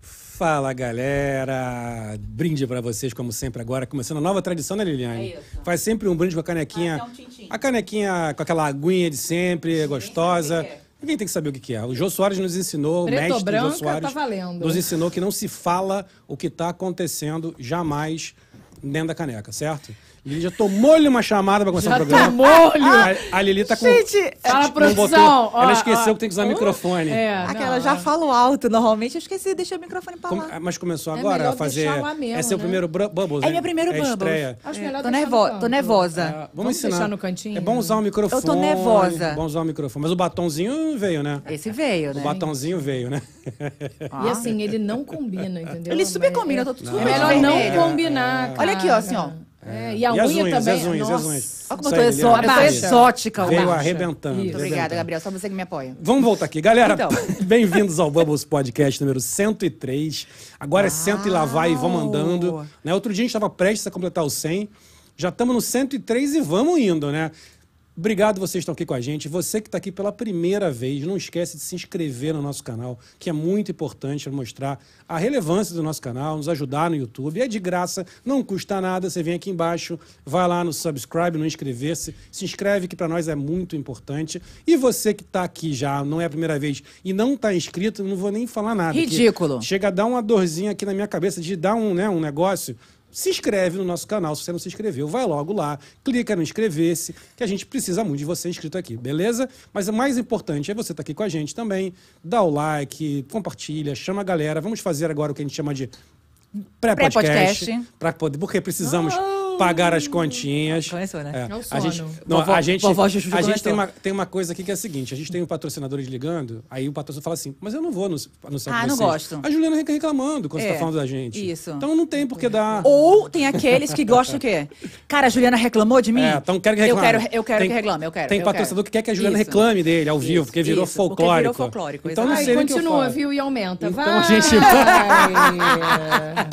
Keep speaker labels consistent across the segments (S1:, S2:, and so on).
S1: Fala galera! Brinde pra vocês, como sempre, agora. Começando a nova tradição, né, Liliane?
S2: É isso.
S1: Faz sempre um brinde com a canequinha.
S2: Até um tintim.
S1: a canequinha com aquela aguinha de sempre, gostosa.
S2: sabe o que é.
S1: Ninguém tem que saber o que que é. O Jô Soares nos ensinou, o
S3: Preto ou
S1: mestre Jô
S3: branca,
S1: Soares.
S3: tá valendo.
S1: Nos ensinou que não se fala o que tá acontecendo jamais dentro da caneca, certo? Lili já tomou-lhe uma chamada pra começar
S3: Já
S1: o programa.
S3: tomou-lhe?
S1: A, a Lili tá com.
S4: Gente,
S3: Fala,
S1: não
S3: produção.
S1: botou- ela esqueceu que tem que usar microfone.
S3: É,
S4: aquela
S3: não,
S4: já
S3: é.
S4: falam alto normalmente. Eu esqueci, deixei o microfone pra
S1: Como-
S4: lá.
S1: mas começou
S3: É
S1: agora
S3: melhor
S1: a fazer.
S3: deixar lá mesmo,
S1: é seu
S3: né?
S1: primeiro bru- Bubbles,
S4: É
S1: né?
S4: meu primeiro
S1: é
S4: Bubbles.
S1: estreia.
S3: Acho
S4: É, tô,
S3: melhor deixar
S4: nervo-
S3: no canto.
S4: tô
S1: Ah,
S4: nervosa.
S1: vamos,
S3: Vamos
S1: ensinar.
S3: deixar no cantinho?
S1: É bom usar o microfone.
S4: nervosa.
S1: Bom usar o microfone. Mas o batonzinho veio, né?
S4: Esse veio,
S1: O
S4: né?
S1: batonzinho veio, né?
S3: E assim, ele não combina, entendeu?
S4: Ele super combina, eu tô
S3: É
S4: super
S3: melhor
S4: vermelha.
S3: não combinar.
S4: Olha aqui, ó,
S3: cara.
S4: assim, ó.
S3: É, e a
S1: e as
S3: unha
S1: unhas,
S3: também.
S1: as unhas, as
S3: nossa.
S1: unhas.
S4: Olha como eu tô,
S1: Isso aí,
S4: exo- eu tô
S1: Liliane.
S3: Abaixa.
S4: exótica. hoje.
S1: Veio
S3: Abaixa.
S1: arrebentando.
S3: Isso.
S4: Muito
S1: arrebentando.
S4: obrigada, Gabriel. Só você que me apoia.
S1: Vamos voltar aqui. Galera,
S4: Então.
S1: bem-vindos ao Bubbles Podcast número 103. Agora é 100 e lá vai e vamos andando. Né? Outro dia a gente estava prestes a completar o 100. Já estamos no 103 e vamos indo, né? Obrigado vocês que estão aqui com a gente. Você que está aqui pela primeira vez, não esquece de se inscrever no nosso canal, que é muito importante para mostrar a relevância do nosso canal, nos ajudar no YouTube. É de graça, não custa nada. Você vem aqui embaixo, vai lá no subscribe, no inscrever-se, se inscreve, que para nós é muito importante. E você que está aqui já, não é a primeira vez e não está inscrito, não vou nem falar nada. que
S4: Ridículo.
S1: Chega a dar uma dorzinha aqui na minha cabeça de dar um, né, um negócio. Se inscreve no nosso canal se você não se inscreveu. Vai logo lá, clica no inscrever-se, que a gente precisa muito de você inscrito aqui, beleza? Mas o mais importante é você estar aqui com a gente também. Dá o like, compartilha, chama a galera. Vamos fazer agora o que a gente chama de pré-podcast.
S4: Pré-podcast. Ah.
S1: pra poder, porque precisamos pagar as continhas.
S4: Começou, né?
S1: É,
S3: É o
S1: a
S3: sono.
S1: gente, não,
S4: Vovó-
S1: a gente,
S4: vovó Juju
S1: a gente
S4: começou.
S1: tem, uma, tem uma coisa aqui que é a seguinte: a gente tem um patrocinador ligando, aí o patrocinador fala assim, mas eu não vou no, no site
S4: Ah,
S1: de
S4: não
S1: vocês."
S4: gosto.
S1: A Juliana fica reclamando quando você tá
S4: É,
S1: falando da gente.
S4: isso.
S1: Então não tem por que dar.
S4: Ou tem aqueles que gostam o quê? Cara, a Juliana reclamou de mim?
S1: É, então quero que
S4: Eu
S1: reclame.
S4: quero, eu quero
S1: Tem-
S4: que reclame, eu quero.
S1: Tem
S4: eu
S1: patrocinador
S4: quero.
S1: que quer que a Juliana
S4: Isso.
S1: reclame dele ao vivo,
S4: Isso,
S1: porque virou
S4: isso, porque virou
S1: folclórico.
S4: folclórico,
S1: Então não
S4: exato.
S1: sei
S3: Ai,
S1: nem o que eu
S3: continua,
S1: falo.
S3: viu? E aumenta.
S1: Então
S3: vai.
S1: a gente
S3: vai.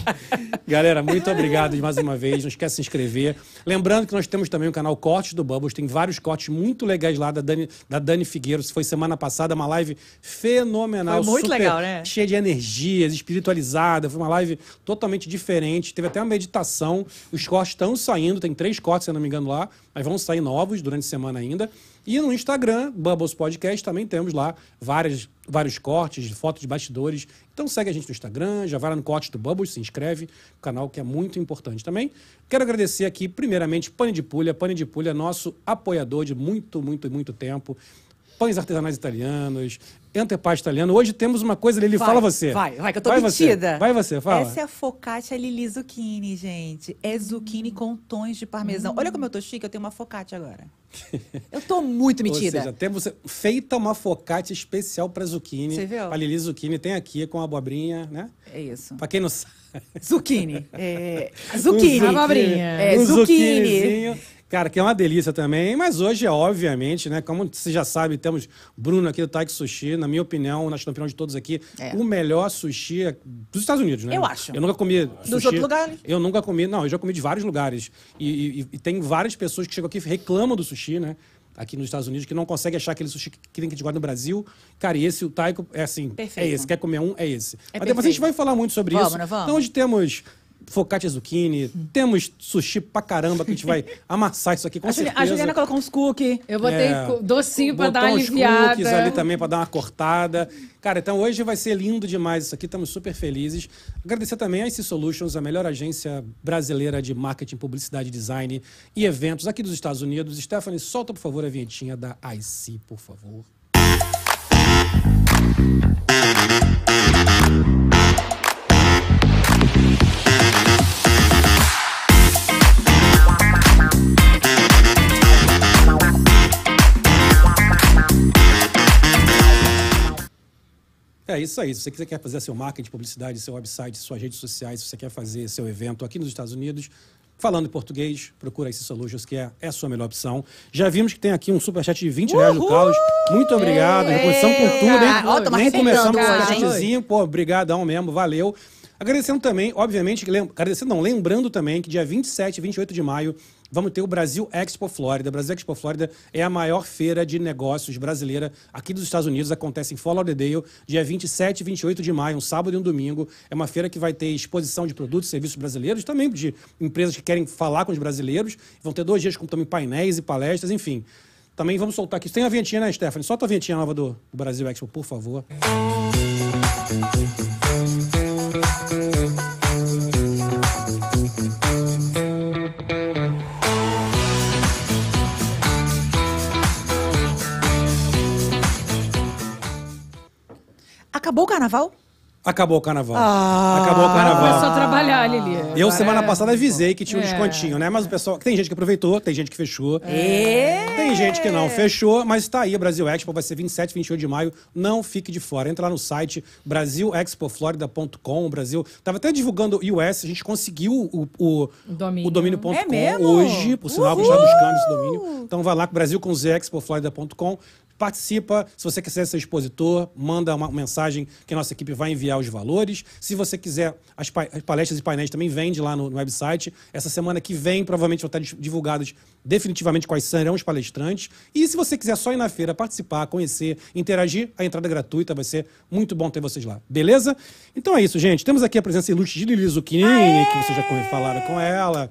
S1: Galera, muito obrigado mais uma vez. Não esquece de se inscrever. Lembrando que nós temos também o canal Cortes do Bubbles. Tem vários cortes muito legais lá da Dani, da Dani Figueiredo. Isso Foi semana passada, uma live fenomenal.
S4: Foi muito
S1: super
S4: legal, né?
S1: Cheia de energias, espiritualizada. Foi uma live totalmente diferente. Teve até uma meditação. Os cortes estão saindo. Tem três cortes, se eu não me engano, lá. Mas vão sair novos durante a semana ainda. E no Instagram, Bubbles Podcast, também temos lá várias, vários cortes, fotos de bastidores. Então segue a gente no Instagram, já vai lá no corte do Bubbles, se inscreve, canal que é muito importante também. Quero agradecer aqui, primeiramente, Pane de Pulha. Pane de Pulha é nosso apoiador de muito, muito, muito tempo. Pães artesanais italianos, entrepasta italiano. Hoje temos uma coisa, Lili,
S4: Vai,
S1: fala você.
S4: Vai, vai, que eu tô
S1: vai
S4: metida.
S1: Você. Vai você, fala.
S4: Essa é a focaccia Lili Zucchini, gente. É zucchini com tons de parmesão. Olha como eu tô chique, eu tenho uma focaccia agora. eu tô muito
S1: Ou
S4: metida.
S1: seja, até você feita uma focaccia especial para zucchini.
S4: Você viu?
S1: A Lili Zucchini tem aqui com abobrinha, né?
S4: É isso.
S1: Para quem não sabe,
S4: Zucchini. É, zucchini.
S3: Uma abobrinha.
S4: É,
S1: um
S4: zucchini.
S1: zucchinizinho. Cara, que é uma delícia também, mas hoje, obviamente, né? Como você já sabe, temos Bruno aqui do Taiki Sushi, na minha opinião, na opinião de todos aqui,
S4: É.
S1: o melhor sushi é dos Estados Unidos, né?
S4: Eu acho.
S1: Eu nunca comi sushi.
S4: outros lugares?
S1: Eu nunca comi, não, eu já comi de vários lugares. E, e- e tem várias pessoas que chegam aqui e reclamam do sushi, né? Aqui nos Estados Unidos, que não consegue achar aquele sushi que que nem que a gente guarda no Brasil. Cara, e esse, o Taiko, é assim, é
S4: Perfeito.
S1: esse. Quer comer um, é esse.
S4: É
S1: Mas depois a
S4: perfeito.
S1: gente vai falar muito sobre
S4: Vamos,
S1: isso.
S4: né, vamos?
S1: Então, Hoje temos focaccia zucchini, temos sushi pra caramba, que a gente vai amassar isso aqui com
S4: A, Juli-
S1: certeza.
S4: a Juliana colocou uns cookies.
S3: Eu botei
S1: É.
S3: co- docinho pra
S1: Botar
S3: dar uma
S1: uns cookies
S3: aliviada.
S1: ali tá também pra dar uma cortada. Cara, então hoje vai ser lindo demais isso aqui, estamos super felizes. Agradecer também a IC Solutions, a melhor agência brasileira de marketing, publicidade, design e eventos aqui dos Estados Unidos. Stephanie, solta por favor a vinhetinha da IC, por favor. É isso aí. Se você quiser- quer fazer seu marketing, publicidade, seu website, suas redes sociais, se você quer fazer seu evento aqui nos Estados Unidos, falando em português, procura esse Solutions, que é, é a sua melhor opção. Já vimos que tem aqui um superchat de 20 reais do Carlos. Muito obrigado.
S3: Ei,
S1: Reposição por tudo, hein?
S4: cara. Ó, tô
S1: Nem
S4: marcando,
S1: começamos com o
S3: Carlos.
S1: superchatzinho. Pô, obrigadão mesmo, valeu. Agradecendo também, obviamente, que lem- agradecendo não, lembrando também que dia 27 e 28 de maio Vamos ter o Brasil Expo Flórida. Brasil Expo Flórida é a maior feira de negócios brasileira aqui dos Estados Unidos. Acontece em Fort Lauderdale, dia 27 e 28 de maio, um sábado e um domingo. É uma feira que vai ter exposição de produtos e serviços brasileiros, também de empresas que querem falar com os brasileiros. Vão ter dois dias com também painéis e palestras, enfim. Também vamos soltar aqui. Tem a ventinha, né, Stephanie? Solta a ventinha nova do, do Brasil Expo, por favor.
S4: Acabou o carnaval?
S1: Acabou o carnaval.
S4: Ah.
S1: Acabou o carnaval.
S3: Começou a trabalhar, Lili.
S1: Eu,
S4: Agora
S1: semana
S4: é
S1: passada, avisei que tinha um
S3: É.
S1: descontinho, né? Mas o pessoal. Tem gente que aproveitou, tem gente que fechou.
S4: É.
S1: Tem gente que não fechou, mas tá aí. Brasil Expo vai ser 27, 28 de maio. Não fique de fora. Entra lá no site brasilexpoflorida.com. o Brasil. Tava até divulgando o US. A gente conseguiu o, o,
S3: O domínio.
S1: o domínio.com
S4: É mesmo?
S1: hoje. Por sinal, que a gente
S4: Uhul!
S1: está buscando esse domínio. Então vai lá com Brasil com Z, expoflorida.com. Participa. Se você quiser ser expositor, manda uma mensagem que a nossa equipe vai enviar os valores. Se você quiser, as, pa- as palestras e painéis também vende lá no, no website. Essa semana que vem, provavelmente vão estar dis- divulgados definitivamente quais serão os palestrantes. E se você quiser só ir na feira participar, conhecer, interagir, a entrada é gratuita. Vai ser muito bom ter vocês lá. Beleza? Então é isso, gente. Temos aqui a presença ilustre de Lili Zucchini, que vocês já conhe- falaram com ela.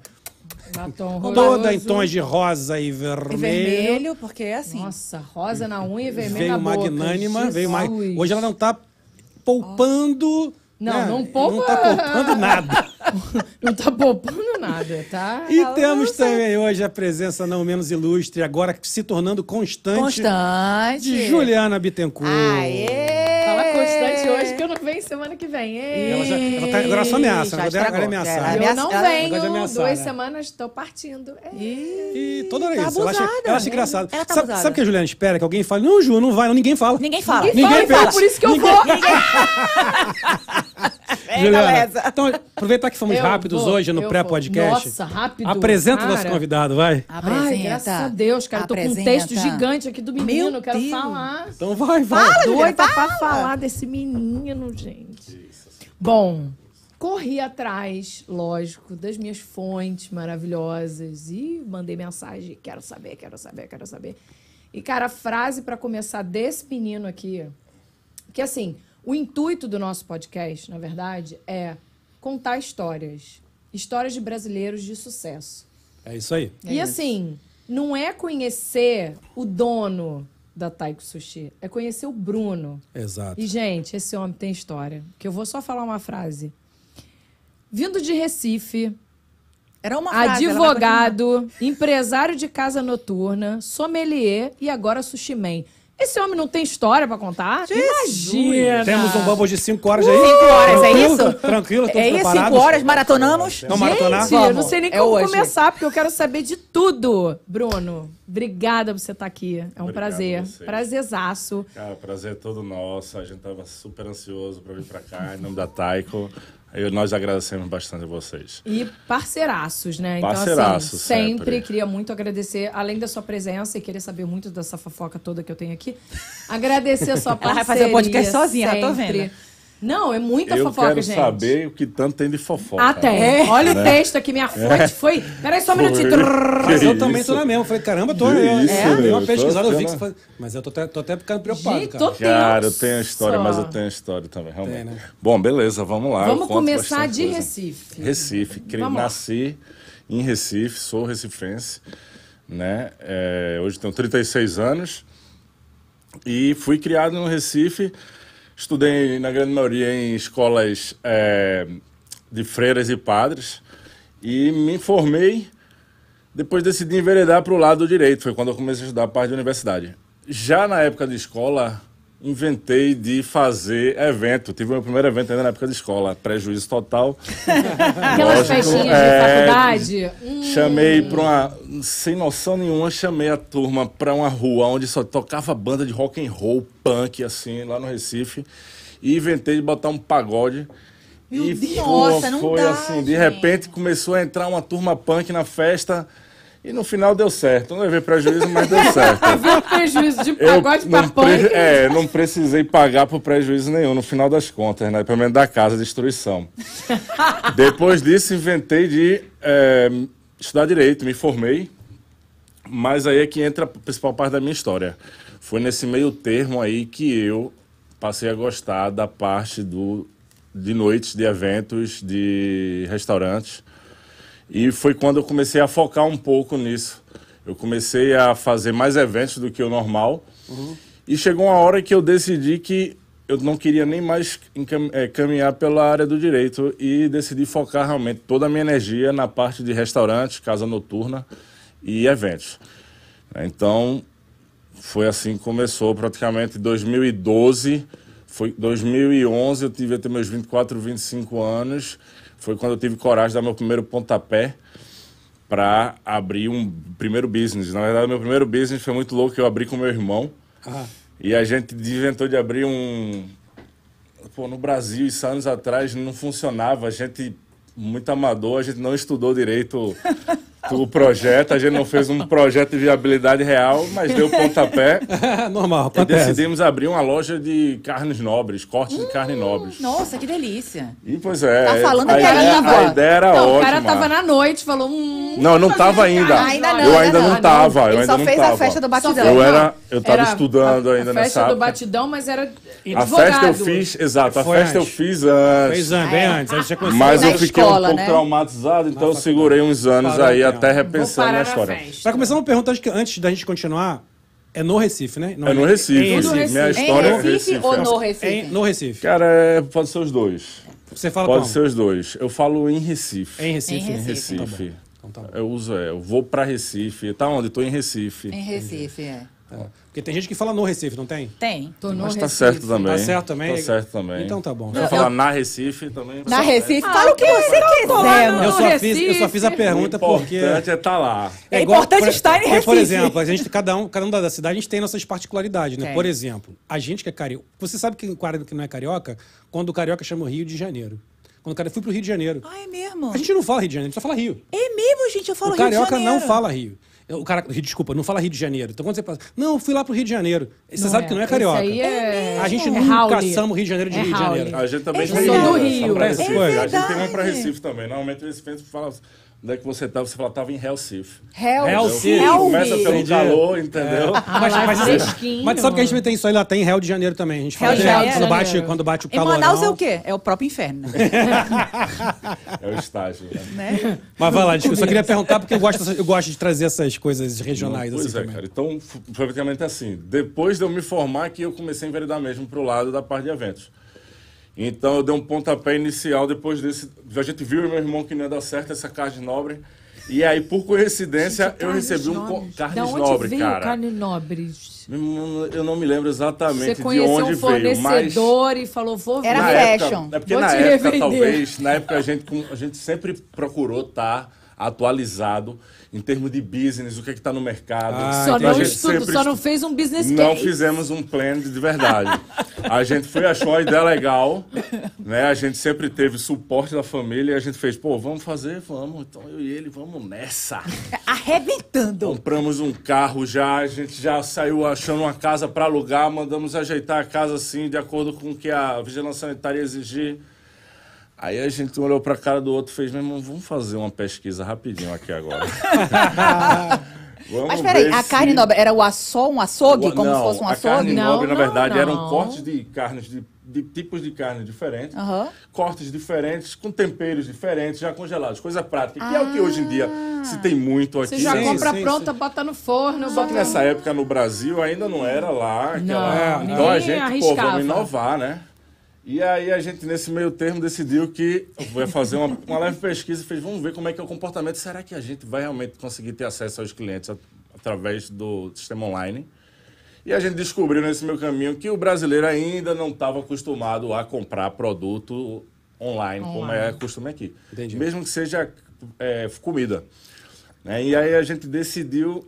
S3: Batom
S1: Toda em
S3: horroroso.
S1: tons de rosa e
S4: E
S1: vermelho.
S4: vermelho, porque é assim.
S3: Nossa, rosa na unha e vermelho na
S1: veio
S3: boca.
S1: magnânima, veio ma...
S3: Jesus.
S1: Hoje ela não tá poupando.
S3: Não,
S1: né?
S3: não poupa-
S1: Não tá poupando nada.
S3: Não tá poupando nada, tá?
S1: E
S4: Ela
S1: temos
S4: não sabe.
S1: também hoje a presença não menos ilustre, agora se tornando constante,
S4: Constante.
S1: de Juliana Bittencourt.
S4: Aê!
S3: Fala constante hoje que eu não venho semana que vem. Ei.
S1: Ela já- ela tá- agora só ameaça,
S4: Já
S1: né? Agora
S4: estragou.
S1: ela ameaça.
S4: Ela
S3: Eu
S4: ameaça-
S3: não
S4: ela-
S1: Agora
S3: venho,
S1: já ameaçaram.
S3: duas semanas estou partindo. É. Ei.
S1: E toda hora
S4: Tá
S1: isso. Ela acha,
S4: abusada.
S1: ela acha engraçado.
S4: Ela tá
S1: sabe,
S4: abusada.
S1: sabe o que a Juliana espera? Que alguém fale, não, Ju, não vai, não, ninguém fala.
S4: Ninguém fala.
S3: Ninguém fala,
S1: pensa.
S3: por isso que eu vou.
S4: Vem,
S1: Juliana,
S4: galera.
S1: então, aproveitar que fomos
S3: Eu
S1: rápidos
S3: vou,
S1: hoje no
S3: eu
S1: pré-podcast.
S3: vou. Nossa, rápido,
S1: Apresenta o
S3: cara.
S1: nosso convidado, vai.
S4: Apresenta.
S3: Ai, graças a Deus, cara. Eu tô com um
S4: Apresenta.
S3: texto gigante aqui do menino.
S4: Meu
S3: eu quero
S4: Deus.
S3: falar.
S1: Então vai, vai.
S3: Doida pra falar desse menino, gente. Bom, corri atrás, lógico, das minhas fontes maravilhosas e mandei mensagem. Quero saber, quero saber, quero saber. E, cara, a frase pra começar desse menino aqui, que assim, o intuito do nosso podcast, na verdade, é contar histórias. Histórias de brasileiros de sucesso.
S1: É isso aí.
S3: e assim, não é conhecer o dono da Taiko Sushi, é conhecer o Bruno.
S1: Exato.
S3: E, gente, esse homem tem história. Que eu vou só falar uma frase. Vindo de Recife,
S4: Era uma frase, ela vai
S3: advogado, empresário de casa noturna, sommelier e agora sushi man. Esse homem não tem história pra contar? Imagina!
S1: Temos um bubble de 5 horas aí.
S4: Cinco horas, é
S1: Tranquilo?
S4: isso?
S1: Tranquilo,
S4: continuar. É
S1: todos
S4: isso,
S1: preparados?
S4: 5 horas, maratonamos.
S1: Então, maratonar?
S3: Gente, eu não
S4: Vamos.
S3: sei nem
S4: É
S3: como
S4: hoje.
S3: começar, porque eu quero saber de tudo. Bruno, obrigada por você estar aqui. É um
S2: Obrigado
S3: prazer.
S2: a vocês.
S3: Prazerzaço.
S2: Cara, prazer é todo nosso. A gente tava super ansioso para vir para cá, em nome da Taiko. Eu, nós agradecemos bastante a vocês.
S3: E parceiraços, né?
S2: Parceiraços,
S3: sempre.
S2: sempre.
S3: Queria muito agradecer, além da sua presença e querer saber muito dessa fofoca toda que eu tenho aqui, agradecer a sua parceria.
S4: Ela vai fazer o podcast sozinha, já tô
S3: sempre.
S4: vendo.
S3: Não, é muita
S2: eu
S3: fofoca,
S2: quero
S3: gente.
S2: saber o que tanto tem de fofoca.
S3: Ah, tem.
S4: É.
S2: Né?
S3: Olha o texto aqui, minha fonte foi. Peraí, só um
S2: Foi.
S3: minutinho.
S1: Mas
S2: Que é
S1: eu também
S2: isso?
S1: tô na mesma. Falei, caramba, tô.
S2: Que
S1: eu,
S2: isso,
S1: é, dei uma
S2: meu,
S1: pesquisada,
S2: tô
S1: eu vi que você faz-
S2: sendo-
S1: Mas eu tô até, tô até ficando preocupado,
S3: Gente,
S1: cara.
S3: tô-
S2: Cara, eu
S3: Nossa.
S2: tenho a história, mas eu tenho a história também, realmente.
S1: Tem, né?
S2: Bom, beleza, vamos lá.
S3: Vamos
S2: eu conto
S3: começar
S2: bastante
S3: de
S2: coisa.
S3: Recife.
S2: Recife, cre-
S3: Vamos lá.
S2: nasci em Recife, sou recifense, né? É, hoje tenho 36 anos e fui criado no Recife. Estudei, na grande maioria, em escolas é, de freiras e padres e me formei. Depois decidi enveredar para o lado direito, foi quando eu comecei a estudar a parte da universidade. Já na época de escola, inventei de fazer evento. Tive o meu primeiro evento ainda na época de escola, prejuízo total.
S3: Aquelas
S2: Lógico,
S3: festinhas
S2: é,
S3: de faculdade. Hum,
S2: Chamei pra uma. Sem noção nenhuma, chamei a turma pra uma rua onde só tocava banda de rock and roll, punk, assim, lá no Recife. E inventei de botar um pagode.
S4: Meu
S2: e
S4: Deus,
S2: foi-
S4: nossa, não
S2: foi
S4: dá,
S2: assim, de
S4: gente.
S2: repente começou a entrar uma turma punk na festa. E no final deu certo. Não levei prejuízo, mas deu certo.
S3: Viu o Um prejuízo de
S2: Eu
S3: pagode pra
S2: não, pre-
S3: punk?
S2: é, não precisei pagar por prejuízo nenhum, no final das contas, né? Pelo menos da casa, destruição. Depois disso, inventei de eh, estudar direito, me formei, mas aí é que entra a principal parte da minha história. Foi nesse meio termo aí que eu passei a gostar da parte do, de noites, de eventos, de restaurantes. E foi quando eu comecei a focar um pouco nisso. Eu comecei a fazer mais eventos do que o normal. E chegou uma hora que eu decidi que eu não queria nem mais encam- eh, caminhar pela área do direito e decidi focar realmente toda a minha energia na parte de restaurantes, casa noturna e eventos. Então, foi assim que começou praticamente 2012. Foi 2011, eu tive até meus 24, 25 anos. Foi quando eu tive coragem de dar meu primeiro pontapé para abrir um primeiro business. Na verdade, meu primeiro business foi muito louco, eu abri com meu irmão.
S1: Ah,
S2: E a gente inventou de abrir um. Pô, no Brasil, isso há anos atrás não funcionava. A gente, muito amador, a gente não estudou direito o projeto, a gente não fez um projeto de viabilidade real, mas deu pontapé.
S1: normal,
S2: E
S1: acontece.
S2: decidimos abrir uma loja de carnes nobres, cortes de carne nobres.
S4: Nossa, que delícia.
S2: E pois é,
S4: Tá falando
S2: a,
S4: que era
S2: ideia,
S4: nova.
S2: a ideia era
S3: Não,
S2: ótima.
S3: o cara tava na noite, falou. Hum,
S2: Não, eu não tava ainda.
S4: Ainda não,
S2: eu
S4: ainda
S2: ainda
S4: não,
S2: não tava. Eu
S5: Ele
S2: ainda
S5: só
S2: não
S5: fez
S2: tava.
S5: a festa do batidão.
S2: Eu era, eu tava
S3: Era
S2: estudando
S3: a-
S2: ainda
S3: a
S2: nessa
S3: festa do
S2: época.
S3: batidão, mas era
S2: A
S3: advogado.
S2: festa eu fiz, exato, a
S1: Foi
S2: festa eu
S1: antes.
S2: fiz antes.
S1: Fez anos,
S4: É.
S1: bem antes. Aí já começou
S2: Mas
S5: Na
S2: eu fiquei
S5: escola,
S2: um pouco
S5: né?
S2: traumatizado, então eu segurei uns anos
S1: Parou
S2: aí
S1: um tempo.
S2: até
S3: Vou
S2: repensando
S3: parar
S2: na
S3: na
S2: história.
S3: festa.
S1: Pra começar, uma pergunta acho que antes da gente continuar. É no Recife, né? Não
S2: É no Recife,
S1: em
S3: Tudo
S2: Recife.
S3: Recife.
S2: Minha
S3: Em
S2: história é
S5: Recife ou
S2: é.
S5: no Recife?
S1: Em- no Recife.
S2: Cara, é- pode ser os dois.
S1: Você fala
S2: Pode
S1: como?
S2: ser os dois. Eu falo em Recife.
S1: Em Recife.
S4: Em
S2: Em Recife.
S1: Então tá bom.
S2: Eu uso, é, eu vou pra Recife. Tá onde? Tô em Recife.
S4: Em Recife, é.
S1: Então tá Porque tem gente que fala no Recife, não tem?
S4: Tem.
S3: Tô no
S2: Mas tá
S3: Recife.
S2: certo também.
S1: Tá certo também?
S2: Tá certo também.
S1: Então tá bom.
S2: Vou falar na Recife também.
S5: Na Recife,
S3: Ah,
S5: fala o que
S3: então
S5: você quiser.
S3: no
S1: Eu só, fiz, eu só
S3: Recife.
S1: fiz a pergunta
S2: o
S1: porque.
S2: importante é tá lá.
S5: É importante estar em
S1: porque, Por
S5: Recife.
S1: exemplo, a gente, cada um, cada um da da cidade, a gente tem nossas particularidades, né? Por exemplo, a gente que é carioca. Você sabe que o cara que não é carioca, quando o carioca chama o Rio de Janeiro. Quando o cara fui pro Rio de Janeiro.
S4: Ah, é mesmo?
S1: A gente não fala Rio de Janeiro, a gente só fala Rio.
S4: É mesmo, gente. Eu falo
S1: o
S4: Rio de
S1: carioca não
S4: Janeiro.
S1: fala Rio. O cara, Rio, desculpa, não fala Rio de Janeiro. Então quando você fala, não, fui lá pro Rio de Janeiro. Você sabe que não é
S3: Esse
S1: carioca.
S3: aí é-
S1: A gente
S3: é
S1: nunca
S3: Raul.
S1: caçamos Rio de Janeiro de
S3: É
S1: Rio de
S3: Raul.
S1: Janeiro.
S2: A gente também
S4: É verdade.
S2: uma
S3: Eu sou do
S2: essa
S3: Rio.
S2: pra
S1: É
S2: Recife. A gente tem uma
S4: verdade.
S2: pra Recife também. Normalmente o Recife fala onde é que você tava, você fala, tava em Recife.
S5: Hell,
S1: Recife.
S2: Começa pelo
S1: Entendi. É.
S2: calor, entendeu?
S1: Ah, mas,
S3: lá,
S1: mas,
S5: é
S3: fresquinho.
S1: mas sabe que a gente tem isso aí lá, tem em Rio de Janeiro também. A gente fala
S4: Rio de
S1: de-
S4: Janeiro.
S1: Quando, bate, quando bate o
S4: Em
S1: calor.
S4: Manaus é o quê? É o próprio inferno,
S5: né?
S2: É o estágio. Né?
S4: né?
S1: Mas vai lá, desculpa. Eu só queria perguntar porque eu gosto, dessas- eu gosto de trazer essas coisas regionais.
S2: Pois
S1: assim,
S2: é,
S1: também.
S2: cara. Então, f- foi praticamente assim. Depois de eu me formar, que eu comecei a enveredar mesmo pro lado da parte de eventos. Então, eu dei um pontapé inicial depois desse. A gente viu, meu irmão, que não ia dar certo essa carne nobre. E aí, por coincidência,
S3: Gente,
S2: eu
S3: carnes
S2: recebi um co-
S3: nobres.
S2: carnes
S3: Da onde
S2: nobre,
S3: veio
S2: cara.
S3: carne nobres?
S2: Eu não me lembro
S3: Você
S2: exatamente de
S3: conheceu
S2: onde
S3: um
S2: veio, mas
S3: fornecedor e falou, vou
S5: Era Ah,
S2: na
S3: ver.
S5: fashion.
S2: Época, é porque
S3: Vou
S2: na
S3: te
S2: época,
S3: revender.
S2: talvez, na época a gente, com- a gente sempre procurou estar atualizado em termos de business, o que é está no mercado.
S1: Ah,
S3: Só
S2: Então, a
S3: não
S2: gente
S3: estudo,
S2: sempre
S3: só não
S2: estu-
S3: fez um business case.
S2: não fizemos um plano de verdade. A gente foi, achou a ideia legal, né? A gente sempre teve suporte da família e a gente fez, pô, vamos fazer, vamos. Então eu e ele, vamos nessa.
S5: Tá
S4: Arrebentando.
S2: Compramos um carro já, a gente já saiu achando uma casa para alugar, mandamos ajeitar a casa assim, de acordo com o que a vigilância sanitária exigir. Aí a gente olhou para a cara do outro e fez, meu irmão, vamos fazer uma pesquisa rapidinho aqui agora. Vamos
S5: Mas peraí,
S2: ver
S5: a
S2: se-
S5: carne nobre era o aço, um açougue,
S2: o-
S5: como
S2: não,
S5: se fosse um
S2: a carne
S5: açougue?
S3: Não,
S2: nobre, na
S3: não,
S2: verdade,
S3: não.
S2: eram cortes de carnes, de, de tipos de carne diferentes,
S5: Aham.
S2: cortes diferentes, com temperos diferentes, já congelados, coisa prática, que é o que hoje em dia
S5: Ah.
S2: se tem muito aqui.
S3: Você já
S1: Sim,
S3: compra
S1: sim,
S3: pronta, bota no forno.
S2: Só que
S3: bota-
S2: nessa época no Brasil ainda não era lá. Aquela...
S1: Não,
S2: então a
S3: ninguém
S2: gente, pô,
S3: arriscava.
S2: vamos inovar, né? E aí a gente, nesse meio termo, decidiu que vai fazer uma, uma leve pesquisa e fez, vamos ver como é que é o comportamento. Será que a gente vai realmente conseguir ter acesso aos clientes at- através do sistema online? E a gente descobriu nesse meu caminho que o brasileiro ainda não estava acostumado a comprar produto online, como é costume aqui.
S1: Entendi.
S2: Mesmo que seja é, comida. né? E aí a gente decidiu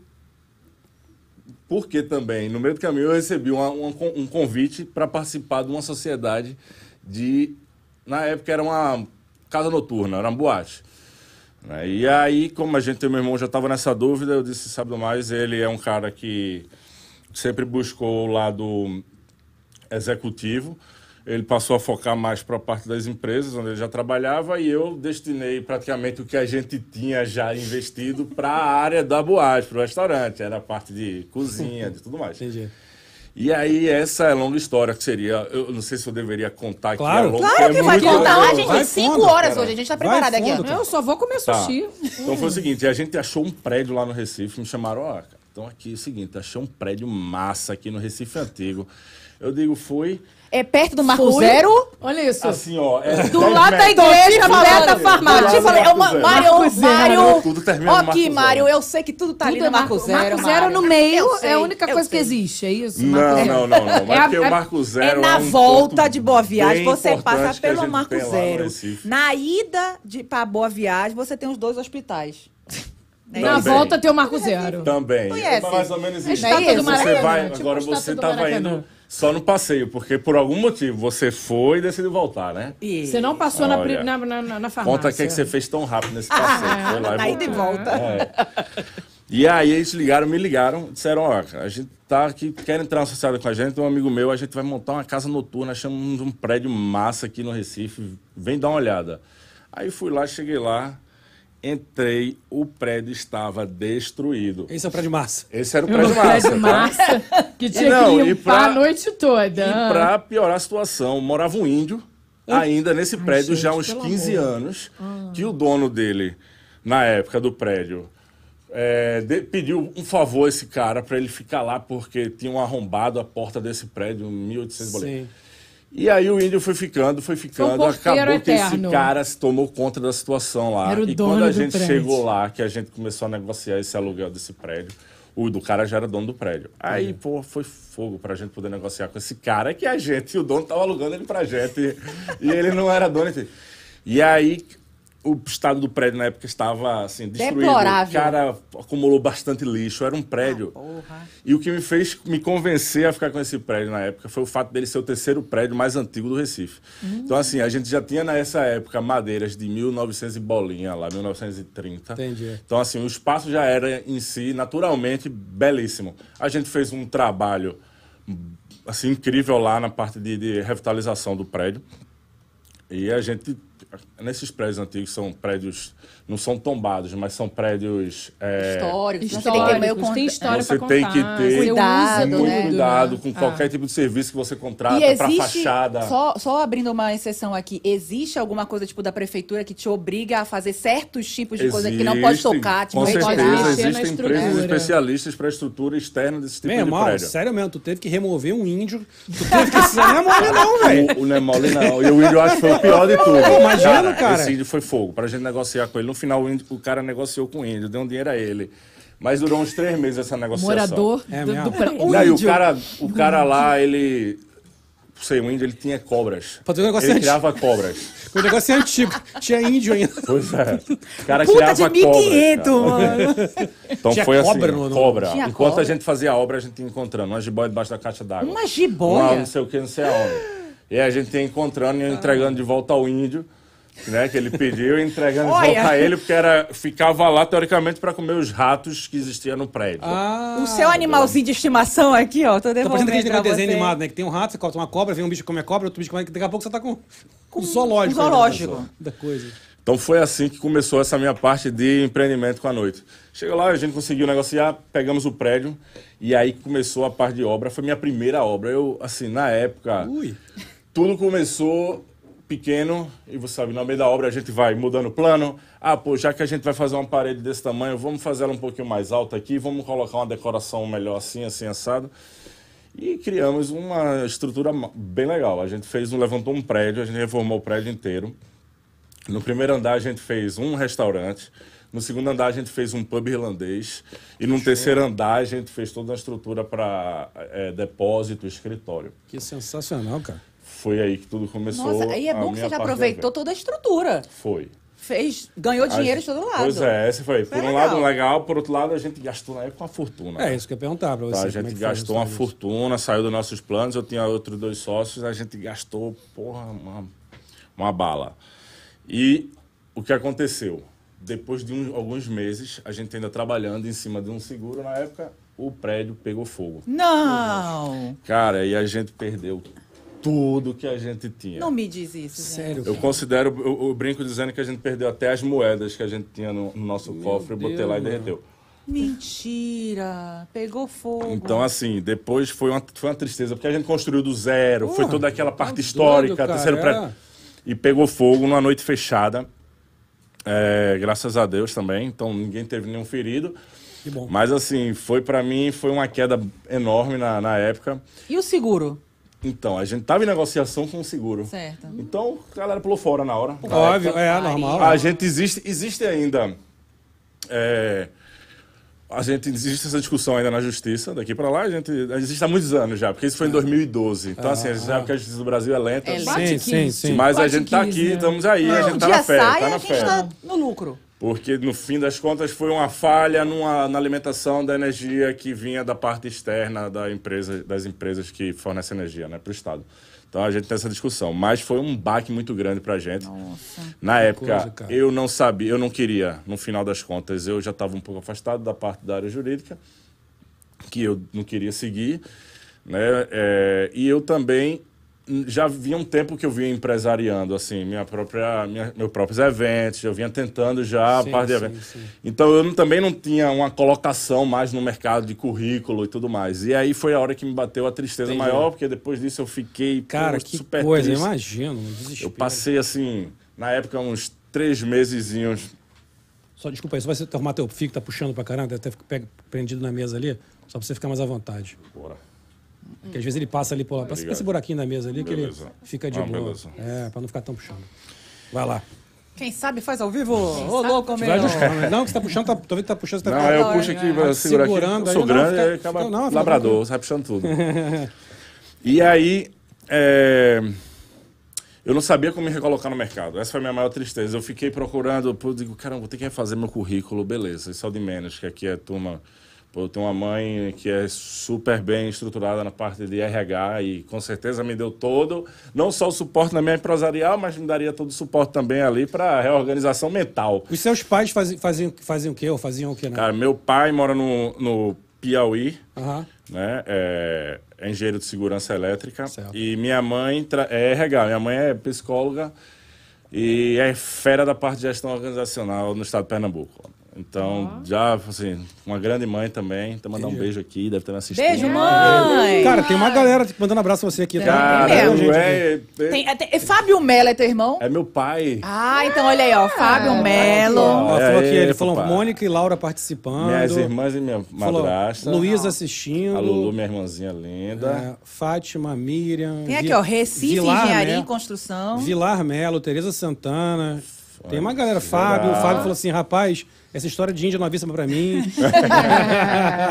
S2: porque também, no meio do caminho, eu recebi uma- uma con- um convite para participar de uma sociedade de. Na época era uma casa noturna, era uma boate. né? E aí, como a gente, meu irmão já estava nessa dúvida, eu disse: sabe do mais, ele é um cara que sempre buscou o lado executivo. ele passou a focar mais para a parte das empresas onde ele já trabalhava e eu destinei praticamente o que a gente tinha já investido para a área da boate, para o restaurante, era a parte de cozinha, de tudo mais.
S1: Entendi.
S2: E aí, essa é a longa história que seria. Eu não sei se eu deveria contar
S1: Claro.
S2: aqui.
S5: Claro que vai contar.
S2: a
S5: A gente
S1: Vai
S5: tem cinco
S1: fundo,
S5: horas
S2: cara.
S5: hoje. A gente tá
S1: Vai
S5: preparada aqui.
S1: fundo.
S5: ó.
S3: Eu só vou comer
S2: Tá.
S3: sushi.
S2: Então foi o seguinte, a gente achou um prédio lá no Recife, me chamaram, ó, cara, então aqui é o seguinte, achei um prédio massa aqui no Recife Antigo. Eu digo, foi
S5: É perto do Marco
S3: Fui.
S5: Zero.
S3: Olha isso.
S2: assim, ó. é 10
S5: Do lado da
S2: metros.
S5: igreja,
S3: falando.
S5: perto da
S3: Do
S5: farmácia.
S2: lado
S5: Te falei,
S2: do
S5: é uma,
S2: Marco
S5: Mário,
S3: Zero. Marco Zero.
S5: Mário.
S2: Tudo termina no
S5: Ó
S2: Marco
S5: aqui,
S2: Zero.
S5: Mário, eu sei que tudo tá ali
S2: é
S3: Tudo
S5: no Marco Zero.
S3: Marco Zero
S5: Mário.
S3: no meio
S5: Eu sei,
S3: é a única
S5: eu
S3: coisa que
S5: sei.
S3: existe, é isso? Marco
S2: Não,
S3: Zero.
S2: não, não, não.
S3: É
S2: Mas
S3: a-
S2: porque
S3: é-
S2: o Marco Zero.
S4: é na
S2: um
S4: volta
S2: ponto
S4: de Boa Viagem,
S2: bem
S4: você passa
S2: importante que a
S4: pelo
S2: gente
S4: Marco
S2: tem lá no
S4: Zero.
S2: Recife.
S4: Na ida de, pra Boa Viagem, você tem os dois hospitais. Né?
S3: Na
S2: Também.
S3: volta tem o Marco
S2: Então,
S3: Zero.
S2: Também.
S4: Conhece?
S2: É mais ou menos isso.
S3: estátua
S5: do
S2: você
S3: Maracanã,
S2: vai,
S3: tipo
S2: agora
S3: a estátua
S2: você
S3: do
S2: estava
S3: Maracanã.
S2: indo só no passeio, porque por algum motivo você foi e decidiu voltar, né?
S4: E-
S3: Você não passou na, pri-
S2: Olha.
S3: na, na, na- na farmácia.
S2: Conta o que, é que você fez tão rápido nesse passeio. foi lá e
S4: na ida e
S2: voltou.
S4: volta.
S2: É. E aí eles ligaram, me ligaram, disseram, ó, cara, a gente tá aqui, quer entrar na sociedade com a gente, um amigo meu, a gente vai montar uma casa noturna, achamos um prédio massa aqui no Recife, vem dar uma olhada. Aí fui lá, cheguei lá, entrei, o prédio estava destruído.
S1: Esse é o prédio massa.
S2: Esse era o
S3: No
S2: prédio massa,
S3: prédio
S2: tá?
S3: massa, que tinha
S2: Não,
S3: que
S2: e
S3: limpar
S2: pra-
S3: a noite toda. Ah,
S2: E para piorar a situação, morava um índio ainda nesse prédio já há uns
S3: pelo
S2: 15 anos, que o dono dele, na época do prédio, é, de- pediu um favor a esse cara para ele ficar lá porque tinham arrombado a porta desse prédio em 1800 boletos.
S1: Sim.
S2: E aí o índio foi ficando, foi ficando,
S3: um porteiro
S2: acabou que esse
S3: eterno.
S2: cara se tomou conta da situação lá.
S3: Era o
S2: e
S3: dono
S2: quando a
S3: do
S2: gente
S3: prédio.
S2: chegou lá, que a gente começou a negociar esse aluguel desse prédio, o do cara já era dono do prédio.
S3: É.
S2: Aí, pô, foi fogo pra gente poder negociar com esse cara, que a gente, o dono tava alugando ele pra gente. e ele não era dono. enfim. E aí, o estado do prédio na época estava, assim, destruído.
S5: Deplorável.
S2: O cara acumulou bastante lixo, era um prédio.
S4: Porra.
S2: E o que me fez me convencer a ficar com esse prédio na época foi o fato dele ser o terceiro prédio mais antigo do Recife. Então, assim, a gente já tinha nessa época madeiras de 1900 e bolinha lá, 1930.
S1: Entendi.
S2: Então, assim, o espaço já era em si, naturalmente, belíssimo. A gente fez um trabalho, assim, incrível lá na parte de, de revitalização do prédio. E a gente, nesses prédios antigos, são prédios, não são tombados, mas são prédios... é,
S5: Histórico. Você tem que ter meio
S3: Históricos,
S5: contato.
S3: tem história
S2: Você
S3: pra
S2: tem
S3: contar.
S2: que ter
S3: você usa
S5: cuidado,
S2: muito
S5: né?
S3: tudo,
S2: cuidado
S3: né?
S2: com
S3: Ah.
S2: qualquer tipo de serviço que você contrata
S5: E
S2: para
S5: existe,
S2: fachada.
S5: só, um só abrindo uma exceção aqui, existe alguma coisa tipo da prefeitura que te obriga a fazer certos tipos de coisa que não pode
S2: Existem,
S5: tocar, tipo
S2: com
S5: retirar?
S2: certeza,
S3: mexer na
S2: existem empresas
S3: estrutura.
S2: especialistas para a estrutura externa desse tipo
S1: Meu
S2: de
S1: irmão,
S2: prédio.
S1: sério mesmo, tu teve que remover um índio. Tu teve que. Isso não é mole, não, velho.
S2: O, o Nemoli não. E o índio eu acho que foi o pior de tudo.
S1: imagina, cara.
S2: Esse índio foi fogo. Pra gente negociar com ele. No final, o, índio- o cara negociou com o índio, deu um dinheiro a ele. Mas durou uns três meses essa negociação.
S3: Morador
S1: É
S3: do,
S1: mesmo.
S3: do prédio.
S2: E aí, o cara, o cara lá, ele. Não sei, o índio ele tinha cobras.
S1: Fazer um negócio
S2: ele
S1: antes.
S2: criava cobras.
S1: O negócio é antigo. Tinha índio ainda.
S2: Pois é. O cara
S4: Puta
S2: criava
S4: de
S2: cobra.
S4: 1500, mano.
S2: Então
S1: Tinha
S2: foi assim,
S1: cobra no-
S2: cobra.
S1: no-
S5: Tinha
S2: Enquanto
S5: cobra.
S2: a gente fazia a obra, a gente ia encontrando uma jiboia debaixo da caixa d'água.
S4: Uma jiboia?
S2: Uma não sei o que, não sei aonde. E a gente ia encontrando e entregando de volta ao índio, né, que ele pediu, e entregando de
S4: Olha.
S2: volta a ele, porque era, ficava lá, teoricamente, para comer os ratos que existiam no prédio.
S1: Ah.
S4: O seu animalzinho de estimação aqui, ó, tô
S1: Tá parecendo
S4: devolvendo
S1: aquele
S4: pra
S1: negócio de desenho
S4: você.
S1: animado, né? Que tem um rato, você corta uma cobra, vem um bicho que come a cobra, outro bicho que come. Daqui a pouco você tá com, com um zoológico.
S4: um
S1: aí, né,
S4: zoológico.
S1: pessoal? Da coisa.
S2: Então foi assim que começou essa minha parte de empreendimento com a noite. Chegou lá, a gente conseguiu negociar, pegamos o prédio e aí começou a parte de obra. Foi minha primeira obra. Eu, assim, na época,
S1: Ui.
S2: tudo começou pequeno e você sabe, no meio da obra a gente vai mudando o plano. Ah, pô, já que a gente vai fazer uma parede desse tamanho, vamos fazer ela um pouquinho mais alta aqui, vamos colocar uma decoração melhor assim, assim, assado. E criamos uma estrutura ma- bem legal. A gente fez um, levantou um prédio, a gente reformou o prédio inteiro. No primeiro andar a gente fez um restaurante, no segundo andar a gente fez um pub irlandês e no terceiro andar a gente fez toda a estrutura para depósito, escritório.
S1: Que sensacional, cara.
S2: Foi aí que tudo começou.
S5: Nossa, aí é
S2: a
S5: bom que
S2: Ah,
S5: você
S2: minha
S5: já
S2: parte da
S5: aproveitou
S2: venda.
S5: toda a estrutura.
S2: Foi.
S5: Fez, ganhou dinheiro
S2: A-
S5: de todo lado.
S2: Ah, Pois é, essa foi.
S5: Foi
S2: por um
S5: legal.
S2: lado legal, por outro lado a gente gastou na época uma fortuna.
S1: É isso que eu ia perguntar pra você.
S2: Tá, a
S1: como
S2: gente
S1: é que foi o
S2: gastou uma
S1: resultado disso.
S2: fortuna, saiu dos nossos planos. Eu tinha outros dois sócios, a gente gastou, porra, uma, uma bala. E o que aconteceu? Depois de um- alguns meses, a gente ainda trabalhando em cima de um seguro na época, o prédio pegou fogo.
S4: Não.
S2: é. Cara, e a gente perdeu tudo que a gente tinha.
S5: Não me diz isso, gente.
S1: Sério.
S2: Eu considero, eu, eu brinco dizendo que a gente perdeu até as moedas que a gente tinha no, no nosso cofre, botei
S1: Deus,
S2: lá e
S1: mano.
S2: derreteu.
S5: Mentira. Pegou fogo.
S2: Então, assim, depois foi uma, foi uma tristeza, porque a gente construiu do zero, foi
S1: Porra, tá
S2: toda aquela parte
S1: doido,
S2: histórica,
S1: cara,
S2: terceiro
S1: é.
S2: prédio. E pegou fogo numa noite fechada. É, graças a Deus também, então ninguém teve nenhum ferido.
S1: Que bom.
S2: Mas assim, foi pra mim, foi uma queda enorme na, na época.
S5: E o seguro?
S2: Então, a gente tava em negociação com o seguro.
S5: Certo.
S2: Então, a galera pulou fora na hora.
S1: Óbvio, é
S5: Maria.
S1: normal.
S2: A gente existe, existe ainda. é, a gente existe essa discussão ainda na justiça, daqui pra lá, a gente existe há muitos anos já, porque isso foi em 2012. Então, assim, a gente sabe que a justiça do Brasil é lenta.
S5: Ah. É lenta.
S3: Bate
S1: Sim,
S3: 15.
S1: sim, sim.
S2: Mas a
S3: Quase
S2: gente tá
S3: 15,
S2: aqui,
S3: né?
S2: estamos aí, a
S5: o
S2: gente tá
S5: Um dia
S2: na fé,
S5: sai
S2: tá
S5: e
S2: na
S5: a gente
S2: fé.
S5: tá no lucro.
S2: Porque no fim das contas foi uma falha numa- na alimentação da energia que vinha da parte externa da empresa, das empresas que fornecem energia né, para o Estado. Então a gente tem essa discussão. Mas foi um baque muito grande para a gente. Na época,
S1: coisa, cara.
S2: eu não sabia, eu não queria, no final das contas, eu já estava um pouco afastado da parte da área jurídica, que eu não queria seguir. Né? É, e eu também hum, já havia um tempo que eu vinha empresariando assim minha própria minha, meus próprios eventos eu vinha tentando já
S1: Sim,
S2: a parte de
S1: sim,
S2: eventos
S1: sim.
S2: então eu não- também não tinha uma colocação mais no mercado de currículo e tudo mais. E aí foi a hora que me bateu a tristeza
S1: Entendi.
S2: maior, porque depois disso eu fiquei pô,
S1: Cara, que
S2: super
S1: coisa,
S2: triste.
S1: imagino. um desespero.
S2: Eu passei assim, na época, uns três mesezinhos.
S1: Só desculpa aí, só vai você arrumar teu fio que tá puxando pra caramba, até fica pega- prendido na mesa ali, só pra você ficar mais à vontade.
S2: Bora.
S1: Porque às vezes ele passa ali por lá, passa
S2: Obrigado.
S1: esse buraquinho na mesa ali que
S2: Tá Beleza.
S1: ele fica de
S2: Ah,
S1: boa.
S2: beleza.
S1: É, pra não ficar tão puxando. Vai lá.
S4: Quem sabe faz ao vivo. Ô, louco,
S1: Vai
S4: meu.
S1: ajustando. né? Não, que você tá puxando, tá, talvez tá puxando, você tá
S2: Não, é- eu puxo aqui,
S1: Vai
S2: vou segurar aqui.
S1: segurando
S2: Eu sou
S1: aí, não,
S2: grande,
S1: fica-
S2: aí acaba
S1: não, não, fica
S2: labrador, sai puxando tudo. e aí, é, eu não sabia como me recolocar no mercado. Essa foi a minha maior tristeza. Eu fiquei procurando, pô, eu digo, caramba, vou ter que refazer meu currículo, beleza. Isso é o de menos, que aqui é turma... Pô, eu tenho uma mãe que é super bem estruturada na parte de RH e com certeza me deu todo, não só o suporte na minha empresarial, mas me daria todo o suporte também ali para reorganização mental.
S1: Os seus pais faziam, faziam, faziam o quê? Ou faziam o quê, né?
S2: Cara, meu pai mora no, no Piauí,
S1: Aham.
S2: né? É, é engenheiro de segurança elétrica.
S1: Certo.
S2: E minha mãe tra- é RH, minha mãe é psicóloga e é fera da parte de gestão organizacional no estado de Pernambuco. Então, já, assim, uma grande mãe também. Então, mandar um beijo aqui, deve ter me assistindo.
S5: Beijo, mãe.
S1: Cara, tem uma galera mandando abraço a você aqui, tá?
S2: Cara,
S1: Tem
S5: mesmo.
S1: gente aqui.
S2: é, é-
S5: Tem, é, tem- é Fábio Melo é teu irmão?
S2: é meu pai.
S5: Ah, então olha aí, ó. Fábio Melo.
S1: Ó,
S2: É,
S1: falou aqui,
S2: é,
S1: ele falou
S2: papai.
S1: Mônica e Laura participando.
S2: Minhas irmãs e minha
S1: Falou,
S2: madrasta.
S5: Ah.
S1: Luísa assim, assistindo.
S2: A Lulu, minha irmãzinha linda.
S1: é, Fátima, Miriam.
S4: Tem aqui,
S1: Vi-
S4: ó, Recife,
S1: Vilar
S4: Engenharia e
S1: Melo,
S4: Construção.
S1: Vilar Melo, Tereza Santana. Tem uma galera,
S2: Fábio,
S1: Fábio. O Fábio
S2: Fábio.
S1: falou assim: rapaz, essa história de índia novíssima pra mim.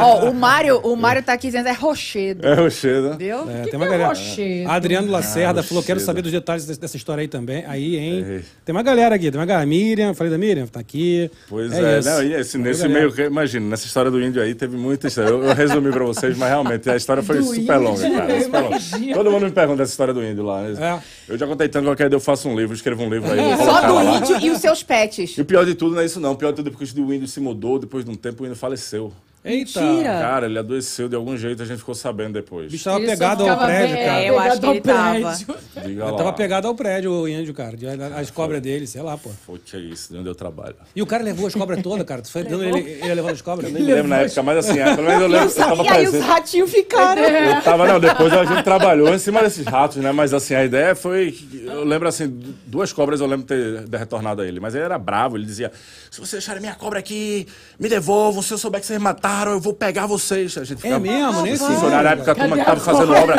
S5: Ó, o Mário, o Mário tá aqui dizendo é Rochedo.
S2: É, o Xeda.
S5: Entendeu?
S1: É,
S3: que
S1: tem uma
S3: que é
S1: galera.
S3: rochedo?
S1: Adriano Lacerda
S2: Ah,
S1: falou: quero
S2: rochedo.
S1: saber dos detalhes desse- dessa história aí também. Aí, hein?
S2: Ei.
S1: Tem uma galera aqui, tem uma galera. Miriam, falei da Miriam, tá aqui.
S2: Pois é,
S1: isso.
S2: não, e esse,
S1: Valeu,
S2: nesse
S1: galera.
S2: meio, que- imagina, nessa história do índio aí teve muita história. Eu, eu resumi pra vocês, mas realmente a história foi
S3: Do
S2: super
S3: índio,
S2: longa, cara.
S3: eu
S2: super longa.
S3: imagino.
S2: Todo mundo me pergunta essa história do índio lá. né?
S1: É.
S2: Eu já contei tanto qualquer dia, eu faço um livro, escrevo um livro aí. vou
S5: É, Só
S2: colocar
S5: do
S2: lá.
S5: índio e os seus pets.
S2: E o pior de tudo não é isso, não. O pior de tudo é porque o índio se mudou, depois de um tempo o índio faleceu.
S1: Eita.
S5: Mentira.
S2: Cara, ele adoeceu de algum jeito, a gente ficou sabendo
S1: O
S2: depois.
S1: É. bicho tava
S3: Ele só
S1: pegado ao
S3: ficava
S1: prédio,
S3: bem-
S1: cara.
S5: É, eu acho que ele
S3: pegado ao
S5: tava.
S3: prédio.
S2: Diga
S1: Ele
S2: lá.
S1: tava pegado ao prédio, o índio, cara. de-
S2: Ah,
S1: As cobras dele, sei lá, pô.
S2: Pô, que é isso, de onde eu trabalho.
S1: E o cara levou as cobras todas, cara. Tu foi dando ele, ele levando as cobras?
S2: Nem lembro na época, mas assim, é, pelo menos eu lembro, eu tava
S5: E aí os
S2: presente.
S5: ratinhos ficaram.
S1: É.
S2: Eu tava, não, depois a gente trabalhou em cima desses ratos, né? Mas assim, a ideia foi. que- Eu lembro assim, du- duas cobras eu lembro ter ter retornado a ele. Mas ele era bravo, ele dizia: se vocês deixarem minha cobra aqui, me devolvam. Se eu souber que vocês mataram, eu vou pegar vocês. A gente ficava,
S1: É mesmo? Nem
S2: Os
S1: sei.
S2: funcionários, na época, a turma
S3: Cadê
S2: que
S3: a
S2: tava fazendo obra.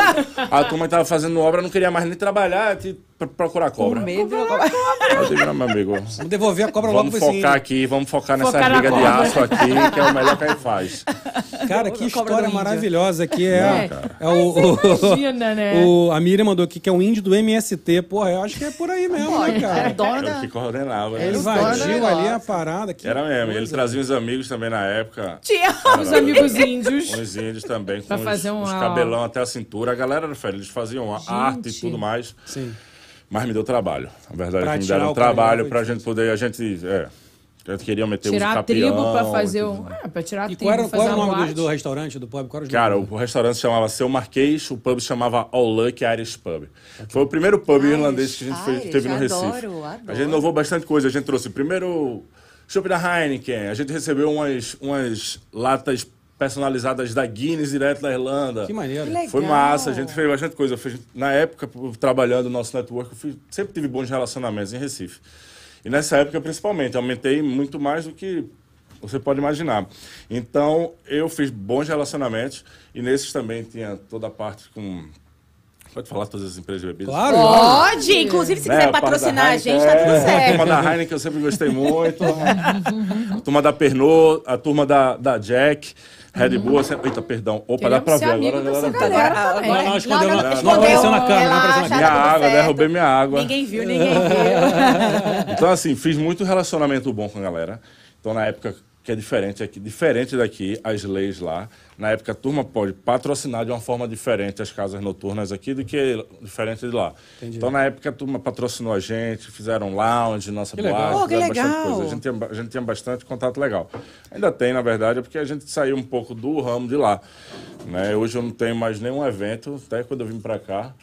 S2: A turma que tava fazendo obra não queria mais nem trabalhar, tinha que pr- procurar cobra.
S4: Medo.
S2: Eu digo, não, meu amigo.
S1: Vamos devolver a cobra logo pra
S2: Vamos
S1: esse
S2: focar
S1: índio.
S2: aqui, vamos focar nessa
S3: Focar na
S2: briga de
S3: cobra.
S2: aço aqui, que é o melhor que a gente faz.
S1: Cara, que história
S4: índio.
S1: maravilhosa que é. é o,
S3: imagina, né?
S1: o- a Miriam mandou aqui que é um índio do MST. Porra, eu acho que é por aí mesmo, né, cara?
S2: Eu que coordenava. né?
S1: Ele invadiu ali a parada. Que
S2: Era mesmo. Ele trazia uns amigos também na época.
S5: Tinha
S3: Os amigos índios.
S2: Uns índios também, com
S3: Pra fazer
S2: uns, uns
S3: uma-
S2: cabelão até a cintura. A galera era fera. Eles faziam a arte e tudo mais.
S1: Sim.
S2: Mas me deu trabalho. A verdade
S1: Pra
S2: é que me
S1: tirar
S2: deram
S1: o cabelão
S2: trabalho
S1: foi
S2: pra gente poder... A gente... É, Eu queria meter
S3: tirar
S2: uns
S3: a tribo
S2: capião,
S3: pra fazer
S2: tudo.
S3: o. Ah, pra tirar a
S1: E
S3: tribo.
S1: qual era, qual
S3: fazer
S1: era o
S3: uma
S1: nome
S3: boate.
S1: do, do restaurante, do pub? Qual era os
S2: Cara,
S1: nomes?
S2: o restaurante chamava Seu Marquês, o pub chamava All Luck Irish Pub. Foi o primeiro pub
S5: Irish,
S2: irlandês que a gente fez-
S5: Irish,
S2: teve no Recife.
S5: adoro, adoro.
S2: A gente inovou bastante coisa. A gente trouxe primeiro chopp da Heineken, a gente recebeu umas, umas latas personalizadas da Guinness direto da Irlanda.
S1: Que maneiro.
S5: Que legal.
S2: Foi massa, a gente fez bastante coisa. Eu fiz- na época, trabalhando o nosso network, eu fui- sempre tive bons relacionamentos em Recife. E nessa época, principalmente, eu aumentei muito mais do que você pode imaginar. Então, eu fiz bons relacionamentos e nesses também tinha toda a parte com. Pode falar todas as empresas de bebidas?
S1: Claro, claro.
S5: Pode! Inclusive, se
S2: Né,
S5: quiser
S2: a parte da
S5: patrocinar a gente,
S2: Heineken,
S5: tá tudo
S2: é, A
S5: certo.
S2: turma da Heineken eu sempre gostei muito. a turma da Pernod, a turma da, da Jack,
S5: Uhum.
S2: Red Bull. eu sempre- Eita, perdão. Opa, dá
S3: Queremos
S2: pra
S3: ser
S2: ver.
S3: amigo
S2: Agora a
S3: dessa
S2: galera tá
S3: galera.
S2: vai.
S1: Não, não, escondeu, não,
S5: escondeu.
S1: não apareceu na câmera, não
S5: Relaxa,
S1: apareceu na
S5: tá
S2: Minha
S5: tudo
S2: água,
S5: certo.
S2: derrubei minha água.
S5: Ninguém viu, ninguém viu.
S2: Então, assim, fiz muito relacionamento bom com a galera. Então, na época que é diferente aqui, diferente daqui, as leis lá. Na época, a turma pode patrocinar de uma forma diferente as casas noturnas aqui do que diferente de lá. Então, na época, a turma patrocinou a gente, fizeram lounge, nossa
S1: Que
S2: boate,
S4: Pô,
S1: legal.
S4: que
S2: fizeram bastante
S4: legal.
S2: coisa. A gente, tinha, ba- a gente tinha bastante contato legal. Ainda tem, na verdade, é porque a gente saiu um pouco do ramo de lá. Né? Hoje eu não tenho mais nenhum evento, até quando eu vim para cá,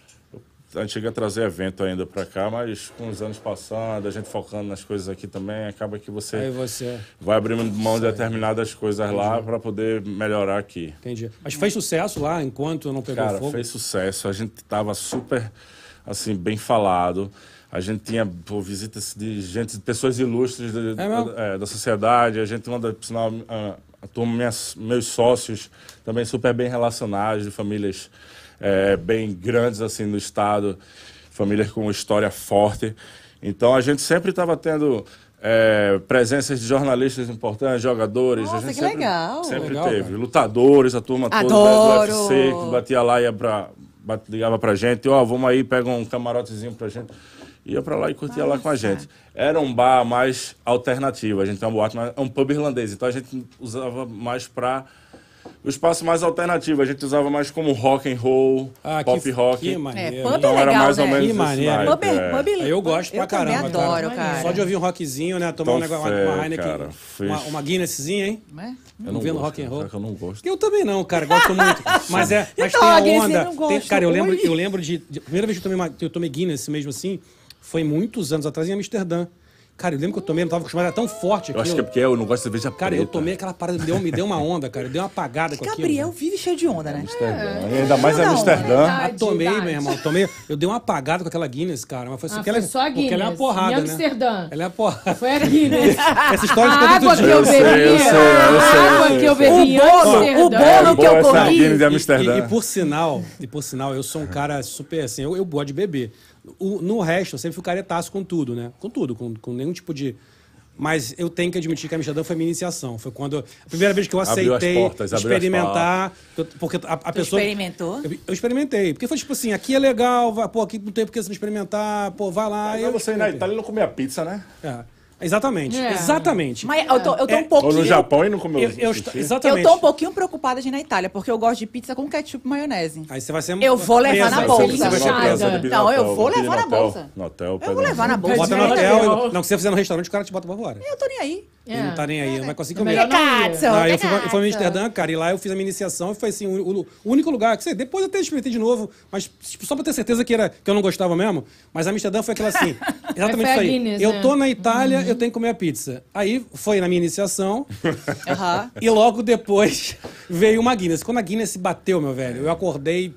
S2: a gente chega a trazer evento ainda para cá, mas com os anos passando, a gente focando nas coisas aqui também, acaba que você
S1: Aí você,
S2: vai abrindo mão de determinadas coisas lá para poder melhorar aqui.
S1: entendi. Mas fez sucesso lá enquanto não pegou
S2: Cara,
S1: fogo?
S2: fez sucesso. A gente tava super, assim, bem falado. A gente tinha pô, visitas de gente, de pessoas ilustres de-
S1: É mesmo?
S2: é, da sociedade. A gente manda, por sinal, a, a turma, minhas- meus sócios, também super bem relacionados, de famílias é, bem grandes, assim, no estado. Famílias com história forte. Então, a gente sempre estava tendo... é, presenças de jornalistas importantes, jogadores. a
S5: Nossa,
S2: gente
S5: que
S2: sempre,
S5: legal.
S2: Sempre
S1: Legal,
S2: teve.
S1: cara.
S2: Lutadores, a turma toda
S5: Adoro.
S2: do UFC, que batia lá, ia pra, bat- ligava pra gente, ó, vamos aí, pega um camarotezinho pra gente. Ia pra lá e curtia lá com a gente. Era um bar mais alternativo, a gente tem uma boate, mas é um pub irlandês, então a gente usava mais pra... O espaço mais alternativo, a gente usava mais como rock and roll,
S1: Ah,
S2: pop
S1: que,
S2: rock.
S1: Que maneiro.
S5: É, pub
S2: então era
S5: legal,
S2: mais ou
S5: né?
S2: menos
S1: Que
S2: esse
S1: maneiro.
S2: naipe,
S4: Pub-
S2: é.
S4: pub-
S1: Eu gosto pra
S4: eu também
S1: caramba,
S4: adoro,
S1: cara.
S4: cara.
S1: Só de ouvir um rockzinho, né? Tomar um
S2: Então,
S1: negócio, uma, uma
S2: fé,
S1: Heineken,
S2: cara, fiz.
S1: uma, uma Guinnesszinha, hein?
S5: Né?
S2: Eu não
S1: Ouvindo
S2: gosto,
S1: rock and roll.
S2: cara, Eu não gosto.
S1: Eu também não, cara. Gosto muito. Mas é, mas
S5: Então,
S1: tem
S5: Agnes,
S1: a onda.
S5: eu não
S1: tem-
S5: gosto.
S1: cara, eu lembro,
S5: Ui.
S1: eu lembro de, de- A primeira vez que eu tomei, uma- eu tomei Guinness mesmo assim, foi muitos anos atrás em Amsterdã. Cara, eu lembro que eu tomei, eu não tava acostumado, era tão forte
S2: Eu acho que é
S1: aquilo.
S2: né? porque eu não gosto de cerveja
S1: Cara, eu
S2: preta.
S1: tomei aquela parada, me deu, me deu uma onda, cara. Deu uma apagada com aquilo.
S4: Gabriel vive cheio de onda, né?
S2: Amsterdã. E Ainda mais
S4: Não, não,
S2: Amsterdã.
S1: Ah,
S3: Idade,
S1: tomei,
S3: idade.
S1: meu irmão. Tomei. Eu dei uma apagada com aquela Guinness, cara. Mas foi assim,
S3: Ah,
S1: porque
S3: foi
S1: ela,
S3: só a
S1: Porque ela é uma
S3: Guinness.
S1: porrada,
S3: Em Amsterdã.
S1: né? Ela é uma porrada.
S3: Foi né? a Guinness.
S1: Essa história
S3: a
S1: fica
S3: água
S1: todo
S3: que
S1: dia.
S3: eu
S2: Eu sei,
S3: bebi,
S2: eu sei, eu
S3: a
S2: sei,
S3: água
S2: eu
S3: que eu
S2: sei.
S3: bebi em
S4: O bolo,
S3: Amsterdã.
S4: o bolo que
S2: boa
S4: eu
S2: essa
S4: comi.
S2: Guinness Tá, de Amsterdã.
S1: E, e por sinal, e por sinal, eu sou um cara super assim, eu, eu gosto de beber. O- no resto, eu sempre fui caretaço com tudo, né? Com tudo, com, com nenhum tipo de. Mas eu tenho que admitir que a Amsterdã foi minha iniciação. Foi quando. A primeira vez que eu
S2: Abriu as
S1: aceitei
S2: portas, abriu as
S1: experimentar. eu- Porque a, a pessoa.
S5: experimentou?
S1: Eu, eu experimentei. Porque foi tipo assim, aqui é legal, vai- pô, aqui não tem por que você não experimentar, pô, vai lá.
S2: Aí tá
S1: eu
S2: É, você na Itália não comia pizza, né?
S1: experimentei. É, exatamente.
S3: É.
S1: Exatamente.
S5: Mas eu tô, eu tô
S1: É.
S5: um
S2: Ou no
S5: pouquinho.
S2: Japão e não comeu
S1: Eu- eu-
S2: sushi?
S1: exatamente.
S5: Eu tô um pouquinho preocupada de ir na Itália, porque eu gosto de pizza com ketchup e maionese.
S1: Aí você vai ser
S5: Eu vou levar
S1: presa,
S5: na
S1: aí
S5: bolsa.
S1: Você vai ser presa.
S3: Inchada.
S5: Não, então eu vou
S2: pedi
S5: levar
S2: no
S5: na
S2: hotel,
S5: bolsa.
S2: No hotel, um-
S5: Eu vou levar na bolsa.
S1: Bota no
S3: Gente,
S5: é
S1: hotel.
S3: eu-
S1: e- Não, se você fizer no restaurante, o cara te bota pra fora.
S5: Eu tô nem aí.
S1: Ele
S4: É.
S1: não tá nem
S5: É,
S1: aí, não vai conseguir
S3: Melhor
S1: comer.
S3: não ir.
S5: Cazzo,
S1: Ah, eu fui, eu fui
S5: cazzo.
S1: em Amsterdã, cara, e lá eu fiz a minha iniciação e foi assim, o, o- o único lugar que sei, depois eu até experimentei de novo, mas tipo, só pra ter certeza que, era, que eu não gostava mesmo, mas Amsterdã foi aquela assim,
S3: Foi
S1: exatamente
S3: a
S1: isso aí.
S3: Guinness,
S1: eu
S3: né?
S1: tô na Itália,
S5: Uhum.
S1: eu tenho que comer a pizza. Aí foi na minha iniciação
S5: Aham.
S1: e logo depois veio uma Guinness. Quando a Guinness se bateu, meu velho, eu acordei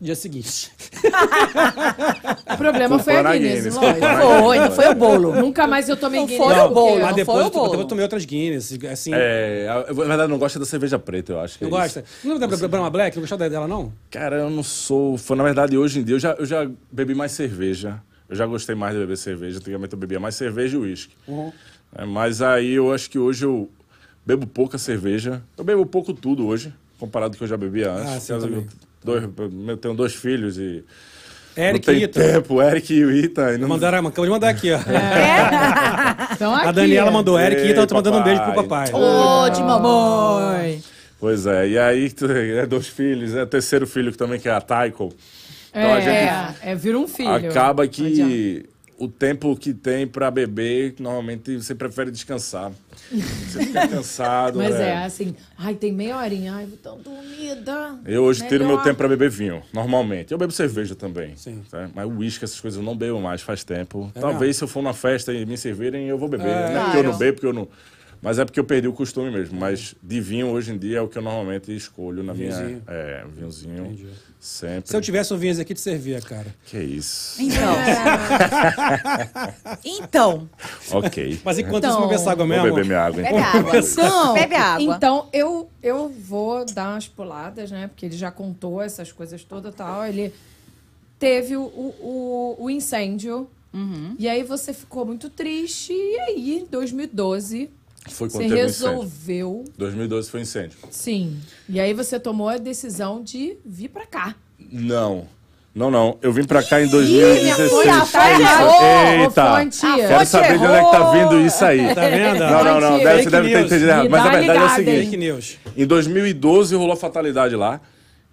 S1: dia seguinte.
S3: É. O problema foi
S2: Culpa
S3: a
S2: na
S3: Guinness,
S2: Guinness,
S3: lógico.
S2: culpa
S5: Foi, não foi o bolo.
S3: Nunca mais eu tomei
S5: Não
S3: Guinness.
S5: foi o
S3: porque-
S5: bolo.
S1: mas
S5: não
S1: depois
S5: foi
S1: eu,
S5: o bolo.
S1: depois eu tomei outras Guinness, assim...
S2: É, eu, na verdade, eu não gosto da cerveja preta, eu acho. que
S1: Eu
S2: é
S1: gosto.
S2: isso.
S1: Não lembra da Brahma Black? Não gostava dela, não?
S2: Cara, eu não sou fã. Na verdade, hoje em dia, eu já, eu já bebi mais cerveja. Eu já gostei mais de beber cerveja. Antigamente, eu bebia mais cerveja e uísque.
S5: Uhum.
S2: É, mas aí, eu acho que hoje eu bebo pouca cerveja. Eu bebo pouco tudo hoje, comparado com o que eu já bebia antes.
S1: Ah, sim,
S2: Por causa
S1: também.
S2: que eu- dois, eu tenho dois filhos e...
S1: Eric
S2: não tem
S1: Ita.
S2: tempo, Eric e o Ita. e não-
S1: Mandaram, acabamos de mandar aqui, ó.
S3: Então,
S1: A
S3: É, aqui,
S1: Daniela mandou Eric
S2: Ei,
S1: Ita, eu tô mandando um
S2: papai. Então-
S1: beijo pro papai.
S5: Ô, de mamãe.
S2: Pois é, e aí tu- é dois filhos, é o terceiro filho que também que é a Taiko. Então
S3: é,
S2: a gente
S3: é, vira um filho.
S2: acaba
S3: Não adianta.
S2: que o tempo que tem para beber, normalmente você prefere descansar. Você fica cansado.
S3: Mas
S2: né?
S3: é assim, ai, tem meia horinha, ai, vou tão dormida.
S2: Eu hoje tiro meu
S3: Melhor.
S2: tempo para beber vinho, normalmente. Eu bebo cerveja também.
S1: Sim.
S2: tá? Mas uísque, essas coisas eu não bebo mais faz tempo.
S1: É
S2: Talvez
S1: mesmo?
S2: se eu for numa festa e me servirem, eu vou beber. não é porque eu
S5: Claro.
S2: não bebo, porque eu não. Mas é porque eu perdi o costume mesmo. Mas de vinho hoje em dia é o que eu normalmente escolho na
S1: Vinhozinho.
S2: minha. É, vinhozinho. Sempre.
S1: Se eu tivesse um vinho aqui, te servia, cara.
S2: Que isso.
S4: Então. então,
S2: ok.
S1: Mas enquanto isso,
S3: Então,
S1: vamos ver essa água
S2: Vou
S1: mesmo?
S2: beber minha água
S5: Bebe
S2: então.
S5: água.
S3: Então,
S5: Bebe água.
S3: Então, eu, eu vou dar umas puladas, né? Porque ele já contou essas coisas todas e tal. Ele teve o, o, o incêndio. E aí você ficou muito triste. E aí, em 2012,
S2: Foi
S3: você
S2: quando teve o incêndio.
S3: resolveu.
S2: 2012 foi incêndio.
S3: Sim. E aí você tomou a decisão de vir pra cá.
S2: Não. Não, não. Eu vim pra cá em
S3: Ih, minha
S2: 2016.
S3: fonte errou,
S2: Eita!
S3: fonte. A
S2: Quero
S3: fonte
S2: saber de onde é que tá vindo isso aí.
S1: Tá vendo?
S2: Não, não, não. Deve,
S1: Fake
S2: você deve ter
S1: news.
S2: entendido errado.
S3: Me
S2: Mas
S3: dá
S2: a verdade é o
S3: ligada,
S2: seguinte.
S1: Fake news.
S2: Em 2012 rolou a fatalidade lá.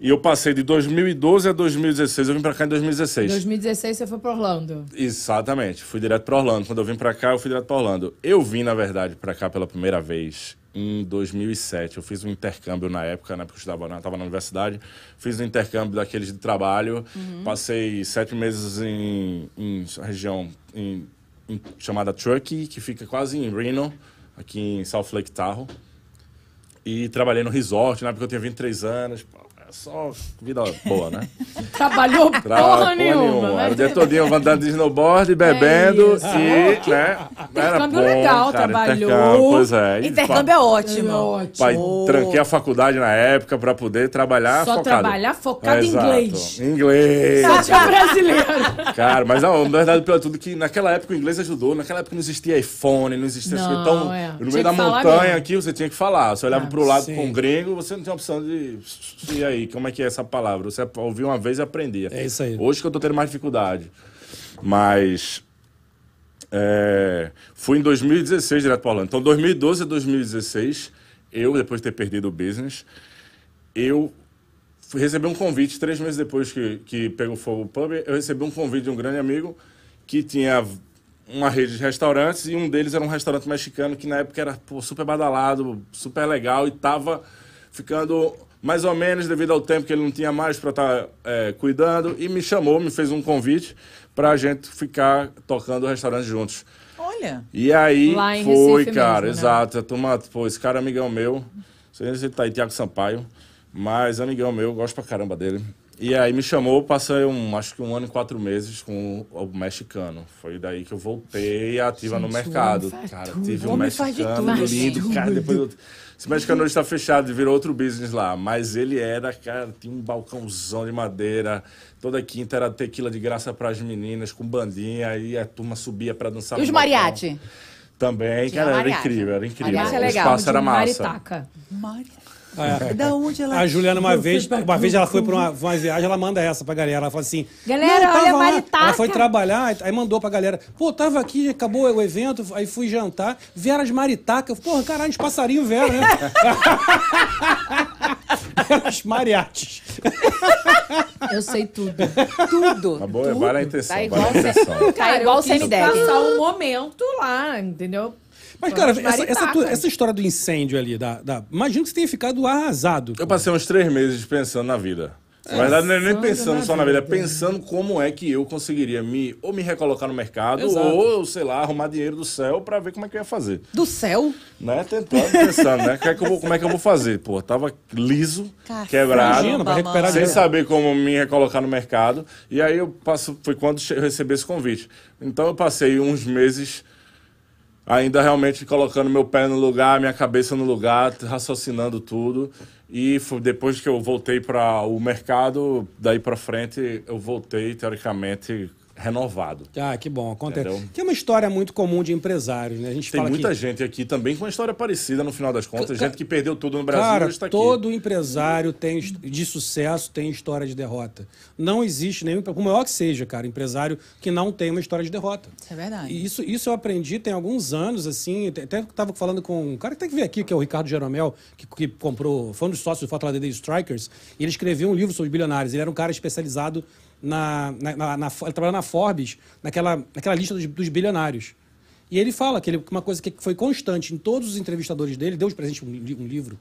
S2: E eu passei de 2012 a 2016. Eu vim pra cá em 2016.
S3: Em 2016 você foi pra Orlando.
S2: Exatamente. Fui direto pra Orlando. Quando eu vim pra cá, eu fui direto pra Orlando. Eu vim, na verdade, pra cá pela primeira vez em 2007. Eu fiz um intercâmbio na época, na época eu estudava, eu tava na universidade. Fiz um intercâmbio daqueles de trabalho. Passei sete meses em, em região em- em- chamada Truckee, que fica quase em Reno, aqui em South Lake Tahoe. E trabalhei no resort, na época eu tinha 23 anos. Pô, é Só vida boa, né?
S3: Trabalhou
S2: Trava
S3: porra nenhuma.
S2: Era
S3: mas-
S2: o dia todinho andando de snowboard, bebendo
S3: isso.
S2: e, né? Era
S3: intercâmbio
S2: bom,
S3: legal,
S2: cara,
S3: trabalhou.
S2: intercâmbio, Pois é. E,
S4: intercâmbio é ótimo.
S3: É ótimo.
S2: Pai, tranquei a faculdade na época pra poder trabalhar
S3: Só
S2: focado.
S3: trabalhar focado em
S2: Exato.
S3: inglês.
S2: Inglês.
S3: Só tinha brasileiro.
S2: Cara, mas não, na verdade, pior de tudo, é que naquela época o inglês ajudou. Naquela época não existia iPhone, não existia...
S3: Não,
S2: essas coisas. então,
S3: é.
S2: no
S3: Tinha
S2: meio da
S3: que falar
S2: montanha
S3: mesmo. Ah,
S2: aqui, você tinha que falar. Você olhava pro lado
S1: sim.
S2: com um gringo, você não tinha opção de... E aí, como é que é essa palavra? Você ouvia uma vez e aprendia.
S1: É isso aí.
S2: Hoje que eu tô tendo mais dificuldade. Mas... É, fui em 2016 direto para Orlando. Então, 2012 a 2016, eu, depois de ter perdido o business, eu fui receber um convite, três meses depois que, que pegou fogo o pub, eu recebi um convite de um grande amigo que tinha uma rede de restaurantes e um deles era um restaurante mexicano que na época era pô, super badalado, super legal e tava ficando mais ou menos devido ao tempo que ele não tinha mais para estar cuidando e me chamou, me fez um convite para a gente ficar tocando o restaurante juntos.
S4: olha.
S2: E aí
S3: Lá em
S2: foi,
S3: Recife mesmo,
S2: cara,
S3: né?
S2: exato. A turma, pô, esse cara é amigão meu. Não sei se ele tá aí, Tiago Sampaio. Mas é amigão meu, gosto pra caramba dele. E aí me chamou, passei um, acho que um ano e quatro meses com o mexicano. Foi daí que eu voltei ativa no mercado.
S3: faz
S2: Cara,
S3: tudo.
S2: tive um
S4: Homem faz de
S2: mexicano
S4: tudo,
S2: lindo,
S4: gente.
S2: cara. Depois eu... Esse mexicano hoje tá fechado, virou outro business lá. Mas ele era, cara, tinha um balcãozão de madeira. Toda quinta era tequila de graça pras meninas, com bandinha. Aí a turma subia pra dançar
S5: E os
S2: no balcão.
S5: mariachi?
S2: Também,
S5: Tinha
S2: cara, era
S5: mariachi.
S2: incrível, era incrível.
S5: Mariachi é
S2: o
S5: legal,
S2: espaço era massa.
S3: Maritaca.
S4: Mari,
S1: É.
S4: da onde ela
S1: A Juliana, uma
S4: Eu fui
S1: vez,
S4: pra
S1: uma vez ela foi pra uma,
S4: Cancún.
S1: uma viagem, ela manda essa pra galera. Ela fala assim:
S3: Galera,
S1: "Não, tava
S3: olha a
S1: lá."
S3: maritaca.
S1: Ela foi trabalhar, aí mandou pra galera: Pô, tava aqui, acabou o evento, aí fui jantar, vieram as maritacas. Porra, caralho, os passarinhos vieram, né? Eram as mariates.
S3: Eu sei tudo.
S5: Tudo.
S2: Tá bom, vale a intenção.
S5: Tá
S2: vale
S5: igual,
S2: a intenção.
S5: cê... tá igual o CMDEC.
S3: passar um momento lá, entendeu?
S1: Mas, cara,
S3: Foram as
S1: essa, essa, tua-
S3: maritacas.
S1: essa história do incêndio ali, da, da- imagino que você tenha ficado arrasado.
S2: Eu passei uns três meses pensando na vida. Na verdade, não é nem
S3: Pensando
S2: pensando
S3: na
S2: só na vida, é
S3: vida.
S5: né?
S2: pensando como é que eu conseguiria me ou me recolocar no mercado,
S1: Exato.
S2: ou, sei lá, arrumar dinheiro do céu pra ver como é que eu ia fazer.
S4: Do céu?
S2: Né? Tentando, pensando, né? Que é que eu vou- como é que eu vou fazer? Pô, tava liso,
S4: Cacete.
S2: quebrado.
S1: Imagina, pra recuperar
S2: sem
S1: dinheiro.
S2: saber como me recolocar no mercado. E aí eu passo, foi quando che- eu recebi esse convite. Então eu passei uns meses ainda realmente colocando meu pé no lugar, minha cabeça no lugar, t- raciocinando tudo. E fo- depois que eu voltei para o mercado, daí para frente eu voltei teoricamente renovado.
S1: Ah, que bom, acontece.
S2: Entendeu?
S1: Que é uma história muito comum de empresários, né? A gente
S2: Tem
S1: fala
S2: muita
S1: que,
S2: gente aqui também com uma história parecida no final das contas,
S1: Ca-
S2: gente que perdeu tudo no Brasil e
S1: Cara,
S2: hoje está aqui.
S1: todo empresário tem his- de sucesso tem história de derrota. Não existe nenhum, por maior que seja, cara, empresário que não tem uma história de derrota.
S4: Isso é verdade.
S1: E isso, isso eu aprendi tem alguns anos, assim, até- até estava falando com um cara que tem que ver aqui, que é o Ricardo Jeromel, que, que comprou, foi um dos sócios do Fatalidade Strikers, e ele escreveu um livro sobre bilionários. Ele era um cara especializado na, na, na- na- ele trabalha na Forbes, naquela, naquela lista dos, dos bilionários. E ele fala que ele- uma coisa que foi constante em todos os entrevistadores dele, deu de presente um, li- um livro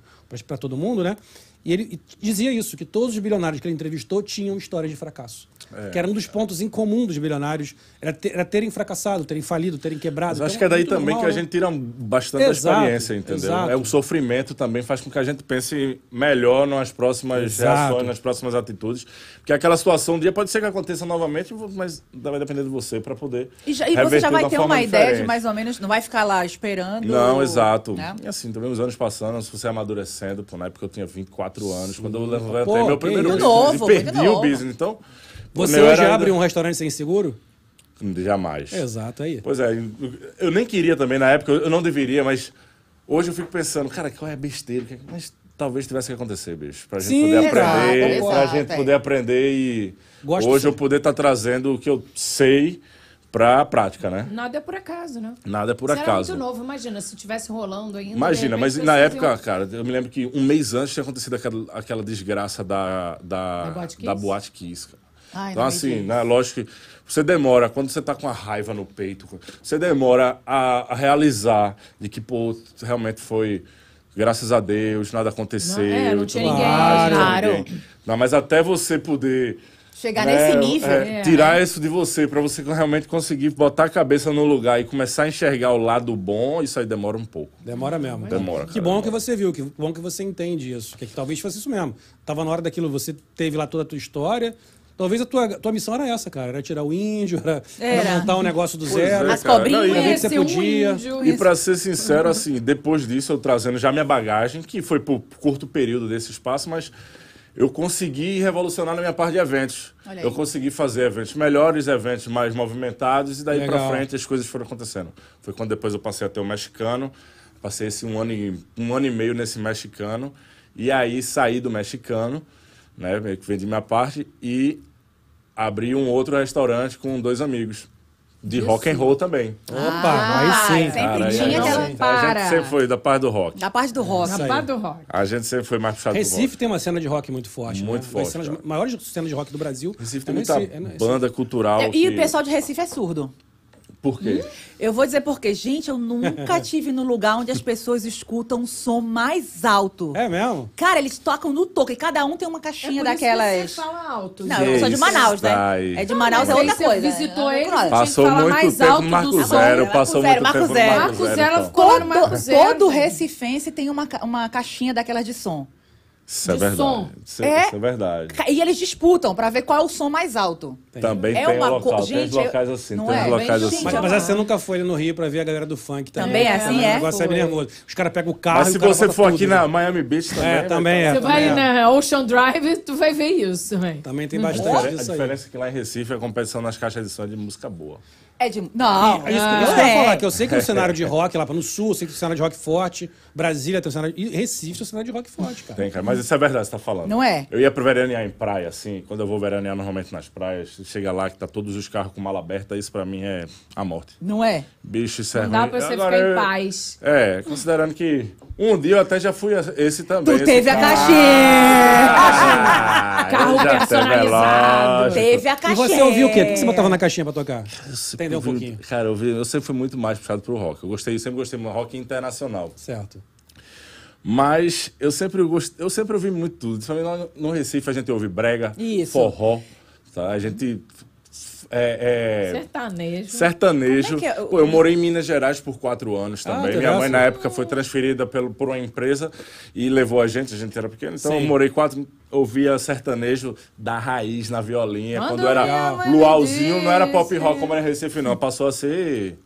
S1: para todo mundo, né? E ele e dizia isso, que todos os bilionários que ele entrevistou tinham histórias de fracasso.
S2: É.
S1: Que era um dos pontos em comum dos bilionários, era, ter- era terem fracassado, terem falido, terem quebrado.
S2: Mas acho
S1: Então,
S2: que é daí
S1: muito
S2: também
S1: normal,
S2: que a
S1: né?
S2: gente tira bastante da
S1: Exato,
S2: experiência, entendeu?
S1: exato.
S2: É o sofrimento também faz com que a gente pense melhor nas próximas
S1: Exato.
S2: reações, nas próximas atitudes, porque aquela situação um dia pode ser que aconteça novamente, mas vai depender de você para poder
S5: E, já- e você
S2: reverter
S5: já vai
S2: de
S5: ter
S2: forma
S5: uma ideia de
S2: diferente.
S5: mais ou menos, não vai ficar lá esperando.
S2: Não, exato.
S5: né?
S2: E assim, também os anos passando, se você amadurecendo, pô, na época eu tinha 24 anos, quando eu levantei
S1: Pô,
S2: meu
S1: que
S2: primeiro
S1: isso.
S2: business
S5: Novo,
S2: e perdi
S5: muito
S2: o
S5: novo.
S2: business, então... pô,
S1: Você
S2: eu
S1: hoje
S2: era
S1: abre um
S2: ainda-
S1: restaurante sem seguro?
S2: Jamais.
S1: Exato, aí.
S2: Pois é, eu nem queria também na época, eu não deveria, mas hoje eu fico pensando, cara, qual é a besteira? que- Mas talvez tivesse que acontecer, bicho. Pra gente
S1: Sim,
S2: poder
S1: exato,
S2: aprender, pra
S5: exato,
S2: gente
S5: é.
S2: poder aprender e
S1: Gosto
S2: hoje
S1: sim.
S2: eu poder estar trazendo o que eu sei pra prática, né?
S3: Nada é por acaso, né?
S2: Nada é por
S3: Você
S2: acaso.
S3: Era muito novo, imagina, se tivesse rolando ainda. de
S2: Imagina,
S3: repente,
S2: mas
S3: vocês
S2: na
S3: faziam-
S2: época, cara, eu me lembro que um mês antes tinha acontecido aquela, aquela desgraça da, da,
S3: Da Boate Kiss?
S2: da Boate Kiss, cara.
S5: Ai,
S2: então,
S5: não
S2: assim,
S5: acredito.
S2: né, lógico que você demora, quando você tá com a raiva no peito, você demora a, a realizar de que, pô, realmente foi, graças a Deus, nada aconteceu.
S3: é, não
S2: e
S3: tinha
S2: tudo
S1: ninguém,
S2: mais, não tinha
S5: claro.
S2: ninguém. Não, mas até você poder
S5: Chegar
S2: né,
S5: nesse nível.
S2: é, tirar isso de você pra você realmente conseguir botar a cabeça no lugar e começar a enxergar o lado bom, isso aí demora um pouco.
S1: Demora mesmo.
S2: Demora,
S1: Que
S2: cara,
S1: bom
S2: demora.
S1: que você viu, que bom que você entende isso. Que, que talvez fosse isso mesmo. Tava na hora daquilo, você teve lá toda a tua história. Talvez a tua, tua missão era essa, cara. Era tirar o índio, era, era
S5: Era.
S1: montar um negócio do
S2: Pois
S1: zero.
S2: é,
S5: As
S2: cara.
S5: cobrinhas.
S2: Não, e-
S1: Sabia que você
S3: Conhecer um
S1: podia.
S3: índio,
S2: E pra ser sincero, assim, depois disso eu trazendo já minha bagagem, que foi por curto período desse espaço, mas eu consegui revolucionar na minha parte de eventos.
S5: Olha aí.
S2: Eu consegui fazer eventos melhores, eventos mais movimentados, e daí pra
S1: Legal.
S2: frente as coisas foram acontecendo. Foi quando depois eu passei a ter o mexicano, passei esse um ano e, um ano e meio nesse mexicano, e aí saí do mexicano, né, meio que vendi minha parte, e abri um outro restaurante com dois amigos. De rock and roll também.
S1: Opa, aí sim.
S5: sempre
S2: Cara,
S5: tinha
S2: aí a
S5: aquela
S2: gente- A
S5: para.
S2: gente sempre foi da parte do rock.
S5: Da parte do rock.
S1: Isso aí.
S3: Pá do rock.
S2: A gente sempre foi mais puxado do
S1: Recife
S2: rock.
S1: tem uma cena de rock muito forte.
S2: Muito
S1: né? Uma
S2: forte,
S1: cenas-
S2: cara.
S1: maiores cenas de rock do Brasil.
S2: Recife tem
S1: é
S2: muita
S1: nesse- é nesse-
S2: banda cultural.
S5: E
S2: que-
S5: o pessoal de Recife é surdo.
S2: Por quê?
S4: Eu vou dizer porque, gente, eu nunca tive no lugar onde as pessoas escutam um som mais alto.
S1: É mesmo?
S4: Cara, eles tocam no toque. Cada um tem uma caixinha
S3: É por isso que
S4: daquelas.
S3: Você fala alto.
S4: Não, eu sou de
S2: Isso,
S4: Manaus, né?
S2: daí.
S4: É de Manaus, é
S3: Mas aí
S4: outra
S3: você
S4: coisa.
S3: visitou
S4: É outra
S3: ele,
S4: coisa.
S3: tinha que
S2: Passou
S3: falar
S2: muito
S3: mais
S2: tempo
S3: alto
S2: no
S3: do
S2: Marco
S3: som.
S2: Zero.
S4: Marco
S2: Passou
S4: Zero,
S2: muito
S4: Marco
S2: tempo no
S4: Zero.
S2: Marco
S3: Marco
S2: Zero.
S3: Zero,
S2: então.
S3: ficou lá no
S4: Todo-
S3: Marco Zero.
S4: Todo recifense tem uma, ca- uma caixinha daquelas de som.
S2: Isso é
S3: de
S2: verdade.
S3: som.
S2: Isso é,
S4: É.
S2: isso é verdade.
S4: Ca- E eles disputam pra ver qual é o som mais alto.
S2: Também
S4: É
S2: tem
S4: uma
S2: local.
S4: co-
S2: tem os
S4: gente, eu-
S2: locais assim.
S4: não
S2: Tem os
S4: é?
S2: locais
S4: Gente,
S2: assim.
S1: Mas,
S3: é
S1: mas
S3: uma-
S1: você nunca foi no Rio pra ver a galera do funk também.
S4: Também é assim,
S1: O
S4: é?
S1: negócio é
S3: Foi.
S1: nervoso. Os caras pegam o carro
S2: Mas
S1: e
S2: se
S1: o cara
S2: você
S1: bota
S2: for
S1: tá tudo.
S2: aqui na Miami Beach também...
S1: É, também é.
S3: Você
S1: também
S3: vai
S1: é.
S3: na Ocean Drive, tu vai ver isso, velho.
S1: Também tem
S2: A
S1: bastante
S2: diferença-
S1: disso
S2: A
S1: aí.
S2: diferença é que lá em Recife a competição nas caixas de som é de música boa.
S4: É de.
S5: Ah,
S4: Não,
S1: É isso,
S4: não
S1: que- isso que eu ia
S4: é.
S1: falar, que eu sei que o cenário de rock lá pra- no sul, eu sei que o cenário de rock forte, Brasília tem o cenário. E Recife tem o cenário de rock forte, cara.
S2: Tem, cara. Mas isso é verdade, você tá falando.
S4: Não é?
S2: Eu ia pro veranear em praia, assim. Quando eu vou veranear normalmente nas praias, chega lá que tá todos os carros com mala aberta, isso pra mim é a morte.
S4: Não é?
S2: Bicho, isso é
S3: Não dá
S2: ruim.
S3: pra você
S2: Agora,
S3: ficar em
S2: eu-
S3: paz.
S2: É, considerando que um dia eu até já fui a- esse também.
S4: Tu
S2: esse
S4: teve a
S2: carro.
S4: caixinha!
S2: Ah,
S3: Carro
S2: eu já teve,
S3: personalizado.
S2: lógico.
S4: Teve a
S1: E
S4: caixinha.
S1: você ouviu o quê? O que você botava na caixinha pra tocar? Entendeu um
S2: Eu vi-
S1: pouquinho.
S2: Cara, eu, vi, eu sempre fui muito mais puxado pro rock. Eu gostei, sempre gostei do rock internacional.
S1: Certo.
S2: Mas eu sempre gost... eu sempre ouvi muito tudo. Principalmente lá no Recife a gente ouve brega,
S4: Isso.
S2: forró, tá? A gente é, é,
S3: Sertanejo.
S2: sertanejo.
S4: Como é que é?
S2: Pô, eu morei em Minas Gerais por quatro anos também.
S1: que
S2: Minha mãe
S1: graça.
S2: na época foi transferida pelo, por uma empresa e levou a gente. A gente era pequeno, então
S1: Sim.
S2: eu morei quatro. Ouvia sertanejo da raiz na violinha.
S3: Quando
S2: Quando era
S3: minha mãe
S2: luauzinho, não era pop
S3: disse-
S2: rock como era em Recife, não. Passou a ser.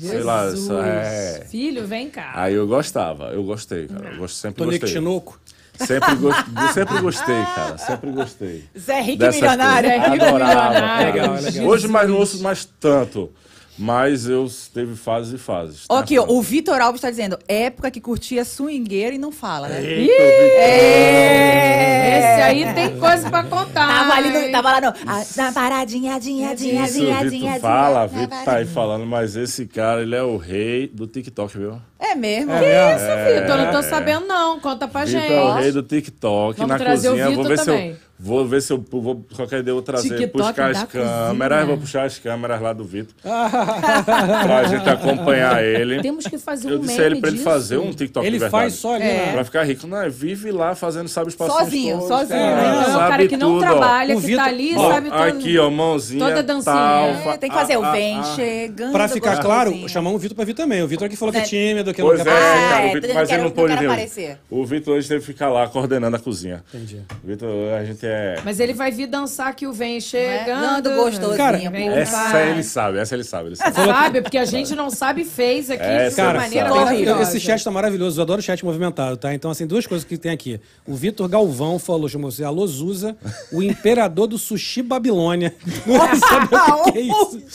S2: Sei lá,
S3: Jesus.
S2: essa- é.
S3: Filho, vem cá.
S2: Aí eu gostava, eu gostei, cara. Eu gosto- sempre
S1: Tonico
S2: gostei.
S1: Tinoco.
S2: Sempre, gos- sempre gostei, cara. Sempre gostei.
S4: Zé Rick
S5: é
S2: Dessas
S4: Milionário.
S2: coisas.
S3: Zé Rico
S2: Adorava,
S3: Milionário.
S2: cara.
S1: Legal, legal.
S2: Hoje mais não ouço mais tanto. Mas eu teve fases e fases.
S4: Ó, Aqui, ó,
S2: Tá?
S4: o Vitor Alves tá dizendo, época que curtia swingueira e não fala, né?
S2: Eita, Vitor.
S3: Esse aí tem coisa pra contar.
S4: Tava ali, no,
S3: hein?
S4: tava lá no... ah, Na paradinha, dinha, dinha,
S2: Isso,
S4: dinha, dinha,
S2: o Vitor
S4: dinha.
S2: fala,
S4: na
S2: o Vitor tá
S4: paradinha.
S2: aí falando, mas esse cara, ele é o rei do TikTok, viu?
S4: É mesmo?
S1: É,
S3: Isso, Vitor, não tô sabendo não. Conta pra
S2: Vitor
S3: gente.
S2: é o rei do TikTok
S3: Vamos
S2: na
S3: trazer o
S2: cozinha.
S3: Vitor
S2: vou ver se eu
S3: também.
S2: Vou ver se eu pu- vou qualquer dia eu vou trazer,
S3: TikTok
S2: buscar
S3: da
S2: as câmeras,
S3: cozinha.
S2: vou puxar as câmeras lá do Vitor. pra gente acompanhar ele.
S3: Temos que fazer
S2: eu
S3: um
S2: disse
S3: meme
S2: a ele pra ele
S3: disso.
S2: fazer um TikTok
S1: Ele
S2: de verdade.
S1: faz só ali né?
S5: É.
S1: na-
S2: Pra ficar rico. Não, vive lá fazendo, sabe os passos
S5: Sozinho,
S2: todos.
S5: sozinho.
S2: É,
S5: Não,
S3: É, um
S2: sabe
S3: cara que não
S2: tudo, ó.
S3: trabalha,
S1: O
S3: que
S1: Vitor-
S3: tá ali,
S1: ó,
S3: sabe? tudo.
S2: Aqui, ó, mãozinha.
S3: Toda dancinha.
S2: Tal,
S3: É,
S2: fa-
S5: tem que fazer o
S2: ah, ah,
S5: vem
S2: ah.
S5: chegando.
S1: Pra ficar claro,
S4: É
S5: gostosinho.
S1: chamamos o Vitor pra vir também. O Vitor aqui falou que é tímido, que não
S2: Pois
S1: quer
S2: é,
S1: aparecer.
S2: cara,
S5: é,
S2: o Vitor,
S5: não
S2: mas
S5: quero-
S2: ele não
S5: não
S2: pôde
S5: quero
S2: vir.
S5: aparecer.
S2: O Vitor hoje teve que ficar lá coordenando a cozinha.
S1: Entendi.
S2: Vitor, a gente é.
S3: Mas ele vai vir dançar que o Vem chegando.
S5: Dando gostosinho.
S1: Cara,
S5: pô.
S3: vem,
S2: Essa
S3: vai.
S2: ele sabe, essa ele sabe. Ele sabe.
S3: Sabe? Porque a gente não sabe fez aqui
S2: É,
S3: de uma
S1: Cara,
S2: sabe,
S3: maneira
S2: sabe.
S1: tem-
S3: maravilhosa.
S1: esse chat tá maravilhoso. Eu adoro chat movimentado, tá? Então, assim, duas coisas que tem aqui. O Vitor Galvão falou, chamou você Alô Zuza, o imperador do sushi Babilônia. Não sabe o que que é isso.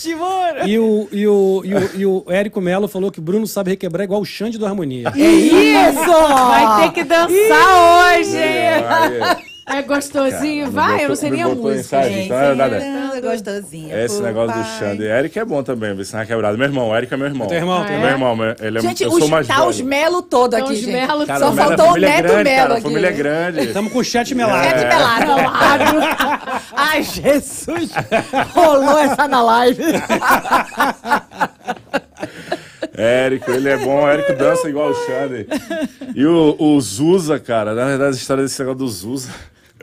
S1: E o, e o, e o, e o Érico Melo falou que Bruno sabe requebrar igual o Xande do Harmonia.
S3: Isso!
S1: Ah.
S3: Vai ter que dançar hoje!
S2: Aí,
S3: É gostosinho, vai, eu não sei
S2: me
S3: nem a
S2: botou em
S3: música.
S2: saco.
S3: gente.
S2: Gente, então é nada.
S4: Ficando gostosinha.
S2: é, Esse
S4: pô,
S2: negócio do
S4: pai.
S2: Xande. Eric é bom também, ver se não é quebrado. Meu irmão, Eric é meu irmão.
S1: Teu irmão, teu
S2: Meu
S1: irmão.
S2: irmão, meu- ele é,
S5: Gente,
S2: eu sou mais
S5: os, tá os
S2: velho.
S5: Melo todo
S3: Então,
S5: aqui,
S3: os
S5: gente.
S3: Melo
S2: Cara,
S5: Só
S2: mas a
S5: faltou o
S2: família é
S5: Neto
S2: grande,
S5: Melo
S2: cara, A
S5: aqui. Então-
S2: família é grande.
S1: Estamos com o chat melado.
S5: É de pelado.
S4: Ai, Jesus! Rolou essa na live.
S2: Érico, ele é bom, Érico dança igual o Xande. E o, o Zuza, cara, na verdade, a história desse negócio do Zuza.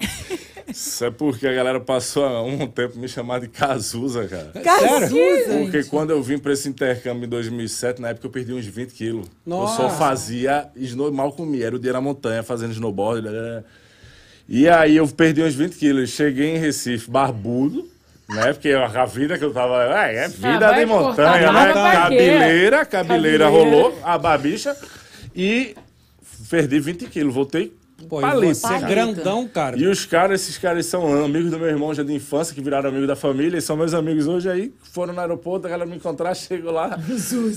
S2: Isso é porque a galera passou há um tempo me chamar de Cazuza, cara.
S4: Cazuza!
S2: Porque quando eu vim pra esse intercâmbio em 2007, na época eu perdi uns 20 quilos. Eu
S1: Nossa.
S2: só fazia, snow, mal comia, era o dia na montanha, fazendo snowboard. blá, blá, blá. E aí eu perdi uns 20 quilos. Cheguei em Recife, barbudo, né? Porque a vida que eu tava. É, é vida
S3: Ah, vai
S2: de
S3: cortar
S2: montanha,
S3: barba
S2: né?
S3: pra quê?
S2: Cabeleira, cabeleira
S3: Cabeleira.
S2: rolou, a babicha. E perdi 20 quilos. Voltei.
S1: Pô, e
S2: palito,
S1: você é
S2: cara.
S1: grandão, cara.
S2: E os caras, esses caras são amigos do meu irmão já de infância, que viraram amigos da família, e são meus amigos hoje aí, foram no aeroporto, a galera me encontrar, chego lá,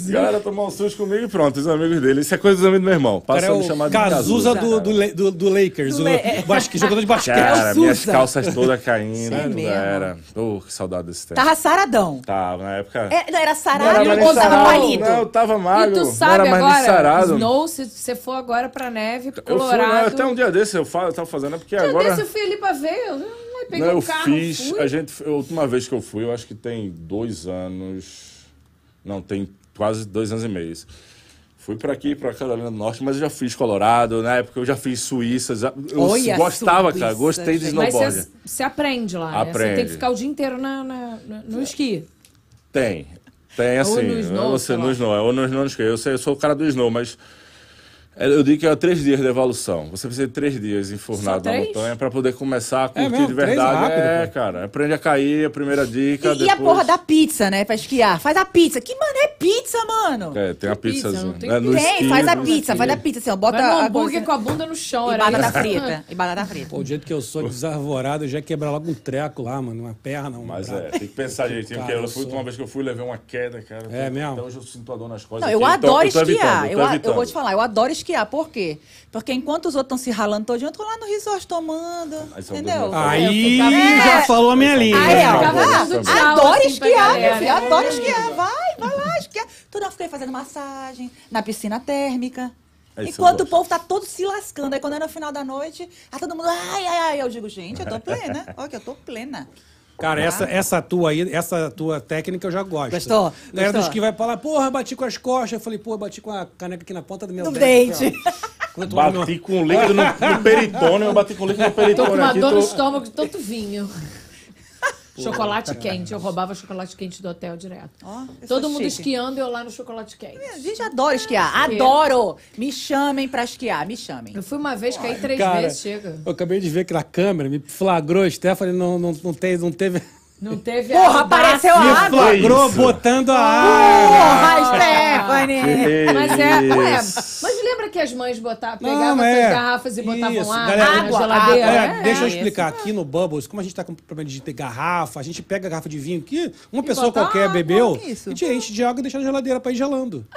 S2: a galera tomar um susto comigo e pronto, os amigos dele. Isso é coisa dos amigos do meu irmão.
S1: Cara,
S2: Passou
S1: é
S2: a me chamar
S1: o
S2: de
S1: Cazuza
S2: Cazuza
S1: do, do, Le- do- do Lakers, o basque- jogador de basquete.
S2: Cara,
S4: É o
S2: minhas
S4: Zuza.
S2: calças todas caindo,
S4: Sim
S2: tudo
S4: mesmo.
S2: era. Ô, que saudade desse
S3: Tá.
S2: tempo.
S4: Tava saradão.
S2: Tava, na época...
S5: É, não, era
S3: Não,
S5: sarado
S3: não,
S5: ou
S3: não.
S5: tava palito?
S2: Não, eu tava
S3: E
S2: magro,
S3: tu
S2: não era
S3: sabe
S2: mais nem
S3: agora,
S2: sarado.
S3: Snow, se você for agora pra neve, pro
S2: eu fui, né,
S3: Colorado.
S2: até um dia desse eu, falo, eu tava fazendo, é porque
S3: Cadê
S2: agora...
S3: se o Felipe veio?
S4: é,
S3: Não, pegou
S2: Não, eu
S3: o carro,
S2: fiz.
S3: fui.
S2: A gente, a última vez que eu fui, eu acho que tem dois anos. Não, tem quase dois anos e meio. isso. Fui pra aqui, pra Carolina do Norte, mas eu já fiz Colorado, na época eu já fiz Suíça. já- eu
S4: Olha,
S2: gostava,
S4: Suíça,
S2: cara, gostei de
S4: gente.
S3: Mas
S2: snowboard.
S3: você você aprende lá, né? Você tem que
S2: Aprende.
S3: ficar o dia inteiro na, na- na- no esqui.
S2: Tem. Tem, assim.
S3: no snow,
S2: eu não sei,
S3: sei lá.
S2: no snow. é, Ou no snow, não esqueci. Eu, sei, eu sou o cara do snow, mas... é, Eu digo que é três dias de evolução. Você precisa de três dias
S3: Só
S2: enfurnado na
S3: três?
S2: montanha pra poder começar a curtir
S1: É mesmo?
S2: de
S1: Três
S2: verdade.
S1: rápido,
S2: é,
S1: pô.
S2: cara. Aprende a cair, a primeira dica.
S4: E, e
S2: depois...
S4: a porra da pizza, né? Pra esquiar. Faz a pizza. Que mano é pizza, mano?
S2: É, tem a
S3: pizza,
S2: pizzazinha.
S3: não tem
S2: né? No
S4: Tem,
S2: esqui,
S4: faz a
S2: no
S4: pizza,
S2: esqui.
S4: faz a pizza assim, ó. Bota
S3: Vai no
S4: a
S3: hambúrguer
S4: coisa-
S3: com a bunda no chão.
S4: E
S3: era
S4: batata
S3: isso.
S4: frita. E batata frita.
S1: Pô, o jeito que eu sou desarvorado, eu já ia quebrar logo um treco lá, mano. Uma perna, um
S2: Mas
S1: braço.
S2: é, tem que pensar direitinho, porque
S1: Cara, eu
S2: eu fui,
S1: sou-
S2: uma vez que eu fui, levei uma queda, cara.
S1: É mesmo?
S2: Então hoje eu sinto a dor nas costas.
S4: Não, eu
S2: aqui, então
S4: adoro
S2: tô
S4: esquiar. eu,
S2: evitando, tô
S4: a- eu
S2: evitando.
S4: vou te falar, eu adoro esquiar. Por quê? Porque enquanto os outros estão se ralando todinho, eu tô lá no resort tomando.
S2: Aí são
S4: entendeu? é,
S2: dois
S1: Aí
S3: Eu ficava-
S1: já falou a minha linha.
S4: Aí, ó.
S2: Ficava
S4: Ah,
S2: dando
S3: tchau,
S4: adoro
S3: assim, pra
S4: esquiar,
S3: galera.
S4: meu filho. Adoro esquiar. Vai, vai lá esquiar. Toda hora eu fiquei fazendo massagem, na piscina térmica.
S2: É isso,
S4: Enquanto
S2: eu
S4: o povo tá todo se lascando. Aí quando é no final da noite, aí todo mundo, ai, ai, ai. Eu digo, gente, eu tô plena. Olha que eu tô plena.
S1: Cara, essa, essa tua aí, essa tua técnica eu já gosto.
S4: Gostou?
S1: Galera
S4: Gostou?
S1: dos que vai falar, porra, bati com as costas. Eu falei, porra, bati com a caneca aqui na ponta do meu
S4: No
S1: dente.
S4: dente.
S1: Quando eu
S2: Bati com o líquido no, no peritônio, eu bati com o líquido no
S3: Tô com
S2: peritônio
S3: uma
S2: aqui.
S3: dor no
S2: tô-
S3: estômago de tanto vinho. chocolate quente. Eu roubava chocolate quente do hotel direto.
S4: Ó, eu
S3: Todo
S4: sou
S3: mundo
S4: chique.
S3: esquiando eu lá no chocolate quente.
S4: A gente adora esquiar. Adoro. Me chamem pra esquiar. Me chamem.
S3: Eu fui uma vez, caí três
S1: Cara,
S3: vezes, chega.
S1: eu acabei de ver que na câmera me flagrou, Stephanie não, não, não, tem, não teve.
S3: Não teve
S4: Porra,
S3: audácia.
S4: apareceu a
S1: Me
S4: água.
S1: flagrou
S2: isso?
S1: botando a água.
S3: Ah.
S4: Porra, Stephanie.
S3: Mas é, ué,
S2: Isso.
S3: mas lembra que as mães botavam,
S1: Não,
S3: pegavam
S1: é.
S3: essas garrafas e botavam
S1: Isso,
S3: água
S1: galera,
S3: na
S4: água,
S3: geladeira?
S1: Galera,
S3: É,
S1: deixa eu
S3: é.
S1: explicar. Aqui no Bubbles, como a gente tá com problema de ter garrafa, a gente pega a garrafa de vinho que uma pessoa
S3: botar
S1: qualquer
S3: água,
S1: bebeu
S4: isso.
S3: Ah,
S1: e te enche de água e deixa na geladeira pra ir gelando.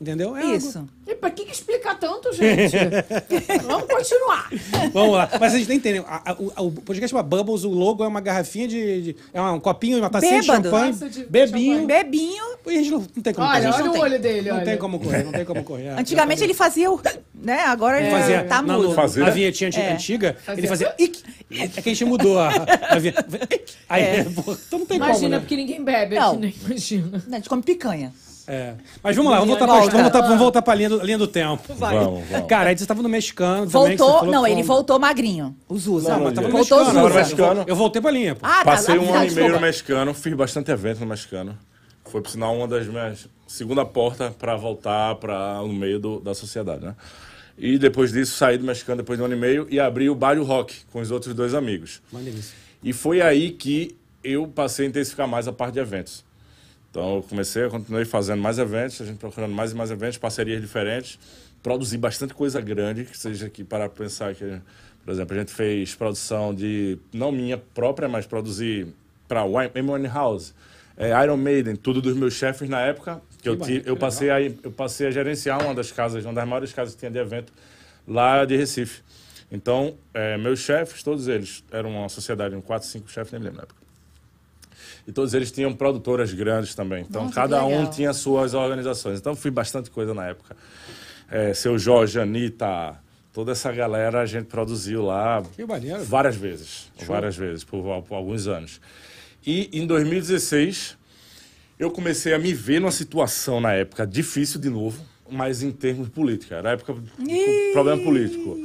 S1: Entendeu? É água.
S4: Isso.
S3: E Pra que, que explicar tanto, gente? Vamos continuar.
S1: Vamos lá. Mas a gente nem entendeu. A- a- o, o podcast chama Bubbles, o logo é uma garrafinha de. de- é um copinho, uma tacinha de
S4: Bêbado.
S1: champanhe.
S3: Taça de
S1: Bebinho.
S4: Um Bebinho.
S1: E a gente não, não tem como correr.
S3: Olha,
S1: a gente
S3: olha
S1: não
S3: o
S1: tem,
S3: olho dele,
S1: não
S3: olha.
S1: tem como correr, não tem como correr. É,
S4: Antigamente ele fazia o. Né? Agora ele
S1: fazia
S4: tá
S1: na,
S4: mudo. É.
S1: no-
S2: Fazia.
S1: na vinhetinha anti- antiga, ele fazia ic. É que a gente mudou a, a vinheta. Ic. Aí,
S4: É.
S1: pô, então não tem como,
S3: Imagina,
S1: né?
S3: porque ninguém bebe
S4: Não.
S3: aqui, né? Imagina.
S4: A gente come picanha.
S1: É. Mas vamos lá, vamos voltar, pra,
S4: Volta.
S1: vamos voltar, vamos voltar pra linha do, linha do tempo.
S2: Vamos, vamos.
S1: Cara, aí você tava no mexicano também. que você
S4: Voltou.
S1: falou
S4: Não,
S1: que
S4: ele
S1: foi um-
S4: voltou magrinho. O Zusa.
S1: Não, mas tava no
S4: voltou
S1: mexicano.
S4: o
S2: Tava no
S4: Zusa.
S1: Eu vol-
S2: mexicano.
S1: Eu voltei pra linha, pô.
S4: Ah, tá.
S2: Passei
S4: Ah,
S2: um
S4: tá,
S2: ano e meio
S4: desculpa.
S2: no mexicano, fiz bastante evento no mexicano. Foi, por sinal, uma das minhas... Segunda porta para voltar para no meio do- da sociedade, né? E depois disso, saí do mexicano depois de um ano e meio e abri o Bairro Rock com os outros dois amigos.
S1: Maneiro isso.
S2: E foi aí que eu passei a intensificar mais a parte de eventos. Então eu comecei, eu continuei fazendo mais eventos, a gente procurando mais e mais eventos, parcerias diferentes, produzi bastante coisa grande, que seja que para pensar que, por exemplo, a gente fez produção de não minha própria, mas produzi para M1 House, é, Iron Maiden, tudo dos meus chefes na época, que eu,
S1: bacana,
S2: tive,
S1: que
S2: eu
S1: legal.
S2: passei a, eu passei a gerenciar uma das casas, uma das maiores casas que tinha de evento lá de Recife. Então, eh, meus chefes, todos eles, eram uma sociedade, um quatro, cinco chefes, nem me lembro na época. E todos eles tinham produtoras grandes também. Então,
S4: Nossa,
S2: cada
S4: que legal.
S2: um tinha suas organizações. Então, eu fui bastante coisa na época. Eh, seu Jorge, Anitta, toda essa galera a gente produziu lá
S1: Que maneiro.
S2: várias vezes. Várias vezes, por, al- por alguns anos. E em 2016, eu comecei a me ver numa situação na época difícil de novo, mas em termos de política. Era a época de problema político.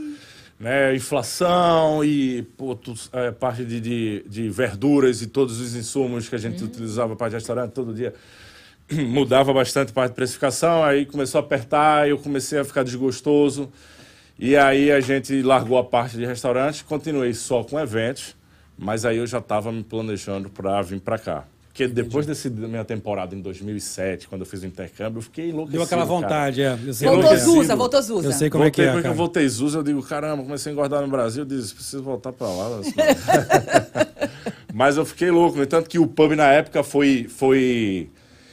S2: Né, inflação e pô, tu- é, parte de, de, de verduras e todos os insumos que a
S1: Uhum.
S2: gente utilizava para restaurante todo dia mudava bastante a parte de precificação, aí começou a apertar, eu comecei a ficar desgostoso. E aí a gente largou a parte de restaurante, continuei só com eventos, mas aí eu já estava me planejando para vir para cá. Porque depois dessa minha temporada em 2007, quando eu fiz o intercâmbio, eu fiquei enlouquecido.
S1: Deu aquela
S2: cara.
S1: vontade, é. Eu sei como
S4: Voltou
S1: é.
S4: Zusa, voltou Zusa.
S1: Eu sei como é que
S2: Voltei,
S1: é,
S2: porque eu
S1: cara.
S2: voltei Zusa, eu digo, caramba, comecei a engordar no Brasil, eu disse, preciso voltar pra lá. mas- Mas eu fiquei louco, no entanto que o pub na época foi, foi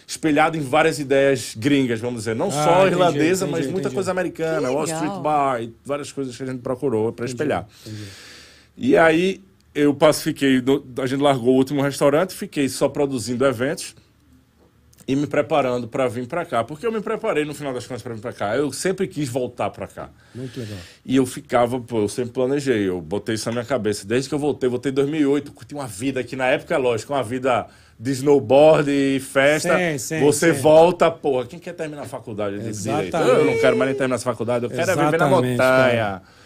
S2: espelhado em várias ideias gringas, vamos dizer, não só
S1: Ah, entendi, entendi,
S2: irlandesa, mas muita
S1: entendi.
S2: coisa americana,
S4: Que
S2: Wall
S4: legal.
S2: Street Bar e várias coisas que a gente procurou para espelhar. E aí eu pacifiquei, no- a gente largou o último restaurante, fiquei só produzindo eventos e me preparando para vir para cá, porque eu me preparei no final das contas para vir para cá. Eu sempre quis voltar para cá.
S1: Muito legal.
S2: E eu ficava, pô, eu sempre planejei, eu botei isso na minha cabeça. Desde que eu voltei, voltei em 2008, curti uma vida que na época, é lógico, uma vida de snowboard e festa.
S1: Sim, sim,
S2: Você
S1: sim.
S2: volta, porra, quem quer terminar a faculdade de
S1: Exatamente.
S2: direito? Eu não quero mais nem terminar essa faculdade, eu quero é viver na
S1: Exatamente,
S2: montanha.
S1: cara.
S2: é.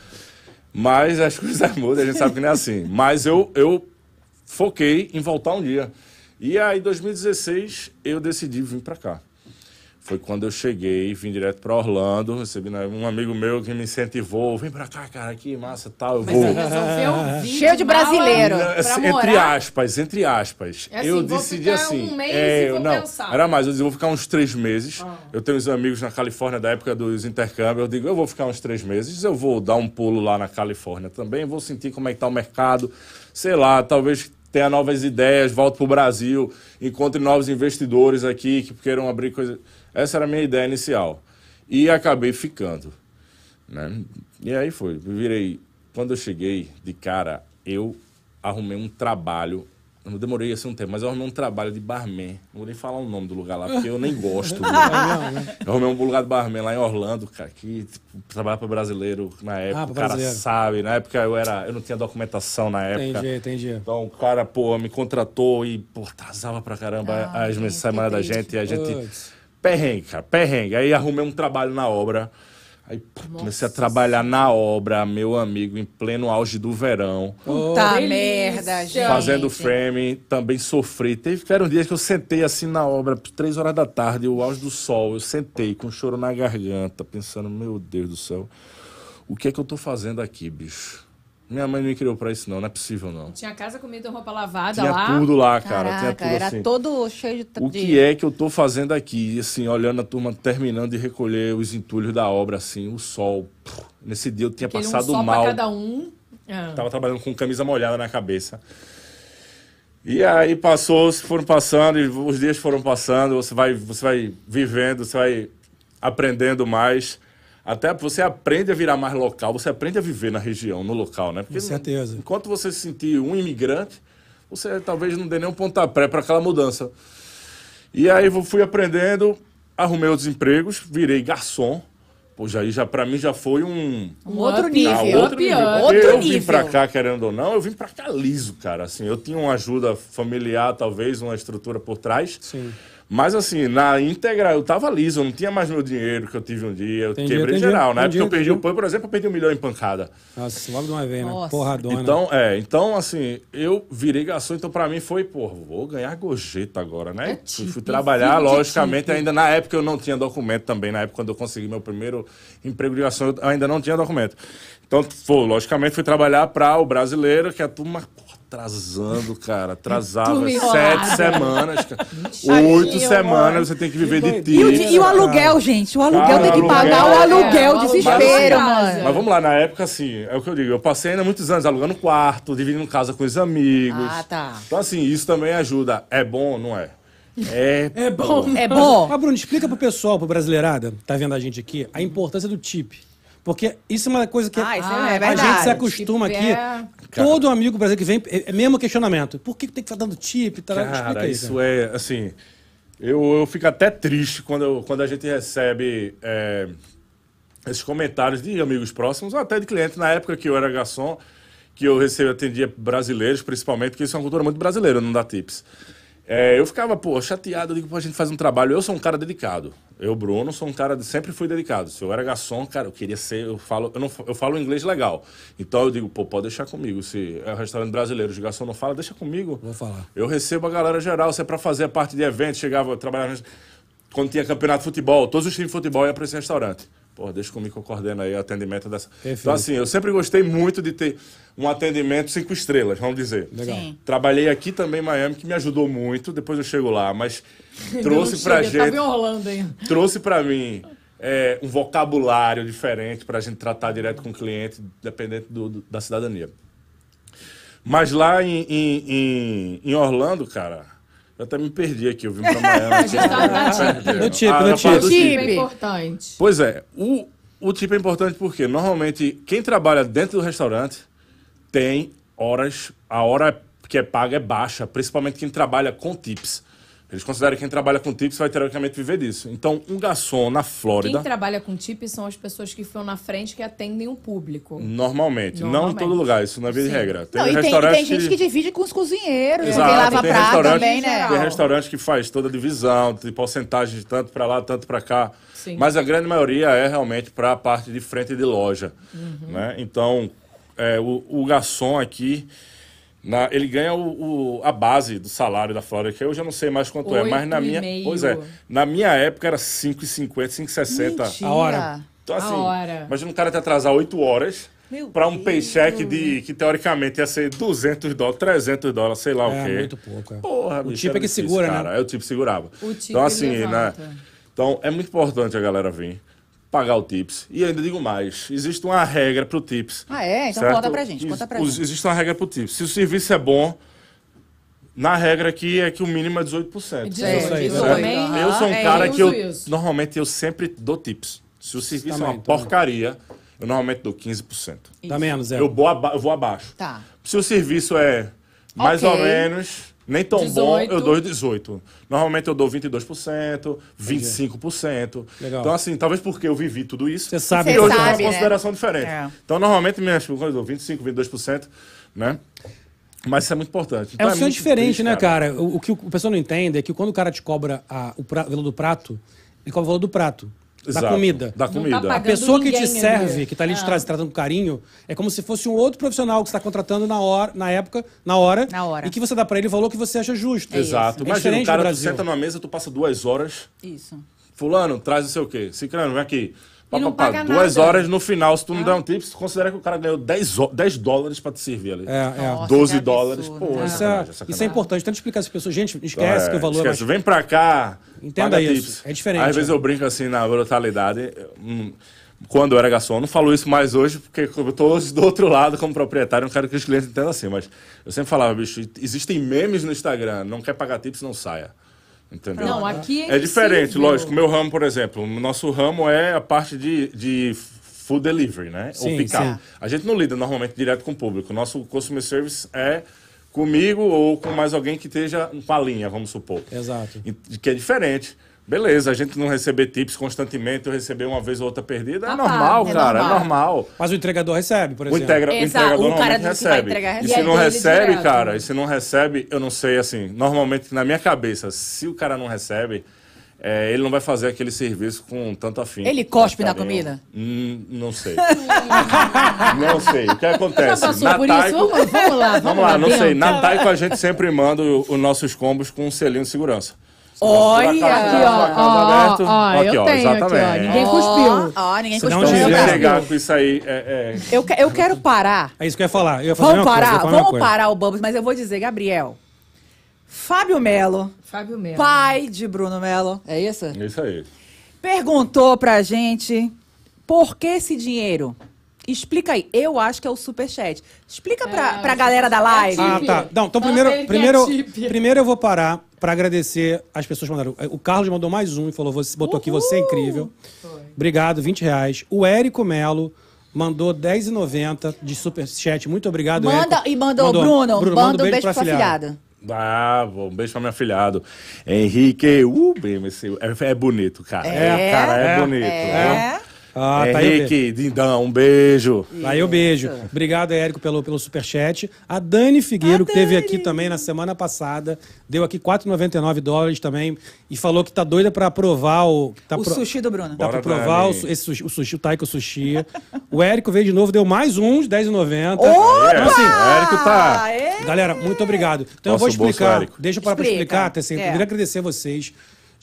S2: Mas as coisas mudam, a gente sabe que não é assim. Mas eu, eu foquei em voltar um dia. E aí, em 2016, eu decidi vir para cá. Foi quando eu cheguei, vim direto para Orlando, recebi né, um amigo meu que me incentivou, vem para cá, cara, que massa, tal, eu vou.
S1: Ah,
S3: Resolveu vir
S5: Cheio de
S3: mala
S5: brasileiro.
S2: Não,
S3: pra
S2: assim, entre
S3: morar.
S2: aspas, entre aspas.
S3: É assim,
S2: eu
S3: vou
S2: decidi
S3: ficar
S2: assim.
S3: um mês
S2: é,
S3: e vou
S2: eu- não,
S3: pensar. Ah.
S2: era mais, eu disse, eu vou ficar uns três meses. Eu tenho uns amigos na Califórnia da época dos intercâmbios. Eu digo, eu vou ficar uns três meses, eu vou dar um pulo lá na Califórnia também, vou sentir como é que tá o mercado, sei lá, talvez tenha novas ideias, volto pro Brasil, encontre novos investidores aqui que queiram abrir coisa. Essa era a minha ideia inicial. E acabei ficando né? E aí foi, eu virei. Quando eu cheguei de cara, eu arrumei um trabalho. Eu demorei assim um tempo, mas eu arrumei um trabalho de barman. Não vou nem falar o nome do lugar lá, porque eu nem gosto. do lugar. eu arrumei um lugar de barman lá em Orlando, cara, que tipo, trabalhava para brasileiro na época.
S1: pra
S2: o cara
S1: Ah, brasileiro.
S2: sabe. Na época eu era. Eu não tinha documentação na época.
S1: Entendi, entendi.
S2: Então o cara, pô, me contratou e, pô, atrasava pra caramba
S4: Ah,
S2: as
S4: gente, que
S2: semanas da
S4: triste.
S2: gente. E a gente.
S1: Putz.
S2: Perrengue, cara, perrengue. Aí arrumei um trabalho na obra. Aí pô, comecei a trabalhar na obra, meu amigo, em pleno auge do verão.
S4: Puta
S3: delícia.
S4: Tá, merda, gente.
S2: Fazendo frame, também sofri. Teve, tiveram dias que eu sentei assim na obra, três horas da tarde, o auge do sol. Eu sentei com um choro na garganta, pensando, meu Deus do céu, o que é que eu tô fazendo aqui, bicho? Minha mãe não me criou pra isso, não, não é possível, não.
S3: Tinha casa, comida, roupa lavada
S2: Tinha
S3: Tá lá.
S2: tudo lá, cara. tinha
S4: Caraca,
S2: tudo
S4: era
S2: assim.
S4: todo cheio de.
S2: O que é que eu tô fazendo aqui? E, assim, olhando a turma terminando de recolher os entulhos da obra, assim, o sol. pff, Nesse dia eu tinha
S3: Aquele um
S2: passado
S3: só
S2: mal.
S3: pra cada um. Ah.
S2: Tava trabalhando com camisa molhada na cabeça. E aí passou, se foram passando, e os dias foram passando, você vai, você vai vivendo, você vai aprendendo mais. Até você aprende a virar mais local, você aprende a viver na região, no local, né?
S1: Com certeza.
S2: Enquanto você se sentir um imigrante, você talvez não dê nenhum pontapé para aquela mudança. E aí eu fui aprendendo, arrumei outros empregos, virei garçom. Pois aí já para mim já foi um
S5: Um outro nível.
S2: ah,
S5: outro nível.
S2: Porque
S5: Outro
S2: eu vim
S5: nível.
S2: pra cá, querendo ou não, eu vim pra cá liso, cara. Assim, eu tinha uma ajuda familiar, talvez, uma estrutura por trás.
S1: Sim.
S2: Mas assim, na íntegra, eu tava liso, eu não tinha mais meu dinheiro que eu tive um dia. Eu
S1: Entendi,
S2: quebrei
S1: entendi,
S2: geral. Na
S1: entendi,
S2: época que eu perdi
S1: entendi.
S2: o pão, por exemplo, eu perdi um milhão em pancada.
S1: Nossa, logo de uma vez, né?
S5: Nossa.
S1: Porradona.
S2: Então, é, então assim, eu virei garçom, então pra mim foi, pô, vou ganhar gorjeta agora,
S4: É
S2: né? Fui- fui trabalhar, logicamente, ainda na época eu não tinha documento também, na época quando eu consegui meu primeiro emprego de garçom, eu ainda não tinha documento. Então, pô, logicamente fui trabalhar pra o brasileiro, que a turma pô, atrasando, cara, atrasava
S3: Turma enrolada.
S2: sete semanas, cara.
S3: Tadinho,
S2: oito
S3: mano.
S2: semanas, você tem que viver de
S1: doideira.
S2: ti.
S4: E o, de- e o aluguel, gente? O aluguel
S2: Cara,
S4: tem que
S2: aluguel. assim,
S4: pagar o aluguel,
S3: É, o
S4: desespero,
S3: aluguel.
S4: mano.
S2: Mas vamos lá, na época, assim, é o que eu digo, eu passei ainda muitos anos alugando quarto, dividindo casa com os amigos.
S5: Ah, tá.
S2: Então, assim, isso também ajuda. É bom, não é? É,
S1: É bom.
S5: É bom.
S1: Mas, Bruno, explica pro pessoal, pro brasileirada, tá vendo a gente aqui, a importância do tip. Porque isso é uma coisa que
S5: Ah, isso é
S1: a
S5: verdade.
S1: gente se acostuma
S3: Tip
S1: aqui.
S3: é-
S1: Todo amigo brasileiro que vem, é é mesmo questionamento. Por que tem que estar dando tip? Tá?
S2: Cara,
S1: explica aí,
S2: isso
S1: cara.
S2: é, assim, eu, eu fico até triste quando, eu- quando a gente recebe é, esses comentários de amigos próximos, ou até de clientes, na época que eu era garçom, que eu recebi, atendia brasileiros, principalmente, porque isso é uma cultura muito brasileira, não dá tips. É, eu ficava, pô, chateado, eu digo, pô, a gente faz um trabalho, eu sou um cara dedicado. Eu, Bruno, sou um cara, de- sempre fui dedicado. Se eu era garçom, cara, eu queria ser, eu falo, eu, não, eu falo inglês legal. Então eu digo, pô, pode deixar comigo. Se é um restaurante brasileiro, os garçom não fala, deixa comigo.
S1: Vou falar.
S2: É. Eu recebo a galera geral, se é pra fazer parte de evento, chegava, eu trabalhava. Quando tinha campeonato de futebol, todos os times de futebol iam pra esse restaurante. Pô, deixa comigo que eu coordeno aí o atendimento dessa.
S1: Perfeito.
S2: Então, assim, eu sempre gostei muito de ter um atendimento cinco estrelas, vamos dizer.
S1: Legal.
S5: Sim.
S2: Trabalhei aqui também em Miami, que me ajudou muito. Depois eu chego lá, mas trouxe
S3: Não
S2: pra
S3: chega, um Tava
S2: gente
S3: em Orlando ainda.
S2: trouxe para mim é, um vocabulário diferente para a gente tratar direto com o cliente, dependente do- do- da cidadania. Mas lá em, em- em- em Orlando, cara, eu até me perdi aqui, eu vim pra Miami. né?
S3: A gente tava na
S1: No tip,
S2: Ah,
S1: no
S2: na parte do
S1: tip.
S2: tip.
S3: É importante.
S2: Pois é, o, o tipo é importante porque normalmente quem trabalha dentro do restaurante tem horas, a hora que é paga é baixa, principalmente quem trabalha com tips. Eles consideram que quem trabalha com tips vai teoricamente viver disso. Então, um garçom na Flórida,
S3: Quem trabalha com tip são as pessoas que ficam na frente que atendem o público.
S2: Hum. normalmente, não em
S3: Normalmente.
S2: todo lugar, isso não é via de
S3: Sim.
S2: regra.
S4: Não, e tem, e tem
S2: restaurante
S4: gente que divide com os cozinheiros,
S2: Exato,
S4: quem lava
S2: tem
S4: prato
S2: restaurante-
S4: também, né?
S2: Tem restaurante que faz toda a divisão, de porcentagem de tanto para lá, tanto para cá.
S3: Sim.
S2: Mas a grande maioria é realmente para a parte de frente de loja.
S4: Uhum.
S2: Né? Então, é, o, o garçom aqui, na- ele ganha o- o- a base do salário da Flórida, que hoje eu não sei mais quanto é, mas na
S3: Oito e
S2: minha.
S3: meio.
S2: Pois é, na minha época era 5,50, 5,60.
S4: Mentira.
S1: A hora.
S2: Então, assim,
S3: A hora.
S2: imagina um cara te atrasar 8 horas
S4: Meu
S2: para um
S4: Deus.
S2: paycheck de, que teoricamente ia ser 200 dólares, 300 dólares, sei lá o
S1: É,
S2: quê.
S1: muito pouco. é.
S2: Porra,
S1: O
S2: bicho,
S1: tipo
S2: era
S1: é que
S2: difícil,
S1: segura,
S2: cara.
S1: né?
S2: É o tipo que segurava.
S3: O tipo
S2: então, assim,
S3: levanta.
S2: né? Então, é muito importante a galera vir pagar o tips. E ainda digo mais, existe uma regra pro tips.
S4: Ah, é? Então
S2: certo?
S4: conta pra gente, conta pra
S2: Ex-
S4: gente.
S2: Existe uma regra pro tips. Se o serviço é bom, na regra aqui é que o mínimo é 18%.
S3: Dezoito,
S1: É, isso aí,
S2: Certo?
S1: dezoito,
S3: também.
S2: Eu sou um
S3: É,
S2: cara
S3: eu
S2: que eu,
S3: uso isso.
S2: normalmente eu sempre dou tips. Se o serviço é uma
S1: Também, também.
S2: porcaria, eu normalmente dou 15%.
S1: Tá menos, é.
S2: Eu vou, aba- eu vou abaixo.
S4: Tá.
S2: Se o serviço é mais
S4: Ok.
S2: ou menos, nem tão bom,
S3: 18.
S2: eu dou 18. Normalmente eu dou 22%, 25%.
S1: Legal.
S2: Então, assim, talvez porque eu vivi tudo isso.
S1: Você sabe.
S2: E hoje
S4: sabe,
S2: eu faço uma
S4: né?
S2: consideração diferente.
S4: É.
S2: Então, normalmente, minhas coisas eu dou 25%, 22%, né? Mas isso é muito importante.
S1: É
S2: Então,
S1: um senhor
S2: muito
S1: diferente,
S2: triste,
S1: né, cara? O, o que o pessoal não entende é que quando o cara te cobra a- o pra- o valor do prato, ele cobra o valor do prato, da
S2: Exato.
S1: comida.
S2: Da
S3: tá
S2: comida.
S1: A
S3: pagando.
S1: pessoa que te
S3: ninguém
S1: serve,
S3: ali.
S1: que tá ali te tra- tratando com carinho, é como se fosse um outro profissional que você tá contratando na hora, na época, na hora,
S4: Na hora.
S1: e que você dá para ele o valor que você acha justo.
S2: Exato.
S1: É
S2: Imagina,
S1: diferente
S2: o
S1: do
S2: cara tu
S1: Brasil.
S2: senta numa mesa, tu passa duas horas.
S4: Isso.
S2: Fulano, traz o seu quê? Cicrano, vem aqui. Pá,
S3: E não
S2: pá, pá.
S3: paga
S2: Duas
S3: nada. Ah.
S2: horas no final, se tu não der um tip, tu considera que o cara ganhou 10, ho- 10 dólares pra te servir ali.
S1: É, é.
S4: Nossa,
S2: 12
S4: que absurdo,
S2: dólares.
S4: né?
S2: Pô,
S4: Isso é-
S1: Isso é,
S2: sacanagem,
S1: isso é
S2: sacanagem.
S1: importante. Tenta explicar isso para as pessoas. Gente,
S2: Então,
S1: esquece
S2: é,
S1: que o valor é mais
S2: esquece. Vem pra cá.
S1: Entenda
S2: paga
S1: isso,
S2: tips.
S1: é diferente,
S2: Às vezes
S1: é.
S2: eu brinco assim na brutalidade. hum, Quando eu era garçom, eu não falo isso mais hoje, porque eu tô hoje do outro lado como proprietário, eu não quero que os clientes entendam assim, mas eu sempre falava, bicho, existem memes no Instagram, não quer pagar tips, não saia. Entendeu?
S3: Não, aqui é
S2: É diferente,
S3: impossível.
S2: lógico. Meu ramo, por exemplo, o nosso ramo é a parte de, de food delivery, né?
S1: Sim,
S2: Ou picar.
S1: sim.
S2: A gente não lida normalmente direto com o público. O nosso customer service é comigo ou com mais alguém que esteja com a linha, vamos supor.
S1: Exato.
S2: E- Que é diferente. Beleza, a gente não receber tips constantemente, eu receber uma vez ou outra perdida, é
S5: Tá
S2: normal,
S5: pago, é
S2: cara,
S5: normal.
S2: é normal.
S1: Mas o entregador recebe, por
S2: O,
S1: exemplo.
S2: integra, o
S5: Exato,
S2: entregador
S5: o cara
S2: normalmente
S5: do que vai
S2: recebe.
S5: entregar
S2: E
S5: recebe.
S2: se
S5: E
S2: não
S5: é dele
S2: recebe,
S5: direto.
S2: cara, e se não recebe, eu não sei assim. Normalmente, na minha cabeça, se o cara não recebe, é, ele não vai fazer aquele serviço com tanto afim.
S5: Ele cospe na comida?
S2: Hum, não sei. não sei. O que acontece?
S3: Já passou
S2: Na
S3: por
S2: Taico-
S3: isso? Vamos, vamos lá, vamos,
S2: Vamos lá, não sei.
S3: Bianca.
S2: Na Taico a gente sempre manda o- os nossos combos com um selinho de segurança.
S5: Olha!
S2: Por acaso,
S5: Aqui,
S2: tá com a
S3: ó,
S2: casa
S3: ó,
S2: aberta.
S3: ó,
S2: Aqui,
S3: eu tenho aqui, ó. Ninguém cuspiu.
S5: Ó, ó, ninguém
S1: Senão
S5: cuspiu.
S2: Então,
S1: eu
S5: Eu
S2: se
S1: quero-
S5: quero,
S2: chegar com isso aí, é- é,
S5: eu, que- eu quero parar.
S1: É isso que eu ia falar. Eu ia fazer a
S5: Vamos
S1: mesma coisa, eu ia
S5: parar,
S1: falar a mesma
S5: vamos
S1: coisa.
S5: parar o Bubbles, mas eu vou dizer, Gabriel. Fábio Melo,
S3: Fábio Melo.
S5: pai de Bruno Melo, é isso?
S2: é isso aí.
S5: Perguntou pra gente por que esse dinheiro? Explica aí. Eu acho que é o superchat. Explica pra, pra galera da live.
S1: Ah, tá. Não, então
S3: Fala pra
S1: primeiro,
S3: ele que é
S1: primeiro,
S3: típia.
S1: primeiro eu vou parar pra agradecer as pessoas que mandaram. O Carlos mandou mais um e falou: você botou aqui, você é incrível. Obrigado, 20 reais. O Érico Melo mandou 10,90 de superchat. Muito obrigado,
S5: Manda
S1: Érico.
S5: e mandou, Bruno, manda um beijo, pra
S1: sua filhada.
S5: filhada.
S2: Bravo, um beijo pra meu afilhado. Henrique, uh, bem, esse- é, é bonito, cara. É,
S5: É,
S2: cara, é,
S1: é,
S2: bonito. né?
S5: É.
S1: Ah, tá aí. o beijo.
S2: Henrique, Dindão, um beijo.
S1: Tá Aí o beijo. Obrigado, Érico, pelo, pelo superchat. A Dani Figueiro, que teve aqui também na semana passada, deu aqui 4,99 dólares também e falou que tá doida pra aprovar o. Tá
S5: O
S1: pro-
S5: sushi do Bruno.
S1: Dá pra
S2: Bora,
S1: provar o,
S2: Dani.
S1: su- esse sushi, o sushi, o Taiko Sushi. o Érico veio de novo, deu mais uns, 10,90.
S5: Opa!
S1: Então, assim,
S2: É, Érico tá.
S5: É.
S1: galera, muito obrigado. Então eu
S2: Nossa,
S1: vou
S2: o bolso,
S1: explicar.
S2: Érico.
S1: Deixa eu parar pra
S5: Explica.
S1: explicar, Tessinha.
S5: É.
S1: Eu queria agradecer a vocês.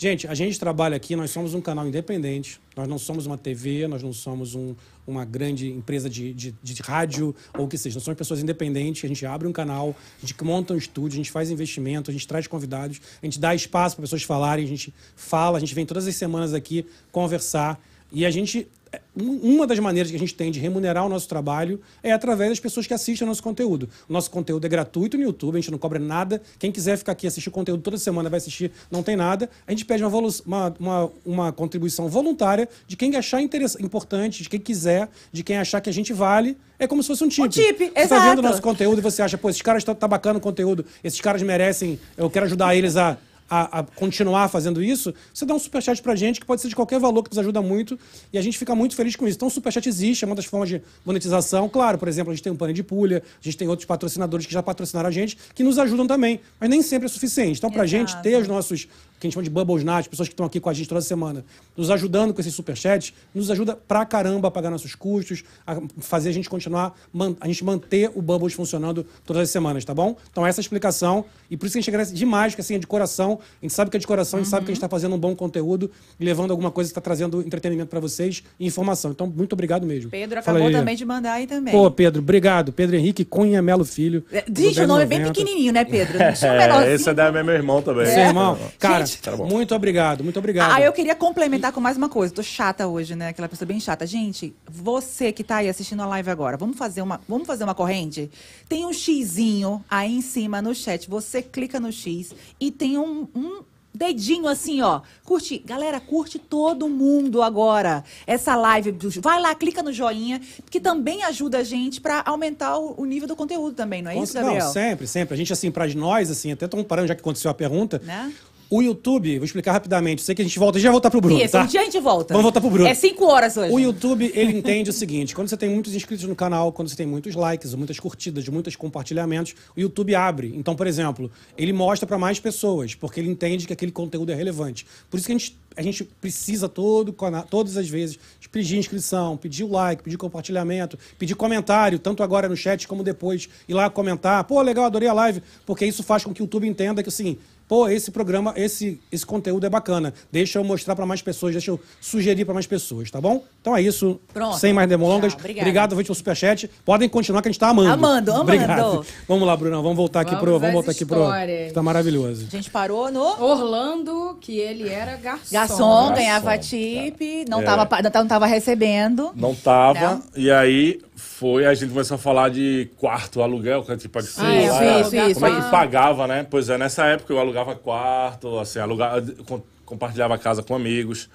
S1: Gente, a gente trabalha aqui, nós somos um canal independente, nós não somos uma TV, nós não somos um- uma grande empresa de, de, de rádio ou o que seja. Nós somos pessoas independentes, a gente abre um canal, a gente monta um estúdio, a gente faz investimento, a gente traz convidados, a gente dá espaço para pessoas falarem, a gente fala, a gente vem todas as semanas aqui conversar. E a gente. um- Uma das maneiras que a gente tem de remunerar o nosso trabalho é através das pessoas que assistem ao nosso conteúdo. O nosso conteúdo é gratuito no YouTube, a gente não cobra nada. Quem quiser ficar aqui e assistir o conteúdo toda semana vai assistir, não tem nada. A gente pede uma, volu- uma, uma, uma contribuição voluntária de quem achar interessa- importante, de quem quiser, de quem achar que a gente vale. É como se fosse um tip.
S5: tip,
S1: Você tá
S5: exato.
S1: vendo o nosso conteúdo e você acha, pô, esses caras estão tá bacana o conteúdo, esses caras merecem, eu quero ajudar eles a, a, a continuar fazendo isso, você dá um superchat pra gente, que pode ser de qualquer valor, que nos ajuda muito, e a gente fica muito feliz com isso. Então, o superchat existe, é uma das formas de monetização. Claro, por exemplo, a gente tem o Pane de Pulha, a gente tem outros patrocinadores que já patrocinaram a gente, que nos ajudam também, mas nem sempre é suficiente. Então, pra gente ter os nossos, que a gente chama de Bubbles Night, pessoas que estão aqui com a gente toda semana, nos ajudando com esses superchats, nos ajuda pra caramba a pagar nossos custos, a fazer a gente continuar, man- a gente manter o Bubbles funcionando todas as semanas, tá bom? Então essa é a explicação. E por isso que a gente agradece demais, porque assim, é de coração. A gente sabe que é de coração, a gente sabe que a gente tá fazendo um bom conteúdo e levando alguma coisa que tá trazendo entretenimento pra vocês e informação. Então, muito obrigado mesmo.
S4: Pedro
S1: Fala
S4: acabou
S1: aí.
S4: também de mandar aí também.
S1: Pô, Pedro, obrigado. Pedro Henrique Cunha Melo Filho.
S5: É, Diz,
S1: do
S5: o nome é bem
S1: 1090.
S5: pequenininho, né, Pedro? Não tinha o
S2: É,
S5: menorzinho.
S2: esse é da meu irmão também.
S1: Seu irmão, cara,
S2: Tá bom.
S1: muito obrigado, muito obrigado.
S4: Ah, eu queria complementar com mais uma coisa. Tô chata hoje, né? Aquela pessoa bem chata. Gente, você que tá aí assistindo a live agora, vamos fazer uma, vamos fazer uma corrente? Tem um xizinho aí em cima no chat. Você clica no x e tem um, um dedinho assim, ó. Curte. Galera, curte todo mundo agora essa live. Vai lá, clica no joinha, que também ajuda a gente pra aumentar o, o nível do conteúdo também, não é
S1: Com-
S4: isso, Gabriel?
S1: Não, sempre, sempre. A gente, assim, para nós, assim, até estamos parando, já que aconteceu a pergunta.
S4: Né?
S1: O YouTube, vou explicar rapidamente. Sei que a gente volta, a gente já volta pro Bruno,
S5: Isso,
S4: é
S1: tá?
S5: um dia a gente volta.
S1: Vamos voltar pro Bruno.
S5: É cinco horas hoje.
S1: O YouTube, ele entende o seguinte: quando você tem muitos inscritos no canal, quando você tem muitos likes, muitas curtidas, muitos compartilhamentos, o YouTube abre. Então, por exemplo, ele mostra para mais pessoas, porque ele entende que aquele conteúdo é relevante. Por isso que a gente, a gente precisa todo, cana- todas as vezes pedir inscrição, pedir o like, pedir compartilhamento, pedir comentário, tanto agora no chat como depois, ir lá comentar. Pô, legal, adorei a live, porque isso faz com que o YouTube entenda que assim, pô, esse programa, esse, esse conteúdo é bacana. Deixa eu mostrar para mais pessoas, deixa eu sugerir para mais pessoas, tá bom? Então é isso.
S5: Pronto.
S1: Sem mais demolongas.
S5: Tchau, obrigada.
S1: obrigado, vou te o superchat. Podem continuar que a gente tá amando.
S5: Amando, amando.
S1: Obrigado. Vamos lá, Brunão, vamos voltar aqui
S3: Vamos
S1: pro,
S3: às
S1: vamos voltar aqui pro,
S3: histórias.
S1: que tá maravilhoso.
S5: A gente parou no
S3: Orlando, que ele era garçom.
S5: garçom, ganhava
S2: Garçom,
S5: tip,
S2: cara.
S5: não,
S2: É.
S5: tava, pa- não tava recebendo.
S2: Não tava.
S5: Não.
S2: E aí foi, a gente começou a falar de quarto aluguel, que a gente pode falar.
S3: é,
S2: lá,
S3: isso, isso,
S2: Como é
S3: isso.
S2: que pagava, né? Pois é, nessa época eu alugava quarto, assim, alugava, com- compartilhava casa com amigos.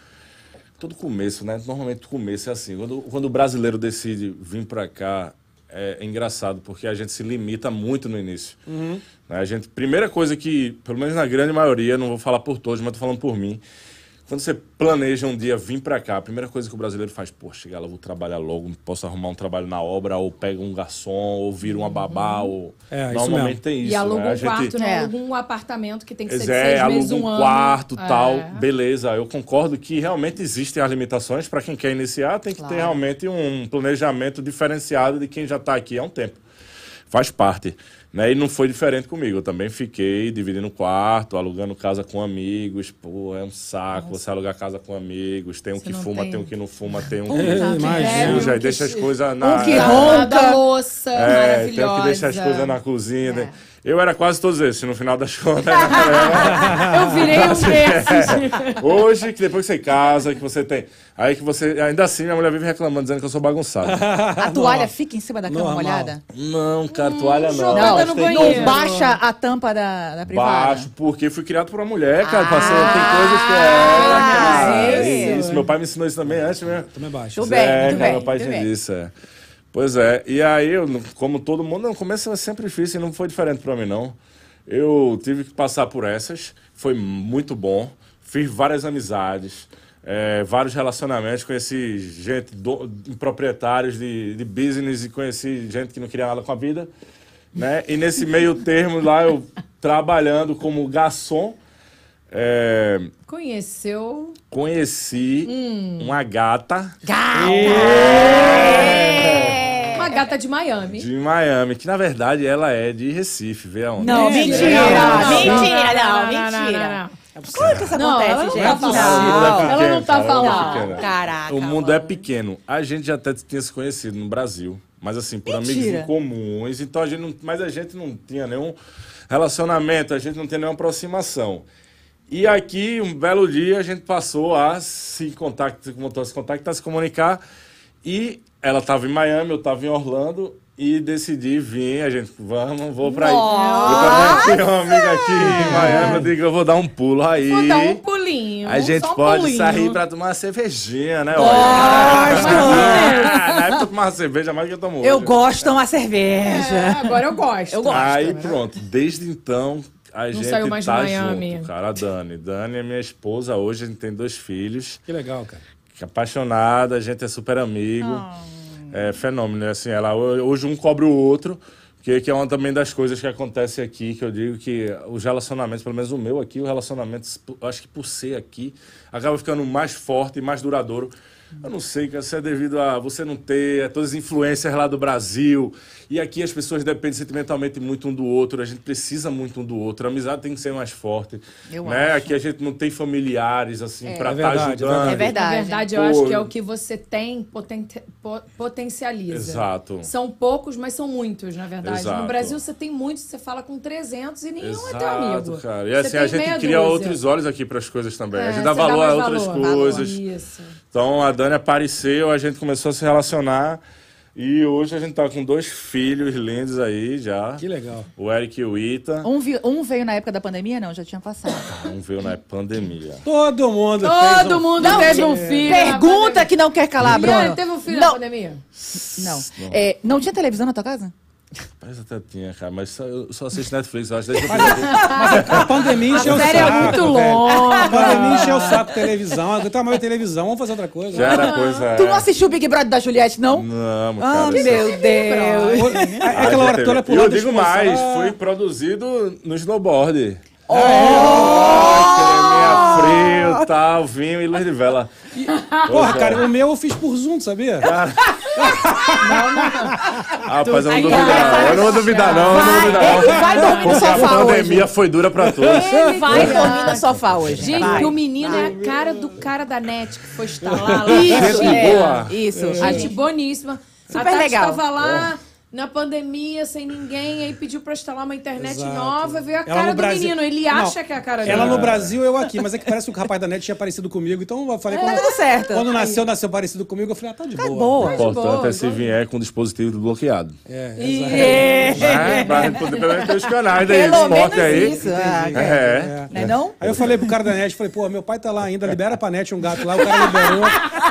S2: Todo começo, né? Normalmente o começo é assim. Quando, quando o brasileiro decide vir pra cá, é, é engraçado, porque a gente se limita muito no início.
S3: Uhum.
S2: Né? A gente, primeira coisa que, pelo menos na grande maioria, não vou falar por todos, mas tô falando por mim. Quando você planeja um dia vir pra cá, a primeira coisa que o brasileiro faz, pô, chegar lá, vou trabalhar logo, posso arrumar um trabalho na obra, ou pega um garçom, ou vira uma babá, ou...
S1: É, isso
S2: Normalmente
S1: mesmo.
S2: tem isso,
S3: e aluga
S2: né?
S3: um quarto, né?
S5: É.
S3: Aluga um apartamento que tem que ser de
S2: É,
S3: seis meses,
S2: aluga
S3: um,
S2: um,
S3: ano.
S2: quarto,
S3: É.
S2: tal. Beleza, eu concordo que realmente existem as limitações. Para quem quer iniciar, tem que ter realmente um planejamento diferenciado de quem já está aqui há um tempo. Faz parte. Né? E não foi diferente comigo. Eu também fiquei dividindo quarto, alugando casa com amigos. Pô, é um saco você alugar casa com amigos. Tem um
S3: Você
S2: que
S3: não
S2: fuma, tem...
S3: tem. tá
S2: um que não fuma, tem um
S1: É,
S2: que
S1: imagina.
S2: suja e deixa as
S3: um
S2: coisas na.
S5: que
S3: Da-
S5: ronca.
S3: Da louça
S2: É,
S3: maravilhosa. É.
S2: tem que deixar as coisas na cozinha. né? Eu era quase todos esses, no final das contas.
S3: Eu virei um desses.
S2: Hoje, que depois que você casa, que você tem. Aí que você. Ainda assim, minha mulher vive reclamando, dizendo que eu sou bagunçado.
S5: A toalha fica em cima da cama
S1: Normal.
S5: molhada?
S2: Não, cara, toalha Tá não.
S3: Não,
S2: Mas
S3: Hum, tá no
S2: tem-
S3: banheiro.
S5: Não baixa a tampa da, da privada?
S2: Baixo, porque fui criado por uma mulher, cara. Passei, tem coisas que é. cara,
S5: isso.
S2: isso. Meu pai me ensinou isso também antes né? mesmo.
S1: Também baixo.
S5: Tudo bem,
S2: é,
S5: muito
S2: cara,
S5: bem,
S2: meu pai
S5: muito
S2: tinha
S5: bem.
S2: disso, é. Pois é, e aí, eu, como todo mundo, não, começo é sempre difícil e não foi diferente pra mim, não. Eu tive que passar por essas, foi muito bom, fiz várias amizades, é, vários relacionamentos, conheci gente, do, proprietários de, de business e conheci gente que não queria nada com a vida, né? E nesse meio termo lá, eu trabalhando como garçom, é,
S3: Conheceu.
S2: conheci uma gata...
S3: Uma gata de Miami.
S2: De Miami, que na verdade ela é de Recife, vê aonde?
S5: Não, mentira! Mentira, não,
S3: não,
S5: mentira!
S3: não.
S5: Como é que isso
S3: Não,
S5: acontece,
S3: ela não
S5: gente?
S3: tá
S2: O mundo
S3: falando.
S2: é
S3: Não, ela não tá
S2: pequeno, cara, o mundo é
S3: falando.
S2: pequeno.
S5: Caraca,
S2: O mundo é
S5: mano.
S2: pequeno. A gente já até tinha se conhecido no Brasil, mas assim, por amigos
S5: Mentira.
S2: em comuns. Então a gente não, mas a gente não tinha nenhum relacionamento, a gente não tinha nenhuma aproximação. E aqui, um belo dia, a gente passou a se contactar, montou a se contactar, a se comunicar. E ela estava em Miami, eu estava em Orlando. E decidi vir, a gente, vamos, vou pra aí. Eu também tenho uma amiga aqui em Miami, eu digo, eu vou dar um pulo aí.
S3: Vou dar um pulinho.
S2: A gente
S3: só um
S2: pode
S3: pulinho.
S2: sair pra tomar uma cervejinha, né? Gosto! Na época eu tomava cerveja mais do que eu tomo hoje.
S5: Eu gosto de uma
S3: É,
S5: cerveja.
S3: agora eu gosto.
S5: Eu gosto.
S2: Aí pronto, desde então a gente
S3: né? saiu mais de
S2: tá
S3: Miami.
S2: junto, cara. A Dani. Dani é minha esposa hoje, a gente tem dois filhos.
S1: Que legal, cara.
S2: que é Apaixonada, a gente é super amigo.
S5: Ah.
S2: É fenômeno, né? assim, ela hoje um cobre o outro. Que, que é uma também das coisas que acontece aqui, que eu digo que os relacionamentos, pelo menos o meu aqui, o relacionamento, eu acho que por ser aqui, acaba ficando mais forte e mais duradouro. Eu não sei, cara, se é devido a você não ter todas as influências lá do Brasil. E aqui as pessoas dependem sentimentalmente muito um do outro, a gente precisa muito um do outro, a amizade tem que ser mais forte.
S5: Eu
S2: né?
S5: acho.
S2: Aqui a gente não tem familiares, assim, pra
S1: É
S2: estar
S1: verdade, é
S2: ajudando.
S1: verdade.
S5: É verdade.
S3: Na verdade, eu
S2: Pô.
S3: acho que é o que você tem, poten- po- potencializa.
S2: Exato.
S3: São poucos, mas são muitos, na verdade.
S2: Exato.
S3: No Brasil, você tem muitos, você fala com 300 e nenhum é teu
S2: Exato,
S3: amigo.
S2: Cara. E
S3: Você
S2: assim,
S3: tem
S2: a gente
S3: meia
S2: cria
S3: dúzia.
S2: outros olhos aqui para as coisas também.
S3: É,
S2: a gente
S3: você
S2: dá valor a
S3: mais
S2: outras
S3: valor.
S2: coisas.
S3: Isso.
S2: Então a Dani apareceu, a gente começou a se relacionar. E hoje a gente tá com dois filhos lindos aí já.
S1: Que legal.
S2: O Eric e o Ita.
S5: Um, vi- um veio na época da pandemia? Não, já tinha passado.
S2: Um veio na pandemia.
S1: Todo mundo fez
S3: Todo
S1: um-
S3: mundo teve um filho.
S5: Pergunta que não quer calar,
S3: Bruna.
S5: Bruno.
S3: teve um filho na
S5: não,
S3: pandemia?
S5: não. É, não tinha televisão na tua casa?
S2: Parece até tinha, cara, mas só, eu só assisto Netflix, eu acho. Desde que eu fiz-
S1: A pandemia encheu o um saco.
S3: série é muito
S1: velho.
S3: longa.
S1: A pandemia encheu o saco televisão. Eu tava mais televisão, vamos fazer outra coisa.
S2: já era coisa. é.
S5: Tu não assistiu o Big Brother da Juliette, não?
S2: Não,
S5: Ah,
S2: cara. isso- é
S5: meu Deus.
S1: Pô, é- é
S2: Ah, já
S1: Aquela hora
S2: teve.
S1: toda Ah. por
S2: E
S1: lá
S2: eu
S1: dos
S2: digo mais,
S1: funcionários.
S2: foi produzido no snowboard. Oh! Creminha frio, tal, vinho e luz de vela.
S1: Porra, cara, o meu eu fiz por Zoom, sabia?
S2: Rapaz, eu não duvido não. Eu não vou duvidar não, eu não vou duvidar não.
S5: Ele vai dormir no
S2: Porque a
S5: sofá hoje.
S2: pandemia foi dura pra todos.
S5: Ele vai dormir no
S3: Caraca.
S5: sofá hoje.
S3: Gente,
S5: Vai.
S3: que o menino é a cara do cara da net que foi estar lá. lá.
S5: Isso,
S2: Gente
S5: é,
S2: boa.
S5: Isso. A
S3: Gente
S5: gente-
S3: boníssima.
S5: Super
S3: a Tati
S5: legal.
S3: tava lá, na pandemia, sem ninguém, aí pediu pra instalar uma internet
S1: Exato.
S3: nova, veio a
S1: Ela
S3: cara
S1: no
S3: do
S1: Brasil-
S3: menino. Ele
S1: Não,
S3: acha que é a cara dele.
S1: Ela no Brasil, eu aqui. Mas é que parece que o rapaz da net tinha parecido comigo. Então eu falei...
S5: Tá
S1: quando,
S5: tudo certo.
S1: quando nasceu, nasceu parecido comigo. Eu falei, ah, tá de boa.
S5: boa.
S2: O importante
S3: boa,
S2: é se
S3: boa.
S2: vier com o dispositivo desbloqueado.
S1: É, exato.
S5: É.
S2: Né? Pra poder pelo menos ter os canais aí, de
S5: Pelo
S2: esporte
S5: menos
S2: aí.
S5: isso. ah,
S2: É. é.
S5: Né não?
S1: Aí eu falei pro cara da net, falei, pô, meu pai tá lá ainda, libera pra net um gato lá, o cara liberou,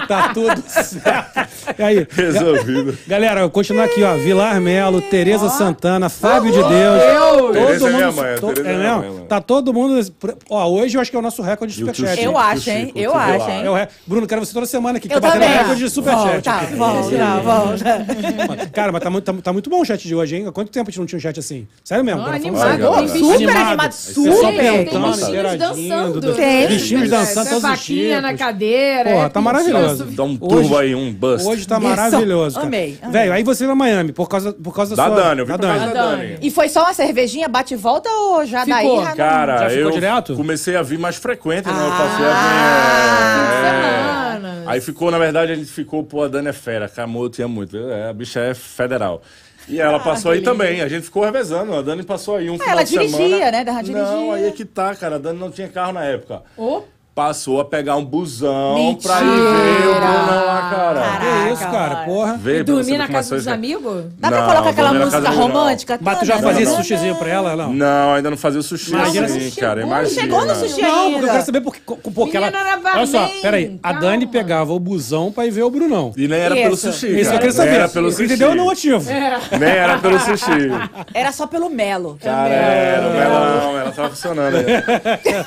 S1: tá tudo certo. E aí,
S2: Resolvido.
S1: Galera, eu vou continuar aqui, ó. Vilar Melo, Tereza Santana, Fábio de Deus. todo
S2: Tereza é minha
S1: mundo-
S2: mãe, a
S1: to-
S2: Tereza é
S1: é
S2: minha
S1: mesmo?
S2: mãe.
S1: Tá todo mundo. Ó, hoje eu acho que é o nosso recorde de
S2: E o tio
S1: superchat.
S2: Chico,
S5: Eu
S1: hein?
S5: acho,
S2: tio
S5: hein?
S2: Chico,
S5: Eu
S2: tio
S5: acho,
S2: Chico.
S5: hein?
S1: É o re- Bruno, quero você toda semana aqui, que
S5: Eu
S1: tá batendo
S5: também.
S1: recorde de superchat.
S5: Volta, volta, volta.
S1: Cara, mas tá muito, tá- tá muito bom o chat de hoje, hein? Há quanto tempo a gente não tinha um chat assim? Sério mesmo?
S3: Ó,
S1: cara, falando
S3: animado,
S1: sério.
S2: tem
S3: bichinho.
S5: Super
S1: Animado. É
S5: animado,
S1: O
S5: super.
S1: pessoal
S3: Tem, tem
S1: perguntando,
S2: bichinhos
S1: tá interagindo,
S3: dançando.
S1: dan-
S5: Tem.
S1: Bichinhos dançando,
S3: É
S1: todos os
S3: vaquinha na
S1: tipos.
S3: cadeira.
S1: Porra,
S3: é
S1: tá
S3: pintinho
S1: maravilhoso.
S3: subindo.
S2: Dá um
S1: Hoje-
S2: turbo aí, um bust.
S1: Hoje tá
S5: Isso.
S1: maravilhoso, cara.
S5: Amei, amei.
S1: Velho, aí você vai a Miami por causa, por causa
S2: Da
S1: sua...
S2: Dani, eu vim
S1: da
S2: pra casa
S1: Tá Dani.
S2: da
S3: Dani.
S2: Dani.
S5: E foi só uma cervejinha, bate e volta ou já daí? já
S3: Ficou.
S5: Ah, não-
S1: Já
S2: Cara,
S1: ficou
S2: eu
S1: direto?
S2: comecei a vir mais frequente, né? Eu passei
S3: Ah,
S2: a
S3: fim de
S2: vir.
S3: semana.
S2: é. Aí ficou, na verdade, a gente ficou, pô, a Dani é fera, camou, eu tinha muito. É, a bicha é federal. E
S5: Ah,
S2: ela passou aí também, a gente ficou revezando. A Dani passou aí um final
S5: ela
S2: de semana.
S5: dirigia, né? Dava
S2: Não,
S5: dirigia.
S2: aí é que tá, cara. A Dani não tinha carro na época.
S3: Ô,
S2: Passou a pegar um busão pra ir ver o Brunão lá, cara.
S5: Caraca.
S1: Que isso, cara,
S5: mano.
S1: porra.
S2: Vê, pra você
S3: dormir
S2: ver
S3: na
S2: como
S3: casa
S2: é
S3: dos
S2: que-
S3: amigos?
S5: Dá pra
S2: Não,
S5: colocar aquela
S2: dormir na casa
S5: música
S2: do Brunão.
S5: romântica?
S1: Mas tu já
S5: toda?
S1: fazia
S2: não,
S1: sushizinho pra ela? Não.
S2: Não, ainda não fazia o sushi
S1: Imagina,
S2: assim,
S1: não
S3: chegou,
S2: cara.
S3: não
S2: Imagina.
S5: chegou no sushi.
S1: Não, porque eu
S5: ainda.
S1: quero saber por que. co- Porque ela,
S3: Menina, era
S1: olha só,
S3: bem,
S1: peraí. A
S3: calma.
S1: Dani pegava o busão pra ir ver o Brunão.
S2: E nem era pelo
S5: Isso.
S2: sushi.
S1: Isso
S2: cara.
S1: eu queria
S2: Nem
S1: saber.
S2: era pelo sushi.
S1: Entendeu o motivo?
S2: Nem era pelo sushi.
S5: Era só pelo Melo.
S1: É.
S2: Cara, era. Mas ela não, ela tava funcionando aí.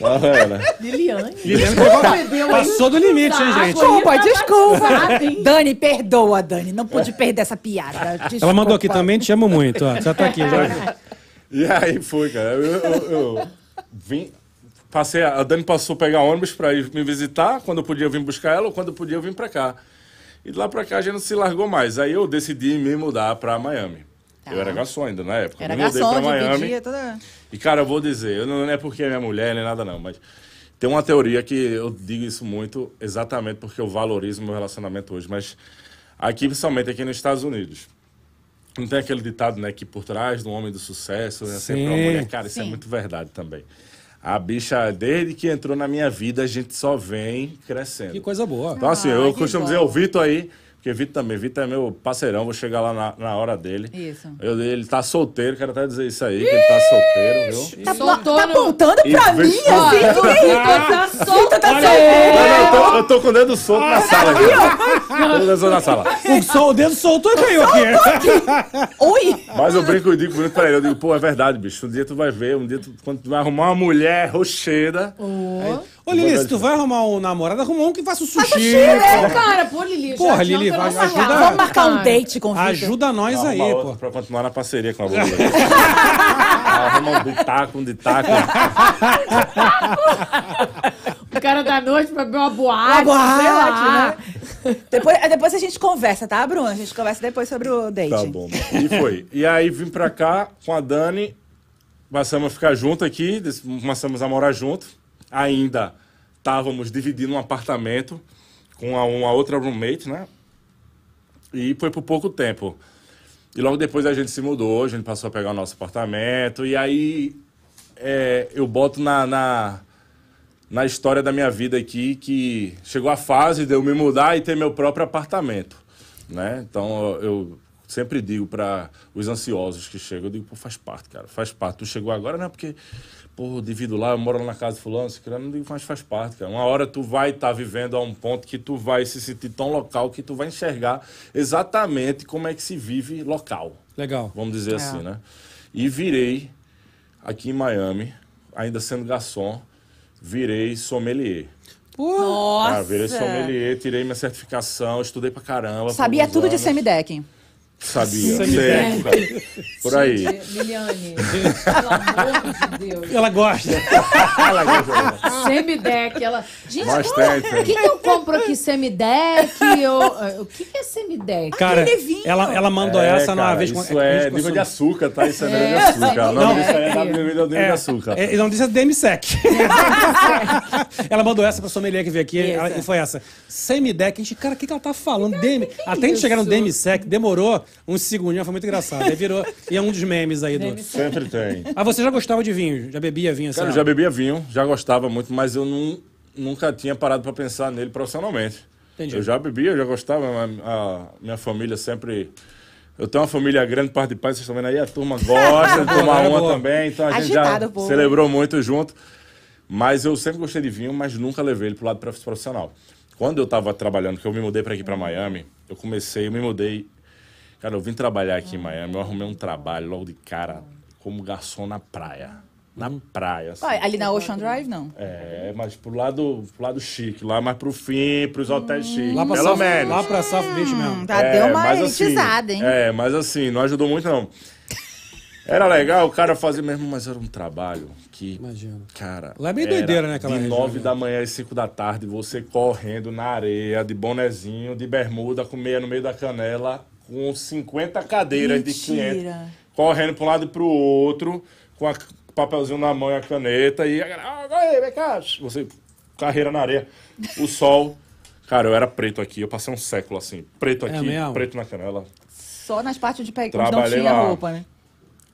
S2: Tava, era.
S3: Liliane.
S1: Liliane pegou- Passou do limite, hein, gente?
S5: Desculpa, desculpa.
S3: Batizada, hein?
S5: Dani, perdoa, Dani. Não pude perder essa piada.
S1: Ela mandou aqui
S5: desculpa.
S1: também, te amo muito. Ó. Já tá aqui, já.
S2: E aí foi, cara. Eu, eu- eu vim. Passei, a Dani passou a pegar ônibus pra ir me visitar, quando eu podia vir buscar ela ou quando eu podia vir pra cá. E de lá pra cá a gente não se largou mais. Aí eu decidi me mudar pra Miami.
S1: Tá.
S2: Eu era garçom ainda na época.
S5: Era
S2: me mudei pra
S5: garçom,
S2: Miami.
S5: dividia toda...
S2: E, cara, eu vou dizer, eu não, não é porque é minha mulher, nem nada não, mas tem uma teoria que eu digo isso muito exatamente porque eu valorizo meu relacionamento hoje, mas aqui, principalmente aqui nos Estados Unidos. Não tem aquele ditado, né, que por trás do homem do sucesso, né, sempre uma
S1: Sim.
S2: mulher. Cara, isso é muito verdade também. A bicha, desde que entrou na minha vida, a gente só vem crescendo.
S1: Que coisa boa.
S2: Então, assim, eu
S5: Ah, que
S2: costumo
S5: bom.
S2: dizer, o Vitor aí, porque Vitor também, Vitor é meu parceirão, vou chegar lá na, na hora dele.
S5: Isso.
S2: Eu- ele tá solteiro, quero até dizer isso aí, que ele tá solteiro, viu?
S5: Tá,
S3: Soltou
S5: tá
S3: no-
S5: apontando pra
S2: Isso,
S5: mim,
S2: isso.
S5: assim,
S3: Vitor tá solto.
S5: tá
S1: Olha
S5: solteiro.
S2: Não, não, eu tô, eu tô com o dedo solto na sala aqui. ó. Tô com o dedo solto na sala.
S1: O sol, o dedo soltou e caiu aqui.
S5: Oi!
S2: Mas eu brinco e digo bonito pra ele. Eu digo, pô, é verdade, bicho. Um dia tu vai ver, um dia tu, quando tu vai arrumar uma mulher rocheda.
S1: Ô, Lili, se tu vai arrumar um namorado, arruma um que faça um sushi.
S3: Ô,
S1: pô.
S3: cara, pô, Lili.
S1: Porra,
S3: já
S1: Lili,
S3: adianta
S1: vai-
S3: nossa
S1: ajuda-
S3: cara.
S5: Vamos marcar um
S3: Cara.
S5: date com o Vitor.
S1: Ajuda nós aí,
S2: arrumar outra
S1: pô.
S2: pra continuar na parceria com a Lula. Arruma um ditaco, um ditaco.
S3: O cara da noite pra beber uma boate.
S5: Uma boate,
S3: Ah, sei lá. né?
S5: Depois, depois a gente conversa, tá, Bruna? A gente conversa depois sobre o date.
S2: Tá bom. E foi. E aí vim pra cá com a Dani, passamos a ficar junto aqui, des- começamos a morar junto. Ainda estávamos dividindo um apartamento com a, uma outra roommate, né? E foi por pouco tempo. E logo depois a gente se mudou, a gente passou a pegar o nosso apartamento. E aí é, eu boto na, na, na história da minha vida aqui que chegou a fase de eu me mudar e ter meu próprio apartamento, né? Então eu eu sempre digo para os ansiosos que chegam, eu digo, pô, faz parte, cara, faz parte. Tu chegou agora, não é porque, pô, eu divido lá, eu moro lá na casa de fulano, se não digo, mas faz parte, cara. Uma hora tu vai estar vivendo a um ponto que tu vai se sentir tão local que tu vai enxergar exatamente como é que se vive local
S1: Legal.
S2: vamos dizer
S5: É.
S2: assim, né? E virei aqui em Miami, ainda sendo garçom, virei sommelier.
S5: Nossa!
S2: Cara, Ah, virei um sommelier, tirei minha certificação, estudei pra caramba. por
S5: Sabia
S2: uns
S5: tudo de
S2: anos.
S5: semidecking.
S2: Sabia.
S1: Semideck.
S2: Sei, cara. Por aí.
S3: Gente, Liliane, pelo amor de Deus.
S1: Ela gosta.
S3: Semideck, ela. Gente,
S2: Mas
S3: como-
S2: tem, tem.
S3: o que, que eu compro aqui? Semideck? Ou... O que, que é semideck?
S1: Cara,
S5: levinho.
S1: ela, ela mandou
S2: É,
S1: essa numa
S2: cara,
S1: vez.
S2: Isso
S1: quando- a
S2: é
S1: gente
S2: nível de
S1: consumiu.
S2: açúcar, tá? Isso é nível de açúcar. Não,
S3: é.
S2: isso aí é da nível de açúcar.
S1: É, não disse a DMSEC. ela mandou essa pra sommelier que veio aqui é ela- e foi essa. Semidec, a gente, cara, o que, que ela tá falando? DM... Até a gente chegar no DMSEC, demorou. uns segundinhos, foi muito engraçado. Aí virou, e é um dos memes aí do...
S2: Sempre tem.
S1: Ah, você já gostava de vinho? Já bebia vinho assim?
S2: Cara, eu já bebia vinho, já gostava muito, mas eu não, nunca tinha parado para pensar nele profissionalmente.
S1: Entendi.
S2: Eu já bebia, eu já gostava, mas a minha família sempre. Eu tenho uma família grande, parte de pai, vocês estão vendo aí, a turma gosta de tomar
S1: Boa,
S2: uma
S1: é boa.
S2: também, então a gente
S4: Agitado,
S2: já
S4: boa.
S2: celebrou muito junto. Mas eu sempre gostei de vinho, mas nunca levei ele pro lado prof- profissional. Quando eu tava trabalhando, que eu me mudei para aqui para Miami, eu comecei, eu me mudei. Cara, eu vim trabalhar aqui em Miami, eu arrumei um trabalho logo de cara como garçom na praia. Na praia. assim.
S5: Vai, ali na Ocean Drive, não.
S2: É, mas pro lado, pro lado chique, lá mais pro fim, pros hotéis
S5: Hum.
S2: chiques.
S1: Lá pra
S2: pelo
S1: South,
S2: menos.
S1: lá pra South Beach mesmo.
S5: Tá, deu uma elitizada, hein?
S2: É, mas assim, não ajudou muito, não. Era legal, o cara fazia mesmo, mas era um trabalho que.
S1: Imagino.
S2: Cara.
S1: Lá é meio
S2: era
S1: doideira, né, aquela
S2: De
S1: região,
S2: 9
S1: né?
S2: da manhã às 5 da tarde, você correndo na areia, de bonezinho, de bermuda, com meia no meio da canela, com 50 cadeiras
S5: Mentira.
S2: de cliente. Correndo pra um lado e pro outro, com a c- papelzinho na mão e a caneta, e a galera, "Ah, vai, vem cá. Você, carreira na areia, o sol. Cara, eu era preto aqui, eu passei um século assim, preto aqui,
S1: mesmo?
S2: preto na canela,
S5: Só nas partes de pegar, não
S2: Trabalhei
S5: tinha
S2: lá.
S5: roupa, né?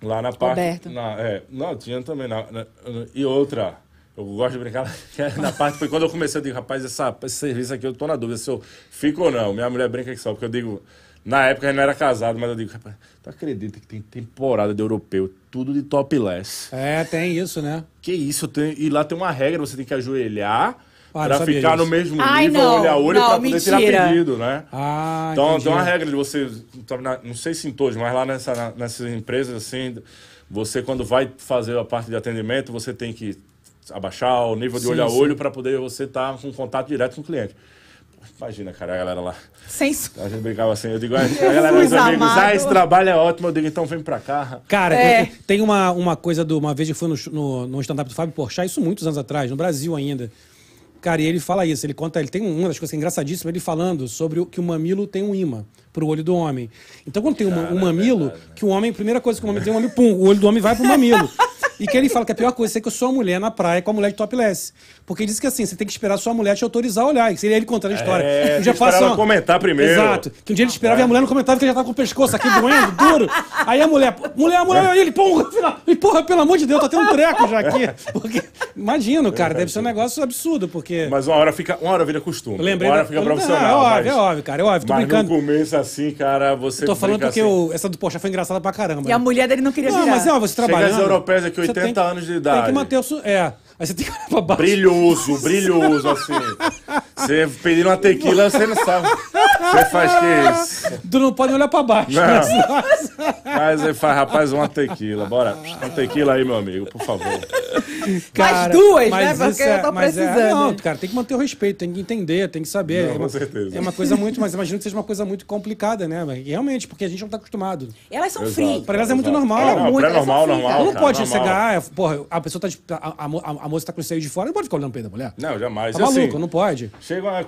S2: Lá na parte.
S5: Coberto.
S2: Na, é, não, tinha também. Na, na- e outra, eu gosto de brincar na parte. Foi quando eu comecei, eu digo, rapaz, essa, esse serviço aqui eu tô na dúvida se eu fico ou não. Minha mulher brinca que só, porque eu digo. Na época eu não era casado, mas eu digo, rapaz, tu acredita que tem temporada de europeu, tudo de topless?
S1: É, tem isso, né?
S2: Que isso, tem, e lá tem uma regra, você tem que ajoelhar
S1: Ah, não
S2: pra
S1: sabia
S2: ficar no
S1: disso.
S2: mesmo
S5: Ai,
S2: nível,
S5: não,
S2: olhar olho
S5: não,
S2: pra poder
S5: mentira.
S2: tirar pedido, né?
S1: Ah,
S2: Então,
S1: entendi.
S2: tem uma regra de você, sabe, na- não sei se em todos, mas lá nessa, na- nessas empresas, assim, você quando vai fazer a parte de atendimento, você tem que abaixar o nível de
S1: Sim,
S2: olho a
S1: sim.
S2: olho para poder você estar com contato direto com o cliente. Imagina, cara, a galera lá.
S5: Sem su-
S2: A gente brincava assim, eu digo, a a galera, os amigos, ah, esse trabalho é ótimo. Eu digo, então vem pra cá.
S1: Cara, eu- tem uma, uma coisa do. Uma vez eu fui no, sh- no, no stand-up do Fábio Porchat, isso muitos anos atrás, no Brasil ainda. Cara, e ele fala isso, ele conta, ele tem uma das coisas que é engraçadíssima, ele falando sobre o, que o mamilo tem um imã pro olho do homem. Então, quando tem um, um
S2: é
S1: mamilo, que o homem, primeira coisa que o homem tem, o homem, pum, o olho do homem vai pro mamilo. E que ele fala que a pior coisa é que eu sou a mulher na praia com a mulher de topless. Porque ele diz que assim, você tem que esperar sua mulher te autorizar a olhar. Seria ele contando a história.
S2: É, tem
S1: Um dia
S2: que esperar
S1: passa
S2: ela comentar primeiro.
S1: Exato. Que um dia ele esperava e a mulher não comentava que ele já tava com o pescoço aqui doendo, duro. Aí a mulher, mulher, mulher, aí ele, porra, filha- e porra, pelo amor de Deus, tá tendo um treco já aqui. Porque, imagino, cara, deve ser um negócio absurdo, porque.
S2: Mas uma hora fica, uma hora vira costume.
S1: Eu lembrei
S2: uma hora
S1: da-
S2: fica
S1: eu-
S2: profissional.
S1: É óbvio,
S2: mas-
S1: é óbvio, cara, é óbvio, tô
S2: mas
S1: brincando.
S2: no começo, assim, cara, você
S1: Eu tô falando
S2: brinca
S1: porque
S2: assim.
S1: o- essa do Porsche foi engraçada pra caramba.
S5: E a
S1: né?
S5: mulher dele não queria
S1: Não,
S5: girar.
S1: mas é, ó, você
S2: Chega
S1: trabalhando.
S2: as europeias aqui,
S1: você
S2: 80
S1: tem que-
S2: anos de idade.
S1: Tem que manter o. su- É. Aí você tem que olhar pra baixo.
S2: Brilhoso, brilhoso, assim. Você pedindo uma tequila, você não sabe. Você faz que isso.
S1: Tu não pode olhar pra baixo.
S2: Não.
S1: né? Senão-
S2: Mas aí faz, rapaz, uma tequila. Bora. Uma tequila aí, meu amigo, por favor.
S5: duas, né? Porque eu tô
S1: mas é.
S5: precisando.
S1: não, cara, tem que manter o respeito, tem que entender, tem que saber.
S2: Não,
S1: é
S2: com
S1: uma,
S2: certeza.
S1: É uma coisa muito, mas imagino que seja uma coisa muito complicada, né? mas Realmente, porque a gente não tá acostumado.
S5: Elas são
S2: Exato.
S5: free.
S1: Pra elas é muito
S2: Exato.
S1: normal.
S2: É, não,
S5: Muito,
S2: pra é normal,
S5: essa fica.
S2: normal.
S1: não
S2: cara,
S1: pode
S2: normal.
S1: chegar, é, porra, a pessoa tá. de- A, a, mo- a moça tá com o seio de fora, não pode ficar olhando o peito da mulher.
S2: Não, jamais.
S1: Tá
S2: Assim,
S1: maluco, não pode.
S2: Chega uma-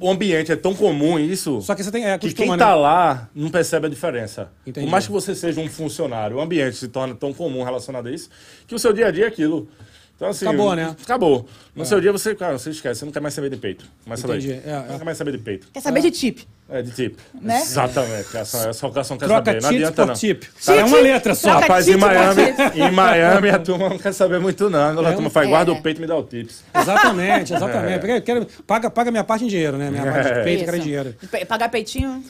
S2: O ambiente é tão comum isso.
S1: Só que você tem. É,
S2: que
S1: acostuma,
S2: quem
S1: né?
S2: tá lá não percebe a diferença.
S1: Entendi.
S2: Por mais que você seja um funcionário, o ambiente se torna tão comum relacionado a isso, que o seu dia a dia é aquilo. Então, assim,
S1: Acabou, né?
S2: Acabou. No seu dia você, cara, você esquece, você não quer mais saber de peito. Começa
S1: Entendi,
S2: daí.
S1: é, é.
S2: Não quer mais saber de peito.
S5: Quer saber de tip?
S2: É de tipo.
S5: Né?
S2: Exatamente. É só, é só o garçom quer
S1: Troca
S2: saber. Não
S1: tip
S2: adianta, não.
S1: por tip. é uma letra só.
S5: troca
S2: Rapaz, em
S5: tip por
S2: Miami,
S5: tip.
S2: em Miami a turma não quer saber muito, não. A turma faz
S5: é.
S2: guarda o peito e me dá o tips.
S1: Exatamente, exatamente.
S2: É.
S1: Porque eu quero- paga, paga minha parte em dinheiro, né? Minha parte de peito, eu quero em dinheiro.
S5: Pe- Pagar peitinho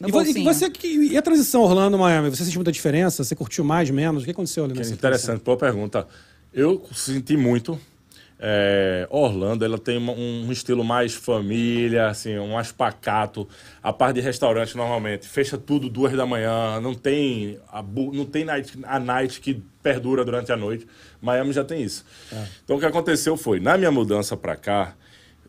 S5: no
S1: E, vo- e
S5: bolsinho.
S1: você que. E a transição Orlando Miami? Você sentiu muita diferença? Você curtiu mais, menos? O que aconteceu ali
S2: Que
S1: nessa
S2: interessante, boa pergunta. Eu senti muito. é, Orlando, ela tem uma- um estilo mais família, assim, um mais pacato. A parte de restaurante, normalmente, fecha tudo duas da manhã. Não tem a, bu- não tem night, a night que perdura durante a noite. Miami já tem isso. Então, o que aconteceu foi, na minha mudança pra cá,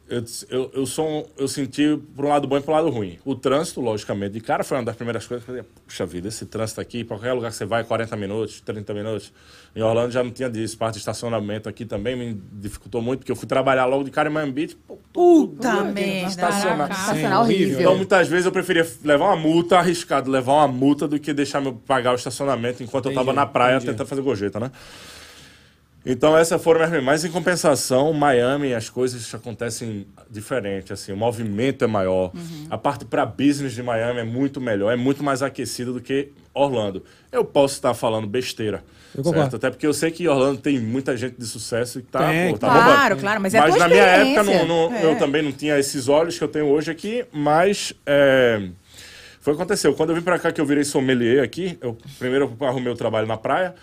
S2: eu, disse- eu, eu, sou um- eu senti para um lado bom e para um lado ruim. O trânsito, logicamente, de cara foi uma das primeiras coisas que eu falei, puxa vida, esse trânsito aqui, para qualquer lugar que você vai, 40 minutos, 30 minutos. Em Orlando já não tinha disso. Parte de estacionamento aqui também me dificultou muito, porque eu fui trabalhar logo de cara em Miami Beach. pô,
S5: Puta merda.
S2: Estacionar.
S5: Caraca.
S1: Sim,
S5: Estacionar
S1: horrível.
S5: horrível.
S2: Então, muitas vezes eu preferia levar uma multa, arriscado levar uma multa do que deixar meu pagar o estacionamento enquanto eu tava na praia
S1: entendi.
S2: tentando fazer gorjeta, né? Então, essa foram as minhas. Mas, em compensação, Miami, as coisas acontecem diferente. Assim, o movimento é maior.
S1: Uhum.
S2: A parte para business de Miami é muito melhor, é muito mais aquecida do que Orlando. Eu posso estar falando besteira.
S1: Eu concordo.
S2: certo? Até porque eu sei que Orlando tem muita gente de sucesso e tá,
S1: Tem,
S2: pô, tá
S1: claro,
S2: roubando.
S5: claro, mas é a tua
S2: na minha época
S5: experiência.
S2: não- não-
S5: É.
S2: eu também não tinha esses olhos que eu tenho hoje aqui, mas. é, foi o que aconteceu. Quando eu vim pra cá, que eu virei sommelier aqui, eu primeiro eu arrumei o trabalho na praia,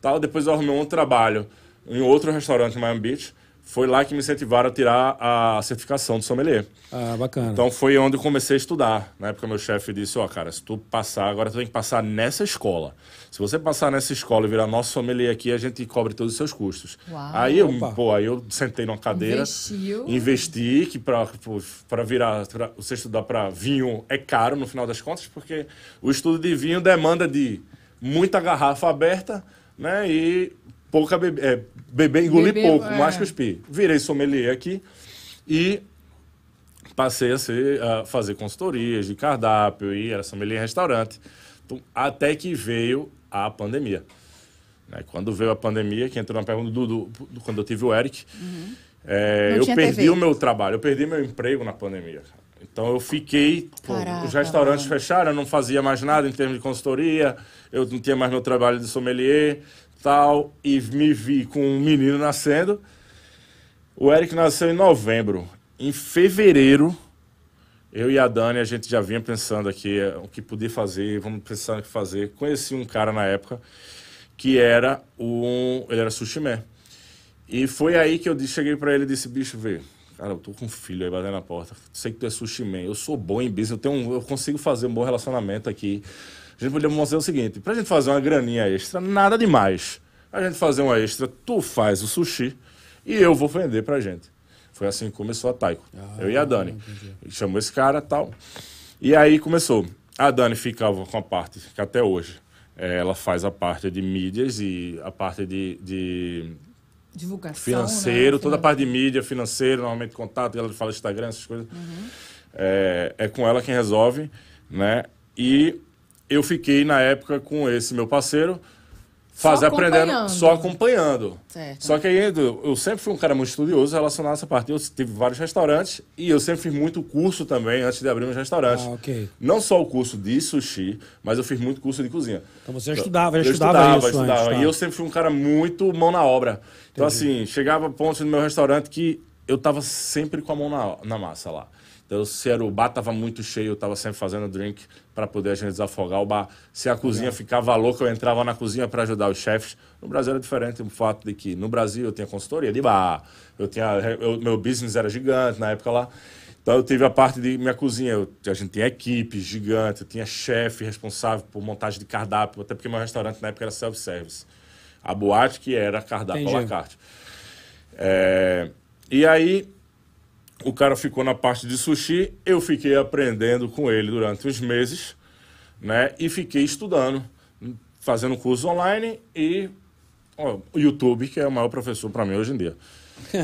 S2: tal, depois eu arrumei um trabalho em outro restaurante em Miami Beach. Foi lá que me incentivaram a tirar a certificação de sommelier.
S1: Ah, bacana.
S2: Então foi onde eu comecei a estudar. Na época, meu chefe disse: Ó, cara, se tu passar, agora tu tem que passar nessa escola. Se você passar nessa escola e virar nosso sommelier aqui, a gente cobre todos os seus custos.
S3: Uau.
S2: aí, eu,
S1: Opa.
S2: pô, aí eu sentei numa cadeira,
S3: Investiu.
S2: investi, que pra, pô, pra virar, pra você estudar pra vinho é caro no final das contas, porque o estudo de vinho demanda de muita garrafa aberta, né? E pouca bebe, é, beber, engolir
S3: Beber,
S2: pouco,
S3: é.
S2: mais cuspir. Virei sommelier aqui e passei a ser, a fazer consultorias de cardápio e era sommelier em restaurante. Então, até que veio a pandemia. né? Quando veio a pandemia, que entrou na pergunta do, do- do- quando eu tive o Eric, é,
S4: Uhum. Não
S2: eu
S4: tinha
S2: perdi
S4: TV.
S2: o meu trabalho, eu perdi meu emprego na pandemia. cara. Então eu fiquei, pô,
S4: Caraca,
S2: os restaurantes fecharam, eu não fazia mais nada em termos de consultoria, eu não tinha mais meu trabalho de sommelier, tal, e me vi com um menino nascendo. O Eric nasceu em novembro. Em fevereiro, eu e a Dani, a gente já vinha pensando aqui eh, o que podia fazer, vamos pensar o que fazer. Conheci um cara na época que era um. Ele era sushi man. E foi aí que eu disse- cheguei pra ele e disse: bicho, vê, cara, eu tô com um filho aí batendo na porta. Sei que tu é sushi man. Eu sou bom em business, eu, tenho um- eu consigo fazer um bom relacionamento aqui. A gente podia fazer o seguinte: pra gente fazer uma graninha extra, nada demais. A gente fazer uma extra, tu faz o sushi e eu vou vender pra gente. Foi assim que começou a Taiko. eu e a Dani. Ele chamou esse cara tal. E aí começou. A Dani ficava com a parte, que até hoje, eh, ela faz a parte de mídias e a parte de- de
S3: Divulgação.
S2: financeiro,
S3: né?
S2: toda a parte de mídia, financeiro, normalmente contato, ela fala Instagram, essas coisas. É, é com ela quem resolve, né? E eu fiquei na época com esse meu parceiro, fazer aprendendo,
S3: acompanhando.
S2: só acompanhando.
S4: Certo.
S2: Só que aí Edu, eu sempre fui um cara muito estudioso relacionado a essa parte. Eu tive vários restaurantes e eu sempre fiz muito curso também antes de abrir meus restaurantes.
S1: Ah, ok.
S2: Não só o curso de sushi, mas eu fiz muito curso de cozinha.
S1: Então você já estudava, já
S2: Eu
S1: estudava isso antes, tá?
S2: E eu sempre fui um cara muito mão na obra. Então, assim, chegava pontos no meu restaurante que eu tava sempre com a mão na, na massa lá. Então, se era o bar tava muito cheio, eu tava sempre fazendo drink para poder a gente desafogar o bar. Se a cozinha ficava louca, eu entrava na cozinha para ajudar os chefes. No Brasil era diferente o fato de que no Brasil eu tinha consultoria de bar, eu tinha, eu- meu business era gigante na época lá. Então eu tive a parte de minha cozinha, eu- a gente tinha equipe gigante, eu tinha chefe responsável por montagem de cardápio, até porque meu restaurante na época era self-service. A boate que era cardápio à la
S1: Entendi.
S2: carte. É, e aí o cara ficou na parte de sushi, eu fiquei aprendendo com ele durante uns meses, né? E fiquei estudando, fazendo curso online e ó, o YouTube, que é o maior professor para mim hoje em dia.
S1: É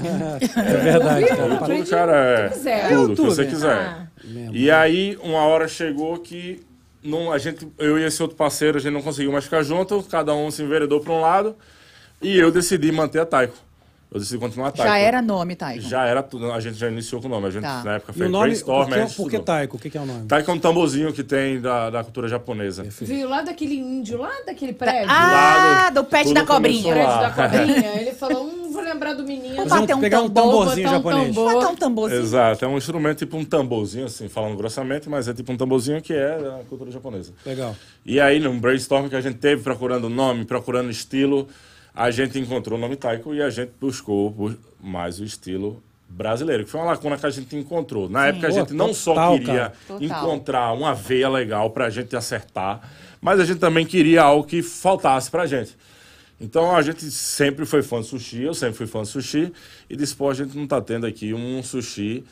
S1: verdade,
S3: Eu
S1: cara.
S3: vi.
S2: YouTube,
S3: Aprende
S2: cara, é
S3: o que quiser.
S2: tudo que
S1: YouTube.
S2: você quiser.
S3: Ah.
S2: E aí, uma hora chegou que não, a gente, eu e esse outro parceiro, a gente não conseguiu mais ficar junto, cada um se enveredou para um lado, e eu decidi manter a Taiko. Eu decidi continuar a Taiko.
S4: Já era nome, Taiko.
S2: Já era tudo, a gente já iniciou com o nome, a gente
S4: Tá.
S2: na época
S1: E o
S2: fez
S1: nome,
S2: brainstorm, a
S1: por
S2: gente
S1: que, por que
S2: estudou.
S1: Taiko? O que, que é o nome?
S2: Taiko é um tamborzinho que tem da, da cultura japonesa.
S3: Veio lá daquele índio, lá daquele prédio.
S4: Ah,
S2: lado,
S4: do pet
S2: tudo
S4: da cobrinha.
S2: começou
S3: prédio
S2: lá. é
S3: da cobrinha. Ele falou, hum, vou lembrar do menino.
S4: Vamos bater um
S1: pegar um
S4: tambor,
S1: tamborzinho
S3: botar um
S1: japonês.
S3: tambor.
S4: Matar um tamborzinho.
S2: Exato, é um instrumento tipo um tamborzinho, assim, falando grossamente, mas é tipo um tamborzinho que é da cultura japonesa.
S1: Legal.
S2: E aí, num brainstorm que a gente teve, procurando nome, procurando estilo, a gente encontrou o nome Taiko e a gente buscou bu- mais o estilo brasileiro, que foi uma lacuna que a gente encontrou. Na época, a
S1: Pô,
S2: gente não só
S1: total,
S2: queria
S1: cara.
S4: Total.
S2: encontrar uma veia legal pra gente acertar, mas a gente também queria algo que faltasse pra gente. Então, a gente sempre foi fã de sushi, eu sempre fui fã de sushi, e disse, pô, a gente não tá tendo aqui um sushi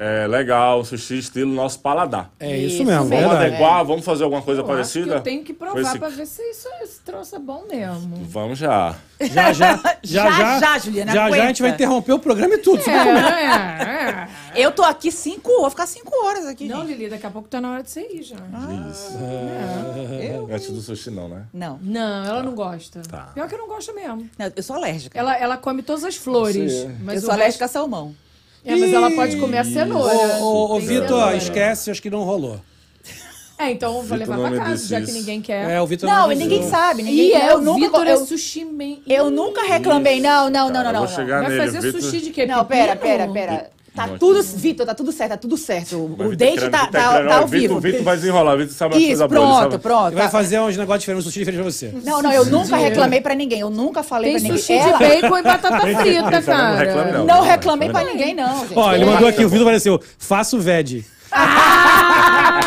S2: é, legal, sushi estilo nosso paladar.
S1: É isso
S3: Isso
S1: mesmo.
S3: mesmo.
S2: Vamos
S1: verdade.
S2: adequar, vamos fazer alguma coisa
S3: Eu acho que
S2: parecida?
S3: eu tenho que
S2: é. Foi assim.
S3: provar
S2: esse-
S3: pra ver se isso, esse troço é bom mesmo.
S2: Vamos já.
S1: Já, já, já, já,
S5: Já, já, Juliana,
S1: já, já a gente
S5: aguenta.
S1: vai interromper o programa e tudo.
S3: É, é, é.
S5: Eu tô aqui cinco horas, vou ficar cinco horas aqui.
S3: Não,
S5: gente.
S3: Lili, daqui a pouco tá na hora de você ir já.
S5: Ah.
S2: Isso. Antes do sushi, não, né?
S5: Não,
S3: Não, ela não gosta.
S2: Tá.
S3: Pior que não gosta mesmo.
S5: não, eu sou alérgica.
S3: Ela, ela come todas as flores.
S2: Sim.
S3: É, Mas
S5: é. eu
S3: o
S5: sou
S3: resto-
S5: alérgica a salmão.
S3: É, mas ela pode comer a cenoura.
S1: Ô, ô, ô
S3: Tem
S1: Vitor,
S3: cenoura.
S1: esquece, acho que não rolou.
S3: É, então eu vou
S2: Vitor
S3: levar
S2: não
S3: pra
S2: me
S3: casa,
S2: disse
S3: já que
S2: isso.
S3: ninguém quer.
S1: É, o Vitor
S5: Não, e
S1: avisou.
S5: ninguém sabe. Ninguém,
S3: Ih, é,
S5: eu,
S3: o
S5: nunca,
S3: Vitor é
S5: eu,
S3: sushi man.
S5: eu nunca reclamei. Não, não, não,
S2: Cara,
S5: não, não.
S2: eu vou
S5: não.
S2: chegar
S3: Vai
S2: nele,
S3: fazer
S2: Vitor.
S3: sushi de quê?
S5: Não, pera, pera,
S3: Pepino?
S5: pera. Tá
S2: Não,
S5: tudo, Vitor, tá tudo certo, tá tudo certo. O,
S2: Mas
S5: o
S2: Vitor
S5: date
S2: creme,
S5: tá,
S2: Vitor
S5: tá,
S2: creme,
S5: tá
S2: ó,
S5: ao
S2: Vitor,
S5: vivo.
S2: Vitor vai desenrolar, Vitor sabe uma
S5: Isso,
S2: coisa boa. ele
S5: pronto,
S2: sabe-
S5: pronto.
S1: Ele vai
S5: tá.
S1: fazer uns negócios diferentes, um sushi diferente pra você.
S5: Não, não, eu nunca reclamei pra ninguém. Eu nunca falei
S3: Tem
S5: pra ninguém.
S3: sushi
S5: Ela-
S3: de bacon e batata frita,
S2: Vitor,
S3: cara.
S2: Não reclame, não.
S5: Não reclamei pra
S2: reclame,
S5: ninguém, não, gente.
S1: Ó, ele
S5: Pelo
S1: mandou
S5: amor de
S1: aqui, o Vitor apareceu. Faço VED.
S3: Ah,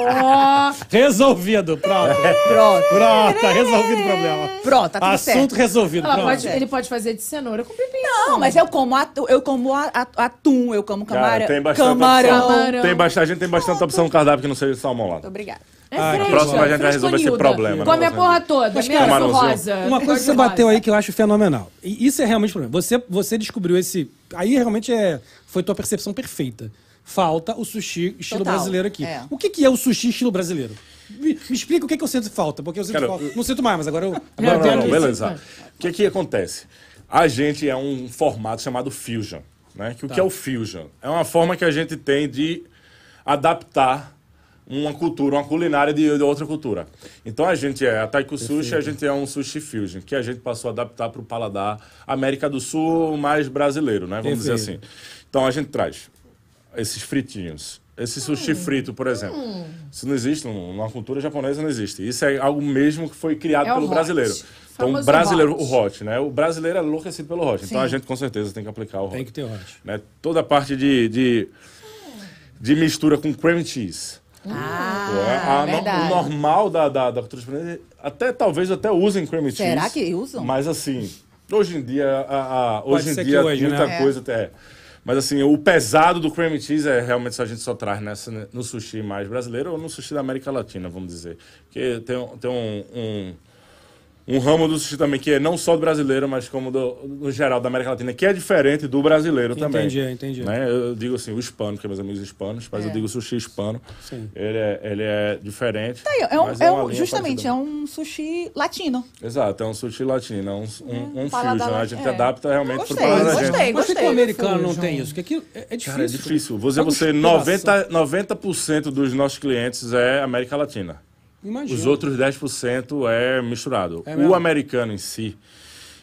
S3: ó.
S1: Resolvido, pronto.
S5: Pronto.
S1: Pronto, tá resolvido o problema.
S5: Pronto, tá tudo
S1: Assunto
S5: certo.
S1: resolvido,
S3: Ela
S1: pronto.
S3: pode- ele pode fazer de cenoura com pepino.
S5: Não, mas eu como, atu, eu como a- a- atum, eu como
S2: Cara,
S5: camarão.
S2: tem bastante
S5: camarão.
S2: opção.
S3: Camarão.
S2: Tem bastante, a gente tem bastante opção no cardápio que não seja salmão lá.
S5: Obrigada.
S3: É
S1: Ah,
S3: fresco,
S1: a próxima
S3: é
S1: a
S2: gente vai
S3: fresco
S2: resolver esse
S3: miúda.
S2: problema,
S3: Come
S2: né?
S3: a porra toda,
S1: Mas,
S3: menos
S1: cara,
S3: o rosa.
S2: camarãozinho.
S1: Uma
S3: Gosto
S1: coisa que você
S3: de
S1: bateu
S3: rosa.
S1: aí que eu acho fenomenal. E isso é realmente o problema. Você, você descobriu esse. Aí realmente é, foi tua percepção perfeita. Falta o sushi estilo
S5: Total,
S1: brasileiro aqui.
S5: é.
S1: O que, que é o sushi estilo brasileiro? Me, me explica o que, que eu sinto falta, porque eu sinto
S2: Cara,
S1: falta.
S2: eu-
S1: Não sinto mais, mas agora eu. Agora
S2: Não,
S1: eu
S2: não,
S1: tenho
S2: não,
S1: que-
S2: beleza. O que que acontece? A gente é um formato chamado Fusion, né? Que o que é o Fusion? É uma forma que a gente tem de adaptar uma cultura, uma culinária de de outra cultura. Então a gente é a Taiko Sushi, a gente é um sushi fusion, que a gente passou a adaptar para o paladar América do Sul mais brasileiro, né? Vamos dizer assim.
S1: Perfeito.
S2: Então a gente traz esses fritinhos. Esse
S3: Hum,
S2: sushi frito, por exemplo. Isso não existe, num- numa cultura japonesa não existe. Isso é algo mesmo que foi criado
S3: É o
S2: pelo
S3: hot.
S2: brasileiro. Então, o
S3: Famoso
S2: brasileiro,
S3: hot.
S2: o hot, né? O brasileiro é enlouquecido pelo hot. Então, a gente com certeza tem que aplicar o hot.
S1: Tem que ter ódio.
S2: né? Toda a parte de, de, de mistura com cream cheese. Pô, é- a- no-
S5: Ah, verdade.
S2: o normal da, da, da cultura japonesa, até talvez até usem cream cheese.
S5: Será que usam?
S2: Mas assim, hoje em dia, a, a- hoje
S1: ser
S2: em
S1: que
S2: dia
S1: hoje, né?
S2: muita
S1: É.
S2: coisa até. Mas assim, o pesado do cream cheese é realmente isso a gente só traz nessa, no sushi mais brasileiro ou no sushi da América Latina, vamos dizer. Porque tem, um- tem um, um, um ramo do sushi também que é não só do brasileiro, mas como do, no geral da América Latina, que é diferente do brasileiro também.
S1: Entendi, entendi.
S2: Né? Eu eu digo assim, o hispano, que é meus amigos hispanos, mas eu digo sushi hispano.
S1: Sim.
S2: Ele é, ele é diferente.
S5: Aí, É um,
S2: mas
S5: é
S2: uma
S5: um-
S2: linha
S5: justamente,
S2: parecida.
S5: é um sushi latino.
S2: Exato, é um sushi latino, é um, um, um
S5: paladar
S2: fusion. A
S5: lat-
S2: gente
S5: é.
S2: adapta realmente
S5: Gostei,
S2: pro paladar da gente.
S5: gostei,
S1: Mas por que
S5: gostei.
S1: o americano não
S3: Fusion.
S1: tem isso? Porque aqui é, é difícil.
S2: Cara, é difícil. Vou dizer
S1: É uma
S2: você,
S1: inspiração.
S2: 90%, 90% dos nossos clientes é América Latina.
S1: Imagina.
S2: Os outros 10% é misturado.
S1: É mesmo?
S2: o americano em si,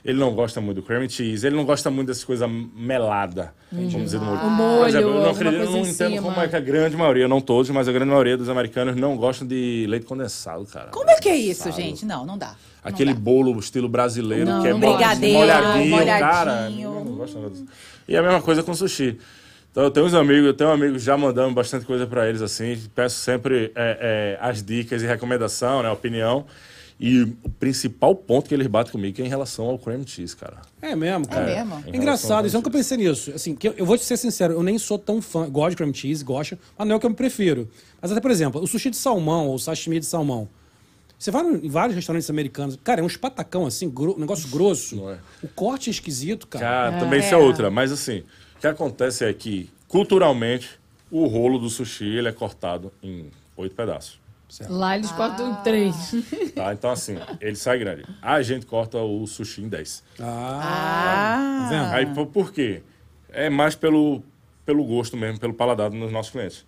S2: ele não gosta muito do cream cheese, ele não gosta muito dessa coisa melada, vamos dizer, do molho.
S3: O molho,
S2: Por exemplo, eu não,
S3: alguma
S2: acredito, eu
S3: coisa
S2: não
S3: em
S2: entendo
S3: cima.
S2: como é que a grande maioria, não todos, mas a grande maioria dos americanos não gostam de leite condensado, cara.
S5: Como é que é isso, gente? Não, não dá. Não
S2: Aquele
S5: dá.
S2: bolo estilo brasileiro,
S3: Não,
S2: que é
S3: não
S2: mo-
S5: brigadeiro,
S2: molhadinho,
S5: molhadinho.
S2: cara. Não, não gosto nada disso. E é a mesma coisa com sushi. Então eu tenho uns amigos, eu tenho um amigo já mandando bastante coisa pra eles assim. Peço sempre é, é, as dicas e recomendação, né, opinião. E o principal ponto que eles batem comigo é em relação ao cream cheese, cara.
S1: É mesmo, cara.
S5: mesmo?
S1: É engraçado, isso eu nunca pensei nisso. Assim, que eu, eu vou te ser sincero, eu nem sou tão fã. Gosto de cream cheese, gosto, mas não é o que eu prefiro. Mas até, por exemplo, o sushi de salmão ou sashimi de salmão. Você vai no- em vários restaurantes americanos, cara, é uns patacão assim, gro- um negócio grosso.
S2: Não é.
S1: O corte é esquisito, cara.
S5: Ah,
S2: Cara, também isso é outra. Mas assim, o que acontece é que, culturalmente, o rolo do sushi ele é cortado em oito pedaços.
S3: Lá eles cortam
S5: Ah.
S3: em três.
S2: Tá? Então, assim, ele sai grande. A gente corta o sushi em 10.
S1: Ah, tá
S5: Ah,
S1: vendo?
S2: Aí, por, por quê? É mais pelo, pelo gosto mesmo, pelo paladar dos nossos clientes.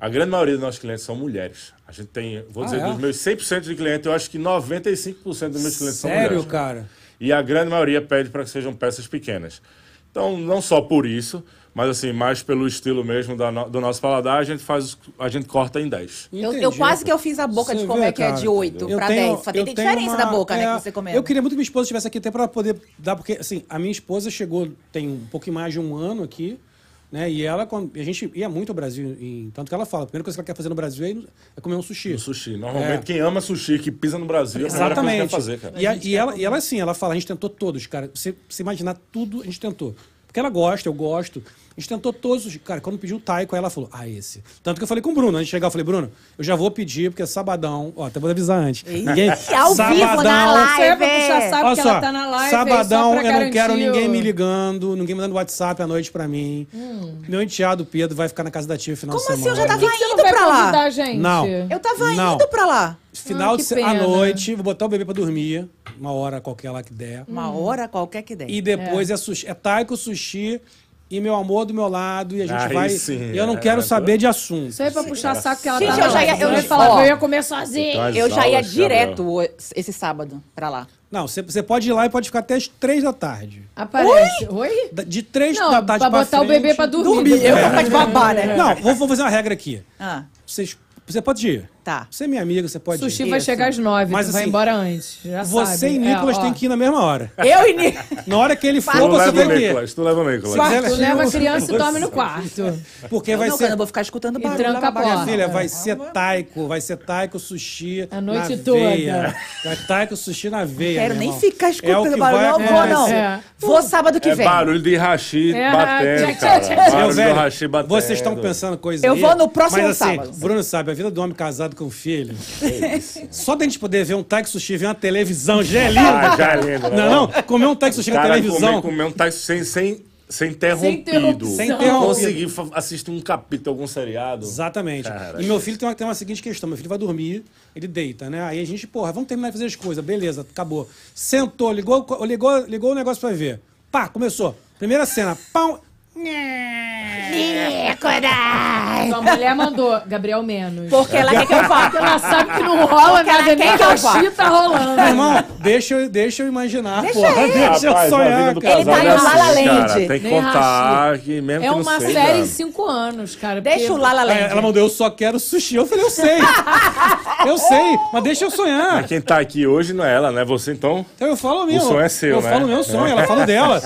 S2: A grande maioria dos nossos clientes são mulheres. A gente tem, vou
S1: Ah,
S2: dizer,
S1: é?
S2: dos meus 100% de clientes, eu acho que 95% dos meus clientes são mulheres.
S1: Sério, cara?
S2: E a grande maioria pede para que sejam peças pequenas. Então, não só por isso, mas assim, mais pelo estilo mesmo da no- do nosso paladar, a gente faz, os- a gente corta em 10.
S5: Eu, eu
S1: Entendi.
S5: quase que eu fiz a boca
S1: Você
S5: de como
S1: vê,
S5: é que é
S1: cara?
S5: de 8
S1: Eu
S5: pra
S1: tenho-
S5: 10. Só tem,
S1: eu
S5: tem
S1: tenho
S5: diferença
S1: uma-
S5: da boca, né?
S1: é,
S5: Que
S4: tá
S5: você comeu.
S1: Eu queria muito que minha esposa estivesse aqui até para poder dar, porque assim, a minha esposa chegou tem um pouquinho mais de um ano aqui, né? E ela, quando, a gente ia muito ao Brasil, em- tanto que ela fala, a primeira coisa que ela quer fazer no Brasil é, é comer um sushi.
S2: O sushi. Normalmente, quem ama sushi, que pisa no Brasil, é a primeira coisa que quer
S1: É. Exatamente.
S2: fazer, cara.
S1: E, a- e ela, e ela, assim, ela fala, a gente tentou todos, cara. Você, você imaginar tudo, a gente tentou. Porque ela gosta, eu gosto. A gente tentou todos os. Cara, quando pediu o taiko, aí ela falou, ah, esse. Tanto que eu falei com o Bruno, antes de chegar, eu falei, Bruno, eu já vou pedir, porque é sabadão. Ó, até vou avisar antes. Ninguém...
S6: ao vivo na
S5: Você
S6: live.
S5: já sabe
S1: Olha
S5: que
S1: só,
S5: ela tá na live.
S3: é
S1: sabadão,
S5: só pra
S1: eu não quero
S5: garantir o-
S1: ninguém me ligando, ninguém mandando WhatsApp à noite pra mim. Meu enteado Pedro vai ficar na casa da tia no final
S4: Como
S1: de
S4: assim? Eu
S1: semana.
S4: já tava
S5: que você não
S4: indo
S5: vai
S4: pra lá.
S5: convidar?
S3: Tá, gente?
S1: Não.
S4: Eu tava
S1: Não.
S4: indo pra lá.
S1: Final de
S3: Ah, que
S1: se- à
S3: pena.
S1: noite, vou botar o bebê pra dormir, uma hora qualquer lá que der.
S4: Uma hora qualquer que der.
S1: E depois é, sushi, é taiko, sushi e meu amor do meu lado. E a gente
S2: Aí
S1: vai.
S2: sim,
S1: e eu não
S2: é,
S1: quero
S2: né?
S1: saber de assunto.
S3: Isso aí é pra puxar saco que ela
S5: Gente,
S3: tá.
S5: eu
S3: na
S5: já ia-
S3: live.
S5: eu
S3: Ela
S5: já-
S3: falava,
S5: ó.
S3: eu ia comer sozinha.
S2: Então, as
S5: Eu já ia
S2: aulas, Gabriel.
S5: direto o- esse sábado pra lá.
S1: Não, você- você pode ir lá e pode ficar até as três da tarde.
S3: Aparece. Oi?
S1: Da- De três
S3: Não,
S1: da tarde
S3: pra botar o
S1: frente-
S3: bebê pra dormir.
S5: Dormir,
S4: É.
S5: eu capaz de babar, né?
S1: Não, vou, vou fazer uma regra aqui.
S4: Ah,
S1: Vocês, você pode ir.
S4: Tá.
S1: Você é minha amiga, você pode
S3: Sushi
S1: ir.
S3: vai chegar às nove,
S1: Mas
S3: Mas, vai
S1: assim,
S3: embora antes. Já
S1: Você
S3: sabe.
S1: e Nicolas
S3: É, ó.
S1: têm que ir na mesma hora.
S4: Ah.
S5: Eu e Nick.
S1: Na hora que ele for,
S2: Tu
S1: você
S2: leva
S1: tem
S2: o
S1: que ir.
S2: Nicolas, tu leva o Nicolas.
S1: Ela-
S3: Tu leva a criança e dorme no quarto.
S1: Porque vai
S4: não,
S1: ser
S4: eu vou ficar escutando
S3: E
S4: barulho. lá
S3: tranca
S4: pra
S3: a
S4: baixo.
S3: porta.
S1: Filha, vai ser taiko, vai ser taiko, sushi.
S3: A noite
S1: na
S3: toda.
S1: Veia. Vai taiko, sushi na veia.
S4: Quero
S1: meu
S4: nem
S1: irmão.
S4: ficar
S1: é o
S4: escutando
S1: que
S4: barulho. Não
S1: vai
S4: vou, não.
S1: acontecer.
S3: É.
S4: Vou sábado que
S2: É
S4: vem.
S2: barulho de rachi
S3: É, tchac,
S2: batendo,
S3: tchac,
S2: cara.
S3: tchac.
S1: Meu
S2: Barulho
S1: velho,
S2: do rachi batendo.
S1: vocês estão pensando coisa
S4: Eu
S1: aí,
S4: vou no próximo
S1: mas, assim,
S4: sábado.
S1: Bruno sabe, a vida do homem casado com filho. Só da gente poder ver um taiko sushi, ver uma televisão, já é lindo.
S2: Ah, já é lindo, né?
S1: Não, não, comer um taiko sushi na
S2: Cara,
S1: televisão.
S2: comer, comer um táxi sem, sem, sem interrompido.
S3: interrupção.
S1: Sem interrompido.
S2: Conseguir fa- assistir um capítulo, algum seriado.
S1: Exatamente.
S2: Cara,
S1: e meu filho tem uma, tem uma seguinte questão: meu filho vai dormir, ele deita, né? Aí a gente, porra, vamos terminar de fazer as coisas, beleza, acabou. Sentou, ligou, co- ligou, ligou o negócio pra ver. Pá, começou. Primeira cena, pau. É.
S3: Sua mulher mandou, Gabriel menos.
S5: Porque ela quer que eu
S3: Porque
S5: vá.
S3: ela sabe que não rola
S5: Porque ela
S3: nada,
S5: quer
S3: nem
S5: que é eu vá.
S3: cachê tá rolando.
S1: Meu irmão, deixa eu, deixa eu imaginar, porra.
S2: Rapaz,
S1: Deixa eu
S2: a vida
S1: sonhar,
S2: do
S1: cara.
S2: casal
S5: Ele tá
S2: é
S5: em Lala
S2: assim, cara.
S5: Land.
S2: Tem que
S3: Nem
S2: contar que mesmo
S3: É
S2: que não
S3: uma
S2: seja-
S3: série em cinco anos, cara.
S5: Deixa o
S3: porque-
S5: Lala
S1: Aí
S5: Land.
S1: ela mandou, eu só quero sushi. Eu falei, eu sei. eu sei, mas deixa eu sonhar.
S2: Mas quem tá aqui hoje não é ela, né? Você então.
S1: Então eu falo mesmo.
S2: sonho é seu,
S1: Eu
S2: né?
S1: falo meu sonho, ela fala o dela.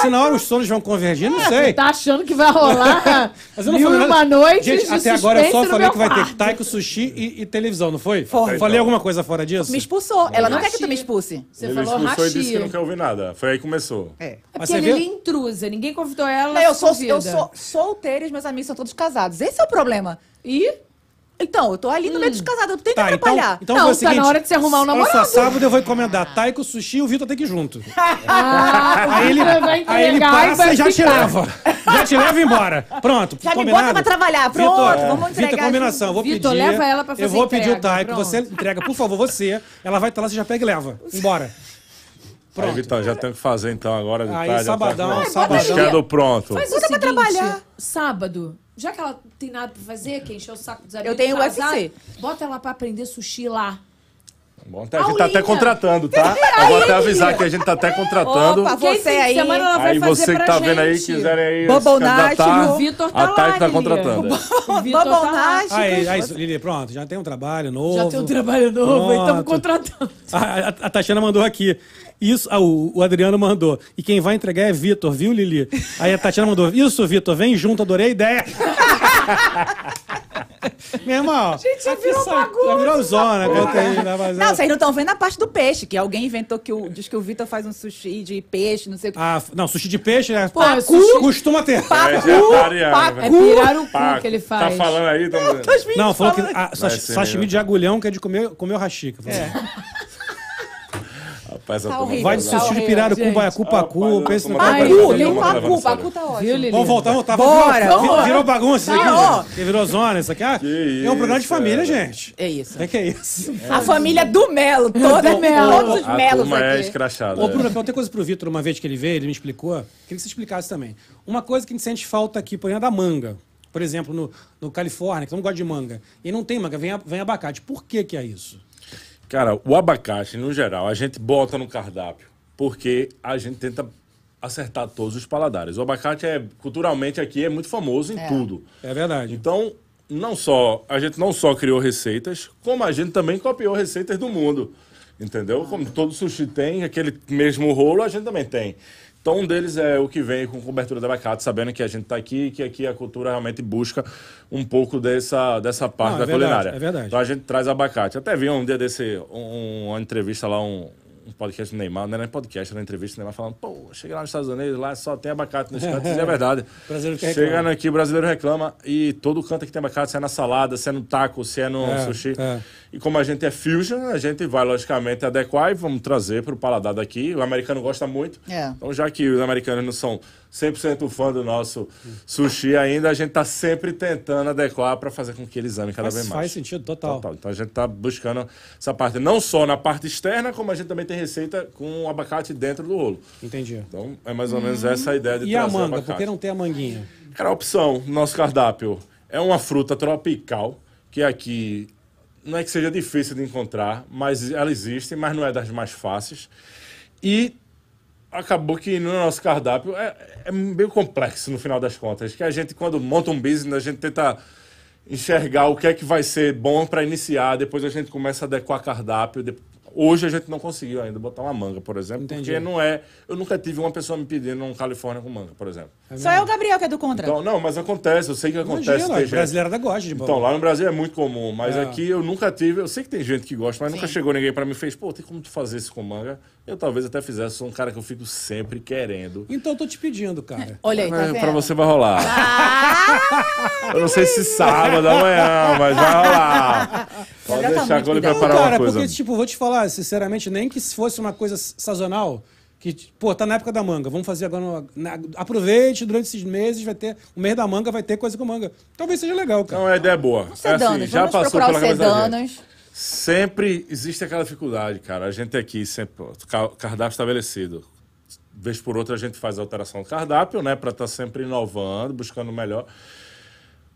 S1: Se na hora os sonhos vão convergir, não sei.
S3: Tá achando que vai rolar
S1: Mas eu não
S3: mil
S1: falei
S3: e
S1: nada.
S3: uma noite
S1: Gente,
S3: de
S1: até agora eu só
S3: suspense no
S1: falei
S3: meu
S1: que vai ter
S3: quarto.
S1: taiko, sushi e, e televisão, não foi?
S2: Foi.
S1: Falei alguma coisa fora disso?
S4: Me expulsou. Ela não quer que tu me
S3: Rachi.
S4: expulse.
S3: Você
S2: ele
S3: falou
S2: expulsou e disse que não
S3: rachi.
S2: quer ouvir nada. Foi aí que começou.
S4: É.
S3: É
S1: Mas
S3: porque
S1: você
S3: ele é
S1: viu?
S3: intrusa, ninguém convidou ela.
S4: Não, eu sou,
S3: convida.
S4: eu sou solteira e meus amigos são todos casados. Esse é o problema.
S3: E?
S4: Então, eu tô ali no meio dos casados. Eu tento
S1: Tá, então,
S4: atrapalhar.
S1: então
S3: Não,
S1: foi o
S3: tá
S1: seguinte,
S3: na hora de você arrumar um
S1: Olha só,
S3: namorado.
S1: sábado eu vou encomendar taiko, sushi e o Vitor tem que ir junto.
S3: Ah,
S1: Aí ele,
S3: vai entregar
S1: aí ele
S3: e vai
S1: passa e já te
S3: ficar.
S1: leva. Já te leva embora. Pronto,
S4: Já me bota pra trabalhar.
S1: Vitor,
S4: Pronto, vamos entregar
S1: Vitor, combinação, eu vou
S3: Vitor,
S1: pedir.
S3: leva ela pra
S1: Eu
S3: fazer
S1: vou pedir o
S3: entrega,
S1: taiko,
S3: pronto.
S1: você entrega, por favor, você. Ela vai estar lá, você já pega e leva. Embora.
S2: Aí, Vitão, já tem o que fazer então agora. de
S1: Aí,
S2: tarde,
S1: sabadão,
S2: já tá...
S1: sabadão.
S2: Esquerdo pronto.
S3: Faz o
S4: Bota tá pra
S3: seguinte,
S4: trabalhar.
S3: sábado, já que ela não tem nada pra fazer, que encheu o saco dos amigos,
S4: tenho
S3: casar,
S4: UFC.
S3: bota ela pra aprender sushi lá.
S2: Bom, até- a gente tá
S3: Aulinha.
S2: até contratando, tá? Eu vou até avisar que a gente tá até contratando.
S4: Opa,
S3: Quem
S4: Ah, você
S3: fim de
S4: aí.
S3: semana ela vai
S2: Aí
S3: fazer
S2: você
S3: pra
S2: que tá
S3: gente.
S2: vendo aí, quiserem aí.
S4: Bobonati,
S3: o Vitor tá
S2: a
S3: lá,
S2: Thay tá
S3: Lilia.
S2: contratando.
S3: O Vitor tá lá.
S4: Bobonati.
S1: Aí, aí, Lili, pronto, já tem um trabalho novo.
S3: Já tem um trabalho novo, aí estamos
S1: Pronto.
S3: contratando.
S1: A, a, a Tatiana mandou aqui. Isso, ah, o, o Adriano mandou. E quem vai entregar é Vitor, viu, Lili? Aí a Tatiana mandou. Isso, Vitor, vem junto, adorei a ideia. Meu irmão. Gente, já virou Já virou zona. conta aí, né, mas-
S4: Não, vocês não estão vendo a parte do peixe, que alguém inventou que o, diz que o Vitor faz um sushi de peixe, não sei o que.
S1: Ah, f- não, sushi de peixe, né?
S3: Pô, sushi-
S1: Costuma ter.
S2: É, já tá areando,
S3: É
S2: velho.
S3: pirar o cu
S2: Tá-
S3: que ele faz.
S2: Tá falando aí, tamo vendo.
S1: Não, falou que ah, sash-
S2: ser assim.
S1: sashimi
S2: melhor.
S1: de agulhão que é de comer, comer o rachica.
S4: É.
S2: Rapaz,
S4: Tá
S2: eu tô
S4: horrível.
S1: Vai de
S4: Tá
S1: sushi de
S4: horrível,
S1: pirarucu,
S3: gente.
S1: baiacu, pacu,
S2: Ah, Rapaz,
S1: pensa
S2: eu
S1: no
S2: tô
S1: negócio.
S2: matando.
S4: Pacu,
S2: Tá
S4: nem
S2: bom, tá bom,
S4: pacu,
S2: tá bom.
S4: pacu tá
S3: Viu,
S4: ótimo.
S3: Lili?
S1: Vamos voltar, voltar.
S4: Bora,
S1: virou, vi-
S4: vamos.
S1: virou bagunça isso aqui,
S4: Tá,
S1: gente. Virou zona isso aqui. Ah, é um
S2: isso,
S1: programa de família,
S2: é.
S1: gente.
S4: É isso.
S1: É que é isso.
S4: A família do Melo, toda,
S3: Melo.
S4: todos os
S2: A
S4: Melos
S2: turma é
S4: aqui.
S2: escrachada.
S1: Ô,
S2: é.
S1: Bruno, perguntei coisa pro Vitor uma vez que ele veio, ele me explicou. Queria que você explicasse também. Uma coisa que a gente sente falta aqui, por exemplo, é da manga. Por exemplo, no, no Califórnia, que todo mundo gosta de manga. E não tem manga, vem, a- vem abacate. Por que que é isso?
S2: Cara, o abacate, no geral, a gente bota no cardápio, porque a gente tenta acertar todos os paladares. O abacate, é culturalmente aqui, é muito famoso em tudo.
S1: É verdade.
S2: Então, não só a gente não só criou receitas, como a gente também copiou receitas do mundo. Entendeu? Como todo sushi tem, aquele mesmo rolo a gente também tem. Então, um deles é o que vem com cobertura de abacate, sabendo que a gente está aqui e que aqui a cultura realmente busca um pouco dessa, dessa parte
S1: Não, é
S2: da
S1: verdade,
S2: culinária.
S1: é verdade.
S2: Então, a gente traz abacate. Até vi um dia desse, um- uma entrevista lá, um, um podcast do Neymar, não era nem podcast, era uma entrevista do Neymar falando, pô, chega lá nos Estados Unidos, lá só tem abacate nos cantos, e é verdade.
S1: Brasileiro que reclama.
S2: Chegando aqui, o brasileiro reclama e todo canto que tem abacate, se é na salada, se é no taco, se é no
S1: É,
S2: sushi.
S1: é.
S2: E como a gente é fusion, a gente vai logicamente adequar e vamos trazer para o paladar daqui. O americano gosta muito.
S4: É.
S2: Então, já que os americanos não são 100% fã do nosso sushi ainda, a gente está sempre tentando adequar para fazer com que eles amem cada
S1: Faz-
S2: vez mais.
S1: faz sentido total.
S2: Então a gente está buscando essa parte, não só na parte externa, como a gente também tem receita com abacate dentro do rolo.
S1: Entendi.
S2: Então é mais ou menos essa a ideia de
S1: Hum, E a
S2: trazer
S1: manga?
S2: abacate.
S1: Por que não tem a manguinha?
S2: Cara, a opção no nosso cardápio é uma fruta tropical, que é aqui não é que seja difícil de encontrar, mas ela existe, mas não é das mais fáceis. E acabou que no nosso cardápio é, é meio complexo no final das contas, que a gente, quando monta um business, a gente tenta enxergar o que é que vai ser bom para iniciar, depois a gente começa a adequar cardápio. de- Hoje a gente não conseguiu ainda botar uma manga, por exemplo,
S1: Entendi.
S2: porque não é. Eu nunca tive uma pessoa me pedindo um Califórnia com manga, por exemplo.
S4: Só é o Gabriel que é do contra.
S2: Então, não, mas acontece, eu sei que acontece.
S1: Imagina,
S2: tem
S1: a
S2: gente-
S1: brasileirada gosta de
S2: Então,
S1: bola.
S2: lá no Brasil é muito comum, mas
S1: É.
S2: aqui eu nunca tive. Eu sei que tem gente que gosta, mas nunca chegou ninguém pra mim e fez, pô, tem como tu fazer isso com manga? Eu talvez até fizesse, sou um cara que eu fico sempre querendo.
S1: Então eu tô te pedindo,
S2: É.
S1: cara.
S4: Olha aí, tá
S1: é,
S2: Mas
S4: vendo? Ah!
S2: pra você vai rolar. eu não sei se sábado, amanhã, mas vai rolar. Pode
S4: Já tá
S2: deixar
S4: muito
S2: que eu lhe
S4: cuidado.
S2: preparar
S1: cara,
S2: uma coisa.
S1: porque, tipo, vou te falar, sinceramente, nem que se fosse uma coisa sazonal, que, pô, tá na época da manga, vamos fazer agora. no- na- aproveite durante esses meses, vai ter. O mês da manga vai ter coisa com manga. Talvez seja legal, cara.
S2: Não, a ideia é boa. É
S4: Sedanos,
S2: assim, já
S4: vamos
S2: passou
S4: procurar
S2: pela
S4: os
S2: cabeça da gente.
S4: sedanos.
S2: Sempre existe aquela dificuldade, cara. A gente aqui, sempre, pô, ca- cardápio estabelecido. Vez por outra, a gente faz alteração do cardápio, né? Pra estar sempre inovando, buscando o melhor.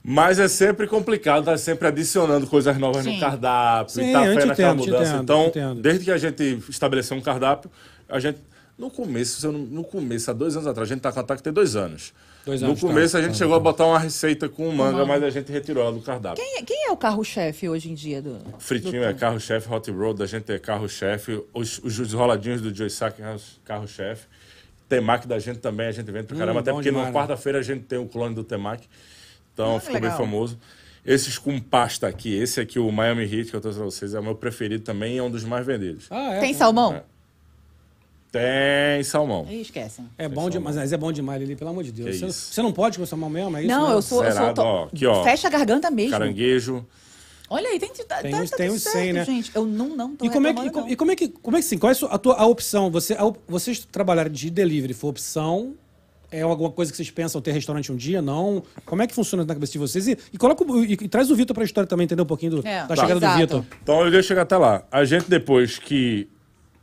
S2: Mas é sempre complicado, tá sempre adicionando coisas novas no cardápio
S1: Sim,
S2: e tá
S1: eu te
S2: fé naquela
S1: entendo, te
S2: mudança.
S1: entendo,
S2: então,
S1: te entendo.
S2: desde que a gente estabeleceu um cardápio, a gente. No começo, se eu não- no começo, há dois anos atrás, a gente tá com ataque tem dois anos.
S1: Dois
S2: no
S1: anos, tá,
S2: começo, a gente
S1: tá,
S2: chegou a botar uma receita com manga, mas a gente retirou ela do cardápio.
S4: Quem, quem é o carro-chefe hoje em dia do.
S2: Fritinho é carro-chefe, Hot Road, a gente é carro-chefe. Os, os, os roladinhos do Joe Sack é os carro-chefe. Temac da gente também, a gente vende pra caramba. até
S1: bom
S2: porque
S1: demais,
S2: na
S1: né? Ah,
S2: quarta-feira a gente tem o clone do Temac. Então ficou
S4: legal.
S2: bem famoso. Esses com pasta aqui, esse aqui, o Miami Heat, que eu trouxe pra vocês, é o meu preferido também e é um dos mais vendidos.
S1: Ah, é.
S4: Tem salmão?
S2: Tem salmão.
S4: Ih, esquecem.
S1: É bom demais, mas é bom demais, Lili, pelo amor de Deus.
S2: Que
S1: Você,
S2: isso.
S1: você não pode comer salmão mesmo, é isso?
S4: Não,
S1: mesmo?
S4: eu sou. Eu sou
S2: Zerado,
S4: to-
S2: ó, aqui, ó.
S4: Fecha a garganta mesmo.
S2: Caranguejo.
S4: Olha aí, tem, tá,
S1: Tem
S4: tá,
S1: uns-
S4: tá
S1: tem
S4: tudo
S1: uns
S4: certo,
S1: 100, né?
S4: gente. Eu não, não tô
S1: E como, é que, e,
S4: reclamando,
S1: como,
S4: não.
S1: e como é que. Como é que sim? Qual é a sua- a, tua, a opção? Você, a op- vocês trabalharem de delivery foi opção? É alguma coisa que vocês pensam ter restaurante um dia? Não? Como é que funciona na cabeça de vocês? E, e coloca o- e, e traz o Vitor pra história também, entender um pouquinho do-
S4: É,
S1: da chegada
S4: exato.
S1: do Vitor.
S2: Então eu ia chegar até lá. A gente depois que.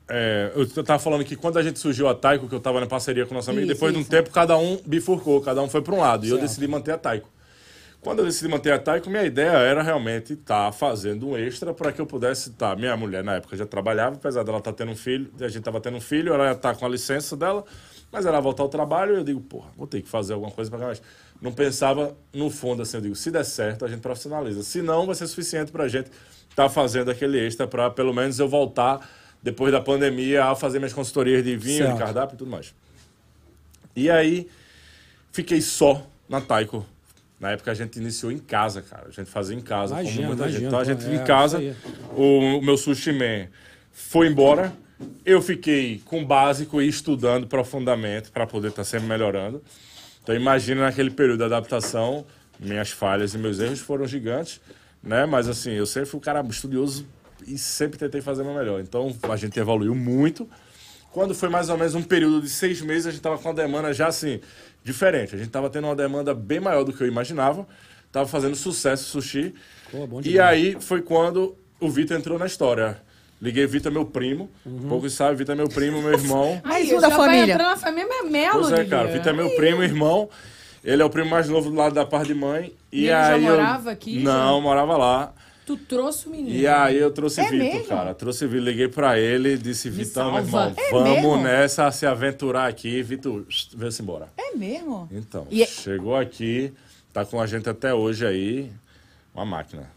S2: é, eu t- tava falando que quando a gente surgiu a Taiko, que eu tava na parceria com o nosso amigo,
S4: Isso,
S2: depois de um
S4: isso.
S2: tempo cada um bifurcou, cada um foi para um lado. E eu decidi manter a Taiko. Quando eu decidi manter a Taiko, minha ideia era realmente estar fazendo um extra para que eu pudesse estar. Minha mulher, na época, já trabalhava, apesar dela estar tendo um filho, a gente estava tendo um filho, ela ia estar com a licença dela, mas ela ia voltar ao trabalho e eu digo, porra, vou ter que fazer alguma coisa para ganhar mais. Não pensava no fundo assim, eu digo, se der certo, a gente profissionaliza. Se não, vai ser suficiente para a gente estar fazendo aquele extra para pelo menos eu voltar, depois da pandemia, a fazer minhas consultorias de vinho,
S1: Certo.
S2: de cardápio e tudo mais. E aí, fiquei só na Taiko. Na época a gente iniciou em casa, cara. A gente fazia em casa,
S1: Imagina,
S2: como muita
S1: imagina,
S2: gente. Então a gente
S1: pô, é,
S2: em casa,
S1: isso
S2: o, o meu sushi man foi embora. Eu fiquei com o básico e estudando profundamente para poder estar sempre melhorando. Então imagina naquele período de adaptação, minhas falhas e meus erros foram gigantes, né? Mas assim, eu sempre fui um cara estudioso e sempre tentei fazer o meu melhor. Então a gente evoluiu muito. Quando foi mais ou menos um período de seis meses, a gente estava com uma demanda já assim, diferente. A gente estava tendo uma demanda bem maior do que eu imaginava. Tava fazendo sucesso sushi.
S1: Pô, bom
S2: e
S1: demais.
S2: aí foi quando o Vitor entrou na história. Liguei Vitor, meu primo. Poucos sabem, Vitor é meu primo, meu irmão.
S3: Aí,
S4: Mais um da
S3: já Vai
S4: família.
S3: entrar na família Melo,
S2: Pois é,
S3: Lili.
S2: cara. Vitor é meu primo, irmão. Ele é o primo mais novo do lado da parte de mãe. E,
S3: E ele já
S2: aí
S3: morava
S2: eu...
S3: aqui,
S2: Não, morava lá.
S3: Tu trouxe o menino.
S2: E aí eu trouxe
S4: É
S2: Vitor,
S4: mesmo?
S2: cara. Trouxe Vitor, liguei pra ele, disse, Vitão, meu
S3: salva.
S2: irmão,
S4: É
S2: vamos
S4: mesmo?
S2: nessa se aventurar aqui. Vitor, veio-se embora.
S4: É mesmo?
S2: Então,
S4: E é-
S2: chegou aqui, tá com a gente até hoje aí. Uma máquina.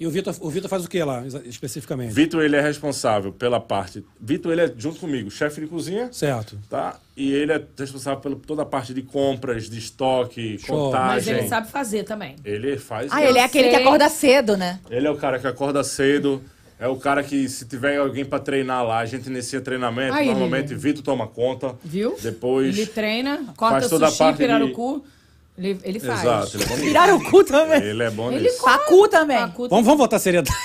S1: E o Vitor o Vitor faz o que lá, exa- especificamente?
S2: Vitor, ele é responsável pela parte. Vitor, ele é junto comigo, chefe de cozinha.
S1: Certo.
S2: Tá? E ele é responsável pela toda a parte de compras, de
S1: Show.
S2: estoque,
S3: Mas
S2: contagem.
S3: ele sabe fazer também.
S2: Ele faz.
S4: Ah, ele é aquele que
S3: sei.
S4: acorda cedo, né?
S2: Ele é o cara que acorda cedo, É o cara que, se tiver alguém pra treinar lá, a gente inicia treinamento,
S3: Aí,
S2: normalmente
S3: Lívia.
S2: Vitor toma conta.
S3: Viu?
S2: Depois.
S3: Ele treina, corta
S2: faz toda a
S3: sushi,
S2: parte de-
S3: pirarucu. Ele, ele faz.
S2: Exato, ele é bom nisso.
S5: Tiraram o cu também.
S2: Ele é bom
S3: Ele
S2: nisso.
S5: Pacu também.
S3: Pacu-
S1: Vamos, vamos votar seriedade.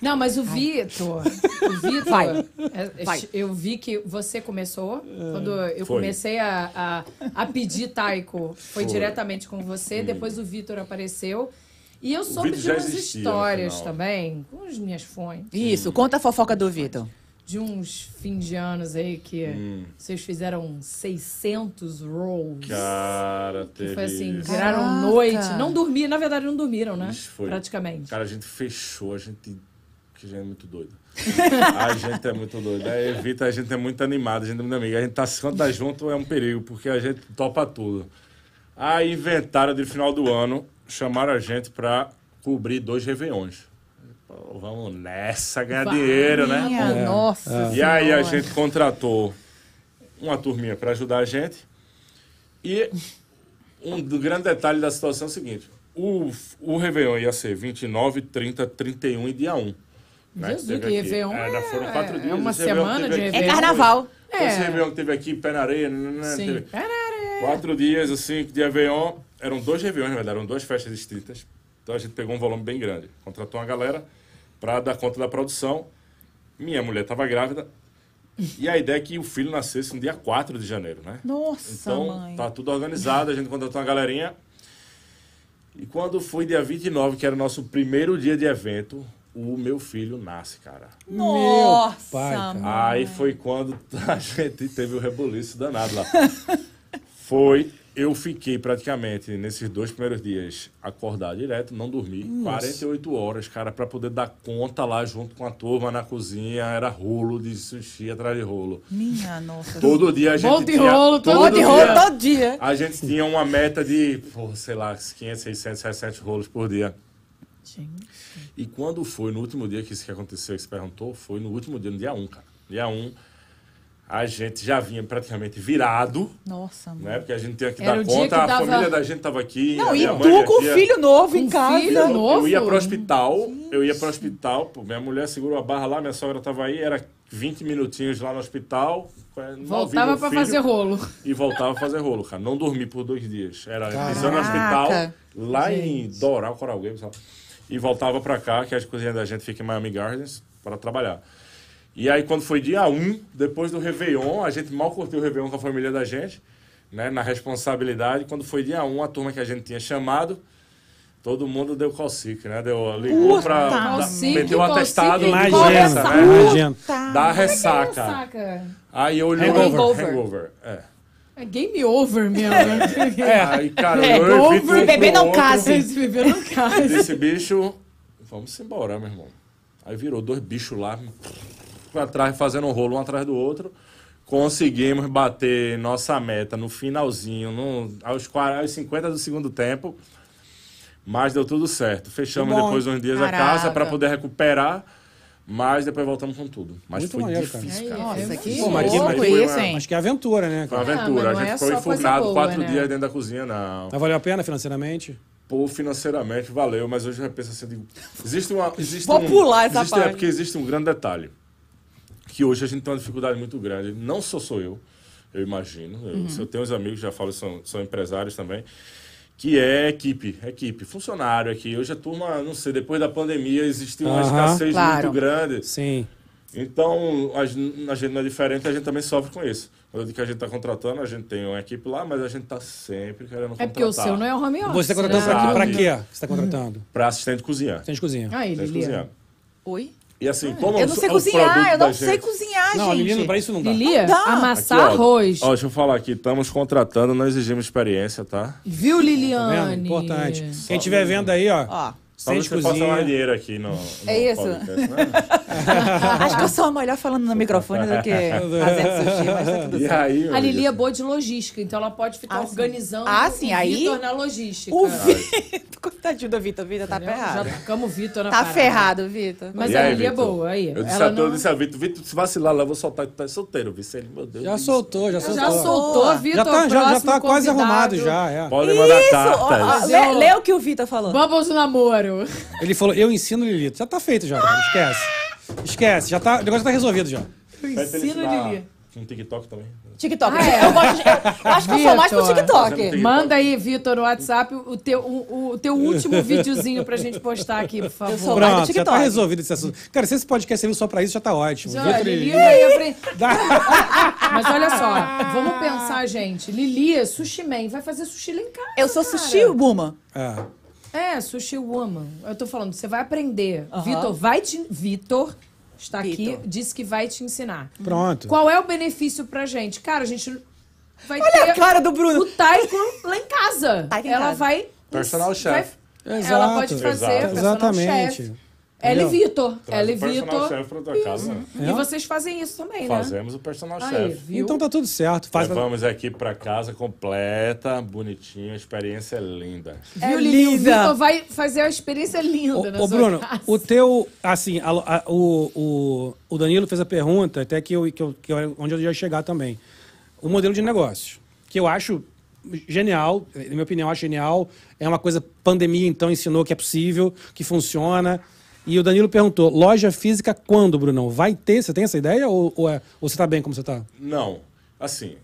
S3: Não, mas o Vitor. O Vitor.
S5: Vai.
S3: é, é,
S5: Vai.
S3: Eu vi que você começou. Quando eu
S2: É, Foi.
S3: comecei a, a, a pedir taiko, foi,
S2: Foi.
S3: diretamente com você. Depois o Vitor apareceu. E eu soube
S2: Vitor
S3: de
S2: já
S3: umas
S2: existia,
S3: histórias
S2: afinal.
S3: também, com as minhas fontes.
S5: Isso, conta a fofoca do Vitor.
S3: de uns fins de anos aí que
S2: Hum.
S3: vocês fizeram 600 rolls.
S2: Cara,
S3: que
S2: teve.
S3: foi assim,
S2: isso.
S3: viraram
S5: Caraca.
S3: noite. Não dormiram, na verdade não dormiram, né?
S2: Isso foi.
S3: Praticamente.
S2: Cara, a gente fechou, a gente. Que já é muito doido. a gente é muito doido. A Evita, a gente é muito animado, a gente é muito amigo. A gente tá, quando tá junto é um perigo, porque a gente topa tudo. Aí inventaram de final do ano, chamaram a gente pra cobrir dois Réveillons. Pô, vamos nessa, ganhar dinheiro,
S1: É.
S2: né?
S3: Minha Nossa.
S2: E aí a gente contratou uma turminha para ajudar a gente. E um do- grande detalhe da situação é o seguinte: o, o Réveillon ia ser 29, 30, 31 e dia 1. né?
S3: Jesus,
S2: Teve
S3: que
S2: aqui.
S3: Réveillon
S2: Era- foram quatro
S3: é-
S2: dias.
S3: é uma
S2: esse Réveillon
S3: semana
S2: teve
S3: de
S2: aqui-
S5: É
S3: Réveillon.
S5: carnaval.
S3: É.
S2: Esse Réveillon que teve aqui, pé na areia. né, né,
S3: Sim.
S2: teve-
S3: Caralho.
S2: Quatro dias, assim, de Réveillon. Eram dois Réveillons, na verdade, eram duas festas distintas. Então a gente pegou um volume bem grande. Contratou uma galera para dar conta da produção. Minha mulher estava grávida. E a ideia é que o filho nascesse no dia 4 de janeiro, né?
S5: Nossa,
S2: Então,
S5: mãe.
S2: tá tudo organizado, a gente contratou uma galerinha. E quando foi dia 29, que era o nosso primeiro dia de evento, o meu filho nasce, cara.
S5: Nossa,
S1: pai, cara.
S5: mãe.
S2: Aí foi quando a gente teve o rebuliço danado lá. Foi, eu fiquei praticamente nesses dois primeiros dias acordar direto, não dormi. 48 horas, cara, pra poder dar conta lá junto com a turma na cozinha. Era rolo de sushi atrás de rolo.
S5: Minha nossa.
S2: Todo dia a gente.
S3: Bolo de
S2: tinha-
S3: rolo, todo
S5: Todo de
S2: dia
S5: rolo todo dia.
S2: A gente tinha uma meta de, pô, sei lá, 500, 600, 700 rolos por dia. E quando foi no último dia que isso que aconteceu, que você perguntou, foi no último dia, no dia 1, cara. Dia 1, a gente já vinha praticamente virado,
S5: Nossa, mãe.
S2: né? Porque a gente tinha que
S3: Era o
S2: dar
S3: dia
S2: conta,
S3: que
S2: a
S3: dava-
S2: família da gente tava aqui. a
S5: Não, e
S2: minha mãe
S5: tu
S2: já
S5: com
S2: tinha-
S5: filho novo em
S3: Um
S5: casa.
S3: filho novo.
S2: Eu ia pro hospital, eu ia pro hospital, pô, minha mulher segurou a barra lá, minha sogra tava aí, era 20 minutinhos lá no hospital. é, novinho,
S3: Voltava
S2: o
S3: pra
S2: filho,
S3: fazer rolo.
S2: E voltava a fazer rolo, cara. Não dormi por dois dias. Era visando no hospital, lá em Doral, Coral Gables, sei lá. e voltava pra cá, que as cozinhas da gente ficam em Miami Gardens, para trabalhar. E aí, quando foi dia 1, depois do Réveillon, a gente mal curtiu o Réveillon com a família da gente, né, na responsabilidade. Quando foi dia 1, a turma que a gente tinha chamado, todo mundo deu calcique, né? Deu, ligou pra. da-
S3: Calcique,
S2: meteu o
S3: calcique,
S2: atestado.
S1: Imagina,
S2: doença, né?
S1: imagina.
S2: Da ressaca.
S3: Saca.
S2: Aí eu olhei
S1: Hangover.
S2: Hangover. É.
S3: É game over mesmo. né?
S2: É, aí, cara,
S3: É,
S2: eu
S3: over,
S2: evito um pro
S5: bebê não
S2: outro,
S5: case.
S3: Vocês viveram no caso.
S2: Desse bicho, vamos embora, meu irmão. Aí virou dois bichos lá, pra trás, fazendo um rolo um atrás do outro. Conseguimos bater nossa meta no finalzinho, no, aos, 40, aos 50 do segundo tempo. Mas deu tudo certo. Fechamos
S1: Que bom.
S2: depois uns dias
S5: Caraca.
S2: a casa pra poder recuperar. Mas depois voltamos com tudo. Mas
S1: Muito
S2: foi
S1: maneiro, cara.
S2: difícil, cara.
S5: Nossa, que
S3: Pô,
S1: mas
S5: louco
S2: isso aí foi
S5: isso,
S2: uma-
S5: hein?
S1: Acho que é aventura, né?
S2: Foi
S1: cara?
S2: uma
S3: Ah,
S2: aventura.
S3: mas não
S2: a gente
S3: é
S2: ficou
S3: só coisa
S2: enfurnado
S3: boa,
S2: quatro
S3: né?
S2: dias dentro da cozinha, não.
S1: Mas valeu a pena financeiramente?
S2: Pô, financeiramente valeu, mas hoje eu penso assim, digo, existe uma... Existe
S5: Vou
S2: um,
S5: pular essa
S2: existe, é,
S5: parte.
S2: porque existe um grande detalhe, que hoje a gente tem uma dificuldade muito grande, não só sou eu, eu imagino,
S3: Uhum.
S2: eu, se eu tenho uns amigos, já falo, são, são empresários também, que é equipe, equipe, funcionário aqui. Hoje a turma, não sei, depois da pandemia existiu uma
S1: Aham.
S2: escassez
S5: Claro.
S2: muito grande.
S1: Sim.
S2: Então, a gen- a gente não é diferente, a gente também sofre com isso. Quando eu digo que a gente está contratando, a gente tem uma equipe lá, mas a gente está sempre querendo contratar.
S3: É porque o seu não é o home office.
S1: Você tá contratando pra quê?
S2: Exato.
S1: Pra quê que você tá contratando?
S2: Para assistente de cozinhar.
S1: Tem de cozinha.
S3: Aí,
S2: Assistente de
S3: Lilia.
S2: cozinhar.
S5: Oi?
S2: Tá E
S3: Ah,
S2: assim, como
S5: Eu não
S2: o-
S5: sei
S2: o
S5: cozinhar,
S2: produto
S5: eu não
S2: da
S5: sei
S2: gente-
S5: cozinhar,
S1: Não,
S5: gente.
S1: menino, pra isso não dá.
S3: Lilia,
S5: Não dá.
S2: Aqui,
S3: amassar
S2: ó,
S3: arroz.
S2: Ó, deixa eu falar aqui, estamos contratando, não exigimos experiência, tá?
S3: Viu,
S1: Tá
S3: Liliane?
S1: vendo? Importante. Quem tiver vendo aí, ó.
S5: Ó,
S2: Só
S1: Sente
S2: você passar mais
S1: cozinha.
S2: dinheiro aqui no, no
S5: É isso.
S2: podcast, né?
S5: acho que eu sou a melhor falando no microfone do que fazendo sushi, mas tá tudo
S2: E aí,
S3: A Lili é boa de logística, então ela pode ficar
S5: Ah, sim.
S3: organizando
S5: Ah, sim,
S3: o
S5: aí-
S3: Vitor na logística.
S5: O Vitor, coitadinho do Vitor, Vitor tá
S3: Entendeu?
S5: ferrado.
S3: Já tocamos o Vitor na
S5: Tá
S3: parada.
S5: ferrado, Vitor.
S3: Mas
S2: E
S3: a
S2: aí,
S3: Lili é
S2: Vitor?
S3: boa, aí.
S2: Eu disse,
S3: ela
S2: a,
S3: não...
S2: eu disse a Vitor, Vitor, se vacilar lá, eu vou soltar que tu é solteiro, Vicente, meu Deus.
S1: Já
S2: do céu.
S1: soltou, já soltou.
S3: Já soltou, Vitor.
S1: Já tá, já, já
S3: próximo
S1: tá quase
S3: convidado.
S1: arrumado já, é.
S2: Podem mandar
S5: Isso! ó, ó,
S2: cartas.
S5: lê, lê o que o Vitor falou.
S3: Vamos no namoro. meu.
S1: Ele falou, eu ensino Lilito. Já tá feito já, cara. Esquece. Esquece. Já tá, o negócio já tá resolvido já.
S3: Eu
S2: Pede pra ele
S3: ensino
S2: ensinar
S3: Lili.
S2: No TikTok também.
S5: TikTok.
S3: Ah, é?
S5: Eu gosto de- eu acho que eu sou mais pro
S3: Vitor.
S5: TikTok.
S3: Manda aí, Vitor, no WhatsApp, o teu, o, o teu último videozinho pra gente postar aquaqui, por favor.
S5: sou mais do
S1: Pronto, já tá
S5: TikTok.
S1: resolvido esse assunto. Cara, se esse podcast serviu só pra isso, já tá ótimo.
S3: Mas, olha,
S1: Vitor e
S3: Lili
S1: Lilito.
S3: vai aprender.
S1: Dá-
S3: Mas olha só, vamos pensar, gente. Lili, é sushi man, vai fazer sushi lá em casa.
S5: Eu sou
S3: cara.
S5: sushi woman.
S1: É.
S3: É, sushi woman. Eu tô falando, você vai aprender. Vitor vai te... Vitor está aqui,
S5: Vitor.
S3: disse que vai te ensinar.
S1: Pronto.
S3: Qual é o benefício pra gente? Cara, a gente vai ter
S5: É a cara do Bruno.
S3: o Taiko lá em casa.
S5: Taiko em
S3: Ela
S5: casa.
S3: vai...
S2: Personal chef.
S3: vai- Ela
S1: Exato.
S3: pode fazer
S2: Exato.
S3: é personal
S1: Exatamente.
S3: chef. Ela e
S1: Entendeu? Uhum. É.
S3: Vitor.
S2: Traz
S3: Ela e
S2: o personal
S3: Vitor.
S2: chef pra tua casa.
S3: E vocês fazem isso também, né?
S2: Fazemos o personal
S3: Aí,
S2: chef.
S3: viu?
S1: Então tá tudo certo. Faz
S2: Levamos aqui pra casa completa, bonitinho, a experiência é linda.
S3: Viu,
S5: É
S3: Lili? O
S5: linda.
S3: Vitor vai fazer a experiência linda
S1: Ô,
S3: na
S1: ô,
S3: sua
S1: Bruno,
S3: casa.
S1: o teu. Assim, a- a- o, o, o Danilo fez a pergunta, até que eu, que eu, que eu- onde eu ia chegar também. O modelo de negócios, que eu acho genial, na minha opinião, eu acho genial. É uma coisa, pandemia então ensinou que é possível, que funciona. E o Danilo perguntou: loja física quando, Brunão? Vai ter? Você tem essa ideia? Ou, ou, é- ou você tá bem como você tá?
S2: Não, assim,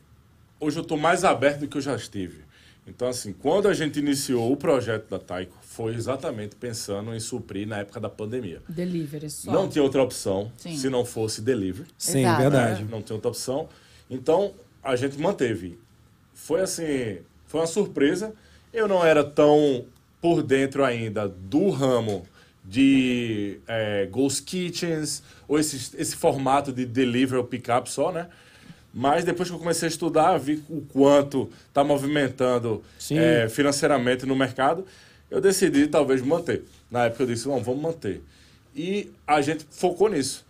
S2: hoje eu tô mais aberto do que eu já estive. Então, assim, quando a gente iniciou o projeto da Taiko, foi exatamente pensando em suprir na época da pandemia.
S3: Delivery só.
S2: Não tinha outra opção se não fosse delivery.
S1: Sim,
S5: Exato.
S1: É verdade.
S2: né? Não tinha outra opção. Então, a gente manteve. Foi assim, foi uma surpresa. Eu não era tão por dentro ainda do ramo de é, Ghost Kitchens, ou esse, esse formato de delivery ou pick-up só, né? Mas depois que eu comecei a estudar, vi o quanto está movimentando
S1: Sim.
S2: é, financeiramente no mercado, eu decidi talvez manter. Na época eu disse, não, vamos manter. E a gente focou nisso.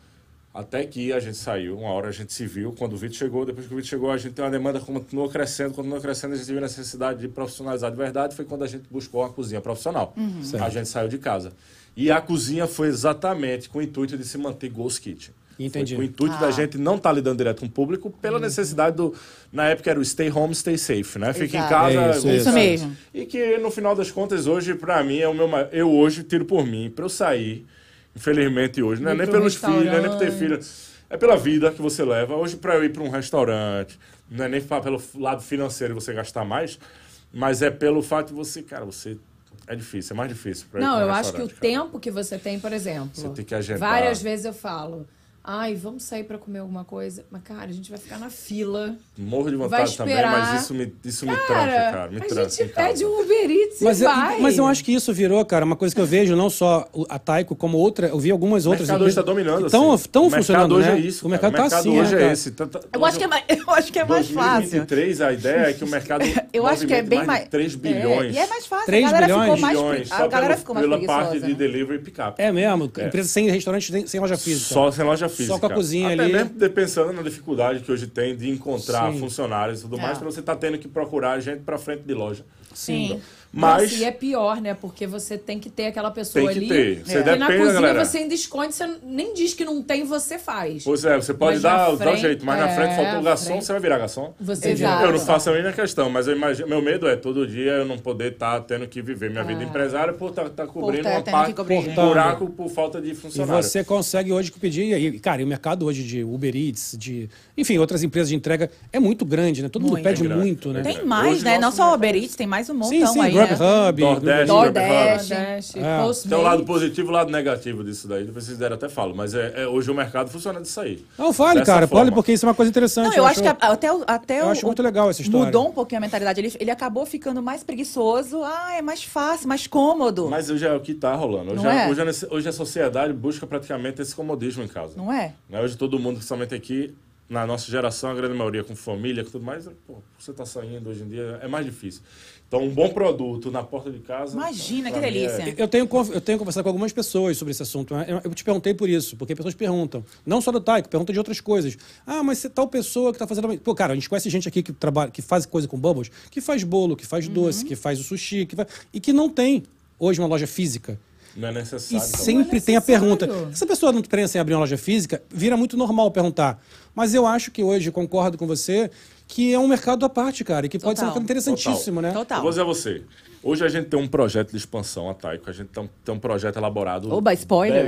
S2: Até que a gente saiu, uma hora a gente se viu, quando o Vitor chegou, depois que o Vitor chegou, a gente tem uma demanda que continuou crescendo, continuou crescendo, a gente viu a necessidade de profissionalizar de verdade, foi quando a gente buscou uma cozinha profissional. A gente saiu de casa. E a cozinha foi exatamente com o intuito de se manter Ghost Kitchen.
S1: Entendi.
S2: Foi com o intuito da gente não estar lidando direto com o público, pela necessidade do... Na época era o stay home, stay safe, né? Fica em
S5: Exato.
S2: casa...
S1: É isso,
S2: vamos
S1: isso.
S2: sair.
S5: mesmo.
S2: E que no final das contas, hoje, pra mim, é o meu. ma- Eu hoje tiro por mim, pra eu sair, infelizmente hoje, não é
S3: Ir
S2: nem
S3: pra um
S2: pelos filhos, não é nem por ter
S3: restaurante.
S2: filho. É pela vida que você leva. Hoje, pra eu ir pra um restaurante, não é nem fa- pelo f- lado financeiro você gastar mais, mas é pelo fato de você, cara, você. É difícil, é mais difícil. Pra ir
S3: Não,
S2: pra um
S3: eu acho que o
S2: restaurante, cara.
S3: tempo que você tem, por exemplo.
S2: Você tem que agendar.
S3: Várias vezes eu falo. Ai, vamos sair pra comer alguma coisa. Mas, cara, a gente vai ficar na fila.
S2: Morro de
S3: vai
S2: vontade também,
S3: esperar.
S2: mas isso me, isso me tranca,
S3: Cara,
S2: cara. Me
S3: a
S2: tranca. em
S3: gente
S2: casa.
S3: pede um Uber Eats
S1: Mas
S3: e
S1: eu,
S3: vai.
S1: mas eu acho que isso virou, cara, uma coisa que eu vejo, não só o- a Taiko, como outra. Eu vi algumas
S2: O
S1: outras.
S2: mercado hoje está dominando.
S1: Estão
S2: assim.
S1: tão
S2: o mercado
S1: funcionando.
S2: hoje
S1: né?
S2: é isso.
S1: O
S2: cara.
S1: mercado, tá assim.
S2: hoje
S1: né,
S2: é
S1: cara?
S2: esse. Tá- tá-
S5: Eu acho que é mais, eu acho que é mais fácil.
S2: 2023, a ideia é que o mercado.
S5: Eu acho que é
S2: movimenta
S5: bem
S2: mais.
S5: mais.
S2: de 3 bilhões.
S5: É, e é mais fácil.
S1: 3
S5: a galera
S1: bilhões?
S5: ficou mais.
S2: bilhões,
S5: pre-
S2: só
S5: A galera
S2: pelo-
S5: ficou mais
S2: Pela parte
S5: preguiçosa.
S2: de
S5: né?
S2: delivery e pick-up.
S1: É mesmo?
S2: É.
S1: Empresa sem restaurante, sem- sem loja física.
S2: Só sem loja física.
S1: com a cozinha
S2: Até
S1: ali.
S2: mesmo de- pensando na dificuldade que hoje tem de encontrar
S1: Sim.
S2: funcionários e tudo
S5: É.
S2: mais, para você estar tendo que procurar gente para frente de loja.
S1: Sim.
S3: Nossa,
S2: Mas
S3: e é pior, né? Porque você tem que ter aquela pessoa
S2: tem que
S3: ali. É.
S2: ter. Você
S3: E na
S2: depende,
S3: cozinha
S2: galera.
S3: você ainda esconde, você nem diz que não tem, você faz.
S2: Pois é, você pode
S3: Mas na
S2: dar, dar o
S3: frente-
S2: jeito, mas na
S3: é,
S2: frente faltou o garçom,
S3: frente.
S2: você vai virar garçom.
S3: Você
S5: Exato.
S2: Eu não
S3: vira.
S2: faço a mínima questão, mas eu imagino, meu medo é todo dia eu não poder estar tendo que viver minha vida empresária por estar cobrindo
S5: tá
S2: uma
S5: tendo
S2: parte,
S5: que cobrir.
S2: por buraco por falta de
S1: E
S2: funcionário.
S1: você consegue hoje que pedir. E, cara, e o mercado hoje de Uber Eats, de. Enfim, outras empresas de entrega é muito grande, né? Todo mundo pede
S2: grande,
S1: muito, né?
S2: é
S5: Tem
S2: Hoje
S5: mais, né?
S2: nosso
S5: Não só o Uber Eats, tem mais um
S1: Sim,
S5: montão
S1: sim,
S5: aí. né?
S1: Grubhub, ah,
S2: Nordeste,
S1: Uber Eats.
S5: Nordeste.
S3: Nordeste,
S1: É.
S3: Postmates.
S2: Tem o lado positivo e o lado negativo disso daí. Depois vocês deram até falo. Mas é, é- hoje o mercado funciona disso aí.
S1: Não, fale,
S2: Dessa
S1: cara.
S2: forma.
S1: Fale, porque isso é uma coisa interessante.
S5: Não, eu acho que
S1: acho-
S5: a- até, o- até
S1: eu
S5: o-
S1: acho muito legal essa história.
S5: Mudou um pouquinho a mentalidade. Ele, ele acabou ficando mais preguiçoso. Ah, é mais fácil, mais cômodo.
S2: Mas hoje é o que tá rolando. Hoje,
S5: Não
S2: é-
S5: é?
S2: hoje, a nece- hoje a sociedade busca praticamente esse comodismo em casa.
S5: Não é?
S2: Né? Hoje todo mundo, principalmente aqui, na nossa geração, a grande maioria com família, com tudo mais, pô, você tá saindo hoje em dia, é mais difícil. Então, um bom produto na porta de casa.
S5: Imagina,
S2: pra
S5: que
S2: mim, é-
S5: delícia.
S1: Eu tenho, conf- eu tenho conversado com algumas pessoas sobre esse assunto. né? Eu- Eu te perguntei por isso, porque pessoas perguntam. Não só do Taiko, perguntam de outras coisas. Ah, mas se tal pessoa que tá fazendo. Pô, cara, a gente conhece gente aqui que trabalha, que faz coisa com bubbles, que faz bolo, que
S5: Uhum.
S1: faz doce, que faz o sushi, que faz... e que não tem hoje uma loja física.
S2: Não é
S1: E
S2: necessário. então.
S1: sempre tem a
S3: necessário.
S1: pergunta. Se a pessoa não pensa em abrir uma loja física, vira muito normal perguntar. Mas eu acho que hoje, concordo com você, que é um mercado à parte, cara, e que pode ser um
S5: Total.
S1: mercado interessantíssimo, né?
S5: Total.
S2: Eu vou dizer a você. Hoje a gente tem um projeto de expansão, a Taiko. A gente tem um, tem um projeto elaborado.
S5: Oba, spoiler.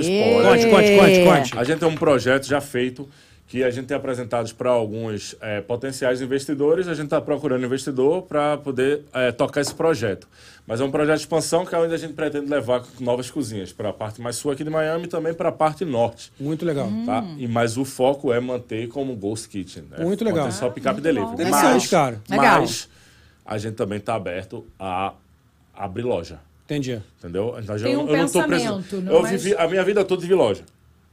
S5: Ê.
S2: spoiler.
S1: Conte, conte, conte, conte.
S2: A gente tem um projeto já feito que a gente tem apresentado para alguns eh, potenciais investidores. A gente está procurando investidor para poder eh, tocar esse projeto. Mas é um projeto de expansão que é onde a gente pretende levar novas cozinhas para a parte mais sul aqui de Miami e também para a parte norte.
S1: Muito legal.
S5: Uhum.
S2: Tá? E, mas o foco é manter como Ghost Kitchen. Né?
S1: Muito legal. é
S2: Manter só picape delivery.
S1: Interessante,
S2: mas,
S1: cara.
S5: Legal.
S2: Mas a gente também está aberto a abrir loja.
S1: Entendi.
S2: Entendeu? Então,
S3: Tem
S2: eu,
S3: um
S2: eu não tô
S3: pensamento,
S2: preso-
S3: não
S2: Eu
S3: é?
S2: vivi, a minha vida toda tive loja.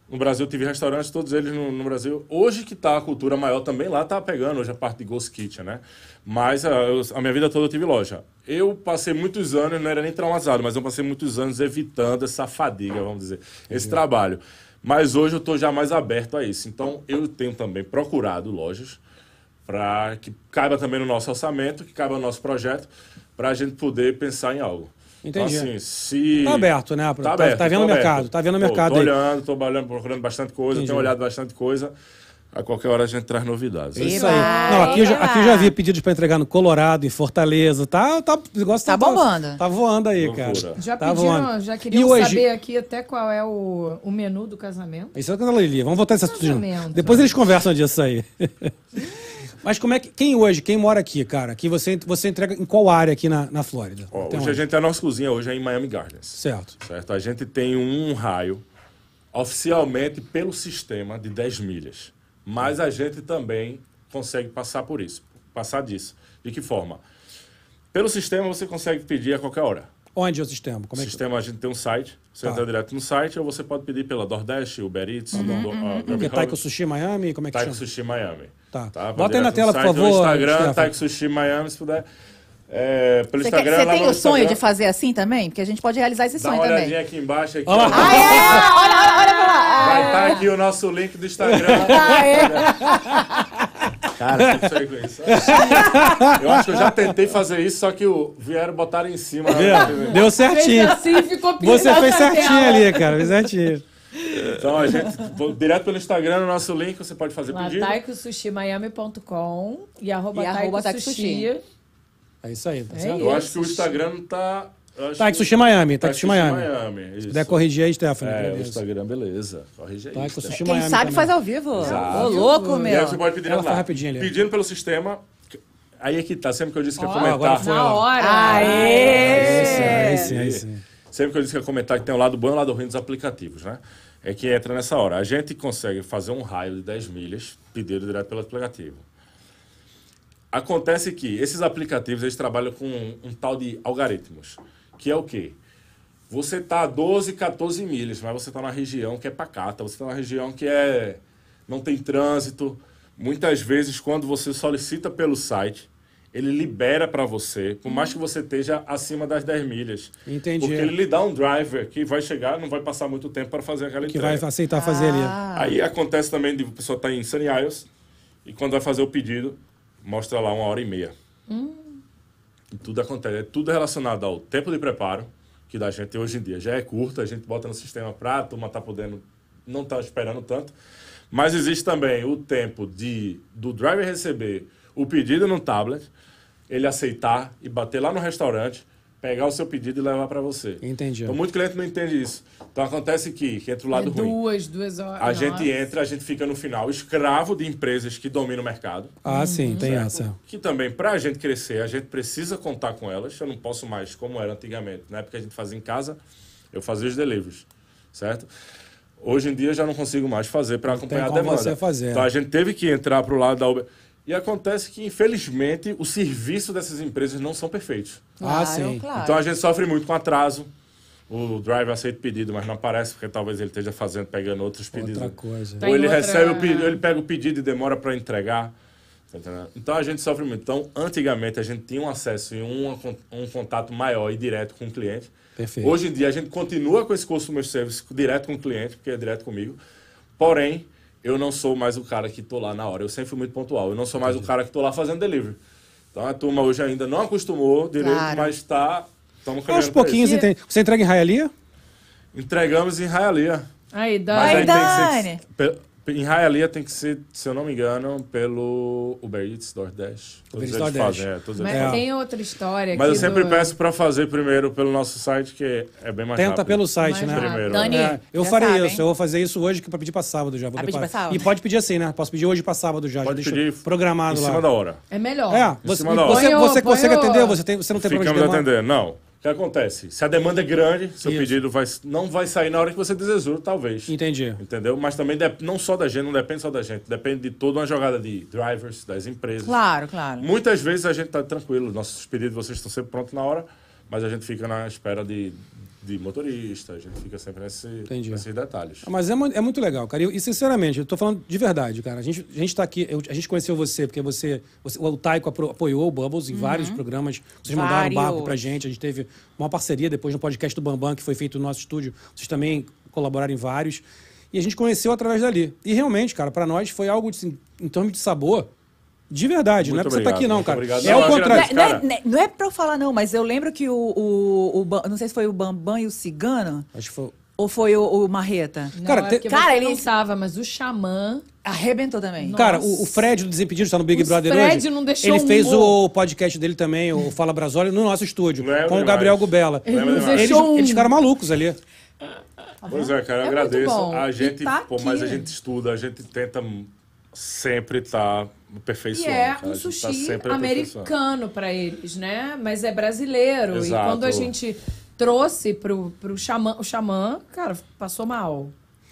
S2: No Brasil eu tive restaurantes, todos eles no, no Brasil. Hoje que tá a cultura maior também lá, tá pegando hoje a parte de Ghost Kitchen, né? Mas a, eu- a minha vida toda eu tive loja. Eu passei muitos anos, não era nem traumatizado, mas eu passei muitos anos evitando essa fadiga, vamos dizer, esse trabalho. Mas hoje eu tô já mais aberto a isso. Então eu tenho também procurado lojas para que caiba também no nosso orçamento, que caiba no nosso projeto, para a gente poder pensar em algo.
S1: Entendi.
S2: Então, assim, se...
S1: Tá aberto, né?
S2: Tá,
S1: Tá-
S2: aberto.
S1: tá vendo
S2: tô
S1: o mercado,
S2: aberto.
S1: tá vendo o
S2: Tô-
S1: mercado
S2: Tô
S1: aí.
S2: olhando, tô olhando, procurando bastante coisa,
S1: Entendi.
S2: tenho olhado bastante coisa. A qualquer hora a gente traz novidades.
S1: É
S2: Isso.
S1: Isso aí. Não, aqui eu, já, aqui eu já vi pedidos pra entregar no Colorado, em Fortaleza. Tá, tá, o negócio
S5: Tá bombando.
S1: Tá voando aí,
S2: Loucura.
S1: cara.
S3: Já
S1: tá
S3: pediram,
S1: voando.
S3: já
S1: E
S3: queriam
S1: hoje...
S3: saber aqui até qual é o, o menu do casamento.
S1: Isso é o que ela Lili. Vamos voltar nesse assunto. de novo.
S3: Casamento.
S1: Depois eles conversam disso aí. Mas como é que. Quem hoje, quem mora aqui, cara? Aqui você, você entrega em qual área aqui na, na Flórida?
S2: Ó,
S1: Até
S2: hoje a
S1: onde?
S2: gente, a nossa cozinha hoje é em Miami Gardens.
S1: Certo.
S2: Certo? A gente tem um raio, oficialmente pelo sistema, de 10 milhas. Mas a gente também consegue passar por isso, passar disso. De que forma? Pelo sistema você consegue pedir a qualquer hora.
S1: Onde é o sistema? Como é que...
S2: sistema, a gente tem um site, você
S1: Tá. Uhum,
S2: entra direto no site, ou você pode pedir pela DoorDash, Uber Eats, do, ah,
S1: tá O que?
S2: Grubhub.
S1: Taiko Sushi Miami? Como é que
S2: Taiko
S1: chama?
S2: Sushi Miami.
S1: Tá.
S2: Vai
S1: Bota aí na
S2: direto
S1: tela,
S2: no
S1: por
S2: site, ou
S1: favor,
S2: Instagram,
S1: Stefano.
S2: Taiko Sushi Miami, se puder. É, pelo
S5: Você, quer-
S2: Instagram,
S5: você
S2: lá
S5: tem
S2: no
S5: o sonho de
S2: Instagram.
S5: fazer assim também? Porque a gente pode realizar esse
S2: Dá
S5: sonho
S2: uma
S5: também. Ah, é?
S2: olhadinha aqui embaixo. Aqui,
S1: Olha
S2: ó.
S1: lá.
S2: Vai estar aqui o nosso link do Instagram.
S5: Ah, é.
S2: Cara, que frequência. Eu acho que eu já tentei fazer isso, só que o vieram botar em cima.
S1: Deu- Deu Tá certinho.
S3: Fez assim, ficou pedindo
S1: Você fez
S3: essa
S1: certinho
S3: tela.
S1: ali, cara. Fez certinho.
S2: Então a gente, vou direto pelo Instagram, no nosso link, você pode fazer
S3: Lá,
S2: pedido.
S5: tá
S3: taikosushimiami.com e arroba
S5: E arroba
S3: taikosushi.
S1: É isso aí, tá
S3: É
S1: certo?
S2: Eu acho que o Instagram não tá. eu acho
S1: Taiko
S2: que-
S1: Sushi Miami, Taiko
S2: Taiko
S1: Sushi Miami.
S2: Miami.
S1: Se
S2: Isso.
S1: puder corrigir aí, Stephanie.
S2: É, o
S1: agradeço.
S2: Instagram, beleza. Corrige aí.
S1: Taiko
S2: Instagram.
S1: Sushi
S5: Quem
S1: Miami.
S5: sabe
S1: também.
S5: faz ao vivo. Ô, louco,
S2: E aí
S5: meu.
S2: você pode pedir
S1: Ela
S2: lá.
S1: faz rapidinho ali.
S2: Pedindo pelo sistema. Aí é que tá. Sempre que eu disse que ia
S3: Ó,
S2: comentar.
S1: agora foi.
S3: Na hora. É.
S2: Aí sim,
S1: Aí sim, aí sim.
S2: Sempre que eu disse que ia comentar que tem o lado bom e o lado ruim dos aplicativos, né? É que entra nessa hora. A gente consegue fazer um raio de 10 milhas pedido direto pelo aplicativo. Acontece que esses aplicativos eles trabalham com um, um tal de algoritmos, que é o quê? Você tá a 12, 14 milhas, mas você tá na região que é pacata, você tá na região que é não tem trânsito. Muitas vezes quando você solicita pelo site, ele libera para você, por mais que você esteja acima das 10 milhas.
S1: Entendi.
S2: Porque ele lhe dá um driver que vai chegar, não vai passar muito tempo para fazer aquela
S1: Que vai
S2: entrega.
S1: aceitar fazer ali.
S2: Aí acontece também de a pessoa estar em Sunny Isles e quando vai fazer o pedido, mostra lá uma hora e meia. E tudo acontece. É tudo relacionado ao tempo de preparo, que da gente hoje em dia já é curto, a gente bota no sistema para a turma tá podendo, não tá esperando tanto. Mas existe também o tempo de do driver receber o pedido no tablet, ele aceitar e bater lá no restaurante, pegar o seu pedido e levar para você.
S1: Entendi.
S2: Então, muito cliente não entende isso. Então, acontece que, que entra o lado
S3: É
S2: ruim.
S3: duas, duas horas.
S2: A gente
S3: Nossa.
S2: entra, a gente fica no final escravo de empresas que dominam o mercado. É,
S1: Ah, sim, tem essa.
S2: Que também, para a gente crescer, a gente precisa contar com elas. Eu não posso mais, como era antigamente. Na época que a gente fazia em casa, eu fazia os deliveries, certo? Hoje em dia eu já não consigo mais fazer para acompanhar
S1: como
S2: a demanda.
S1: você fazer.
S2: Então a gente teve que entrar para o lado da Uber. E acontece que, infelizmente, o serviço dessas empresas não são perfeitos.
S1: ah, sim.
S5: claro.
S2: Então a gente sofre muito com atraso. O driver aceita o pedido, mas não aparece, porque talvez ele esteja fazendo, pegando outros pedidos.
S1: Outra coisa.
S3: Tá
S2: Ou
S3: em
S2: ele
S3: outra-
S2: recebe o pedido, ele pega o pedido e demora para entregar. Tá entendendo? Então a gente sofre muito. Então, antigamente a gente tinha um acesso e um, con- um contato maior e direto com o cliente.
S1: Perfeito.
S2: Hoje em dia a gente continua com esse customer service direto com o cliente, porque é direto comigo. Porém, eu não sou mais o cara que tô lá na hora. Eu sempre fui muito pontual. Eu não sou mais o cara que tô lá fazendo delivery. Então a turma hoje ainda não acostumou direito,
S5: Claro.
S2: mas tá. Tamo
S1: Aos
S2: caminhando pra
S1: pouquinhos,
S2: isso.
S1: você, entende- você entrega em Hialeah?
S2: Entregamos em Raia
S3: Aí,
S2: mas
S3: dá.
S2: aí tem que ser-
S5: Dani.
S2: pe- Em Hialeah tem que ser, se eu não me engano, pelo Uber Eats, DoorDash. Todos
S1: Uber Eats,
S2: eles
S1: DoorDash.
S2: fazem, é, todos
S3: Mas
S2: eles fazem.
S3: tem outra história
S2: Mas eu
S3: aqui
S2: sempre
S3: do-
S2: peço pra fazer primeiro pelo nosso site, que é bem mais
S1: Tenta
S2: rápido.
S1: pelo site,
S3: Mais
S1: né?
S3: rápido.
S2: Primeiro.
S5: Dani,
S1: É, eu
S5: já
S1: farei
S5: sabe,
S1: isso,
S5: hein?
S1: eu vou fazer isso hoje que é pra pedir pra sábado já. Vou
S5: Ah, pedir
S1: preparar.
S5: pra sábado?
S1: E pode pedir assim, né? Posso pedir hoje pra sábado já.
S2: Pode
S1: já
S2: pedir
S1: deixo programado
S2: em
S1: lá.
S2: cima da hora.
S3: É melhor.
S1: É,
S2: Em
S1: você,
S2: cima da hora.
S1: você,
S3: Põe o-
S1: você
S3: põe
S1: consegue
S3: o-
S1: atender, você, tem, você não tem
S2: Ficamos
S1: problema de demanda?
S2: atender. Não. O que acontece? Se a demanda é grande, seu
S1: Isso.
S2: pedido vai, não vai sair na hora que você deseja, talvez.
S1: Entendi.
S2: Entendeu? Mas também dep- não só da gente, não depende só da gente. Depende de toda uma jogada de drivers, das empresas.
S5: Claro, claro.
S2: Muitas vezes a gente tá tranquilo, nossos pedidos vocês estão sempre prontos na hora, mas a gente fica na espera de, de motorista, a gente fica sempre nesse,
S1: Entendi.
S2: nesses detalhes.
S1: Ah, Mas é, mu- é muito legal, cara. E, eu- e, sinceramente, eu tô falando de verdade, cara. A gente, a gente tá aqui, eu- a gente conheceu você, porque você. você- o Taiko apro- apoiou o Bubbles em vários programas. Vocês mandaram um
S5: Vários.
S1: barco pra gente. A gente teve uma parceria depois no podcast do Bambam, que foi feito no nosso estúdio. Vocês também colaboraram em vários. E a gente conheceu através dali. E realmente, cara, pra nós foi algo assim, em torno de sabor. De verdade, não é
S2: Muito
S1: porque você tá
S2: obrigado,
S1: aqui, não,
S2: muito
S1: cara.
S2: obrigado.
S1: É
S2: Não,
S1: o
S2: eu
S1: contrário.
S2: agradeço.
S5: Não é-
S2: cara.
S5: não é- não é pra eu falar, não, mas eu lembro que o. o- o Ban- não sei se foi o Bambam e o Cigano
S1: Acho que foi.
S5: ou foi o, o Marreta.
S3: Não,
S1: Cara,
S3: é
S1: te-
S3: porque
S5: Cara,
S3: você
S5: ele-
S3: não tava, mas o Xamã...
S5: Arrebentou também.
S3: Nossa.
S1: Cara, o, o Fred do Desimpedidos tá no Big
S3: O
S1: Brother
S3: Fred
S1: hoje.
S3: não deixou
S1: Ele
S3: um
S1: fez
S3: gol.
S1: o podcast dele também, o Fala Brasólio, no nosso estúdio,
S2: Lembro
S1: com o
S2: demais.
S1: Gabriel Gubela.
S2: Ele
S3: não
S2: demais.
S1: Eles,
S3: deixou um...
S1: eles ficaram malucos ali.
S2: Pois é, cara, eu
S3: É muito
S2: agradeço.
S3: bom.
S2: A
S3: E
S2: gente,
S3: tá
S2: pô,
S3: aqui,
S2: mas a
S3: né?
S2: gente estuda, a gente tenta sempre estar tá
S3: E
S2: aperfeiçoando.
S3: é
S2: cara.
S3: um
S2: A gente tá
S3: sushi
S2: sempre aperfeiçoando.
S3: americano pra eles, né? Mas é brasileiro.
S2: Exato.
S3: E quando a gente trouxe pro, pro xamã, o xamã, cara, passou mal.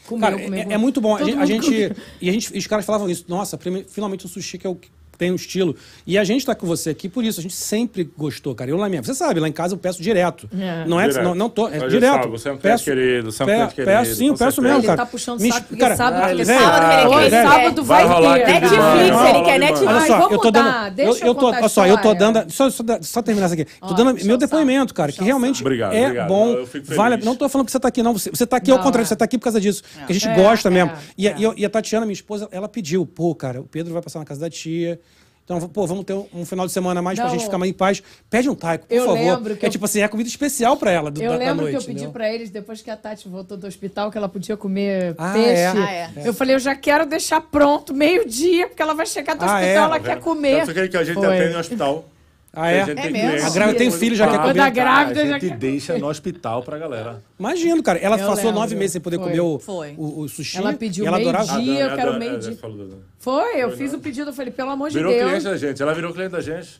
S3: Comeu,
S1: Cara,
S3: comeu,
S1: é,
S3: comeu.
S1: é muito bom. A
S3: Todo
S1: gente, a
S3: mundo
S1: gente-
S3: comeu.
S1: e a gente, os caras falavam isso. Nossa, prime- finalmente um sushi que é o que tem um estilo. E a gente tá com você aqui por isso. A gente sempre gostou, cara. Eu lá minha, você sabe, lá em casa eu peço direto.
S3: É.
S1: Não é,
S2: Direto.
S1: não, não tô,
S2: A
S1: é
S2: gente
S1: direto.
S2: sabe, você é um cliente querido, você é um cliente querido,
S1: Peço sim,
S2: com
S1: peço
S2: certeza.
S1: mesmo,
S3: Ele
S1: cara.
S3: tá puxando
S1: Me-
S3: saco, porque
S1: cara, é,
S3: sabe
S2: ah,
S3: que
S2: ele-
S3: sábado,
S2: ah,
S3: aquele
S1: velho.
S3: sábado
S2: Vai
S3: vai,
S2: rolar
S3: ter.
S2: aquele
S3: Netflix,
S2: demais, vai
S3: ele
S2: rolar
S3: quer
S2: demais.
S3: Netflix.
S1: Olha só,
S3: Tipo, vamos
S1: eu tô
S3: mudar,
S1: dando.
S3: Deixa
S1: eu, eu tô,
S3: contar a
S1: olha só, eu tô
S3: história.
S1: dando. Só, só, dar- só terminar isso aqui.
S3: Ó,
S1: tô dando
S3: puxa
S1: meu
S3: o saco,
S1: depoimento, cara,
S3: puxa
S1: que
S3: o
S1: realmente
S2: saco. Obrigado,
S1: é
S2: obrigado.
S1: bom.
S2: Eu fico feliz.
S1: Vale, a- não tô falando que você tá aqui, não. Você, você tá aqui ao
S3: Não,
S1: contrário,
S3: é.
S1: você tá aqui por causa disso. Que a gente
S3: É,
S1: gosta
S3: é,
S1: mesmo. E, a-
S3: é.
S1: e eu- e a Tatiana, minha esposa, ela pediu, pô, cara, o Pedro vai passar na casa da tia. Então, pô, vamos ter um, um final de semana a mais pra
S3: Não.
S1: gente ficar mais em paz. Pede um taco, por
S3: Eu
S1: favor.
S3: lembro que
S1: É
S3: eu-
S1: tipo assim, é comida especial pra ela do,
S3: Eu
S1: da, da
S3: lembro
S1: noite.
S3: que eu pedi
S1: entendeu?
S3: pra eles, depois que a Tati voltou do hospital, que ela podia comer
S1: Ah,
S3: peixe.
S1: é.
S5: Ah, é.
S3: Eu falei, eu já quero deixar pronto meio-dia, porque ela vai chegar do
S1: Ah,
S3: hospital,
S1: é.
S3: ela
S2: Tá
S3: quer
S2: vendo?
S3: comer.
S2: Tanto que que a gente
S3: Foi.
S2: atende no hospital.
S1: Ah,
S2: que
S1: é?
S2: A gente
S1: É
S2: tem
S3: mesmo?
S2: cliente.
S3: A grávida-
S1: eu tenho filho, já quer
S2: Quando
S1: comer.
S2: a
S3: grávida, já
S2: A
S3: quer-
S2: gente deixa no hospital pra galera.
S1: Imagino, cara. Ela
S3: Eu
S1: passou
S3: lembro.
S1: nove meses sem poder
S3: Foi.
S1: comer o,
S5: Foi.
S1: o, o sushi.
S3: Ela pediu
S1: e ela
S3: meio-dia.
S1: adorava.
S3: Dia, eu
S2: a
S3: quero
S2: Dan-
S3: meio
S2: é,
S3: dia.
S2: falou da Dan.
S3: Foi, eu fiz o pedido, eu falei, pelo amor de
S2: Virou
S3: Deus.
S2: cliente da gente, ela virou cliente da gente.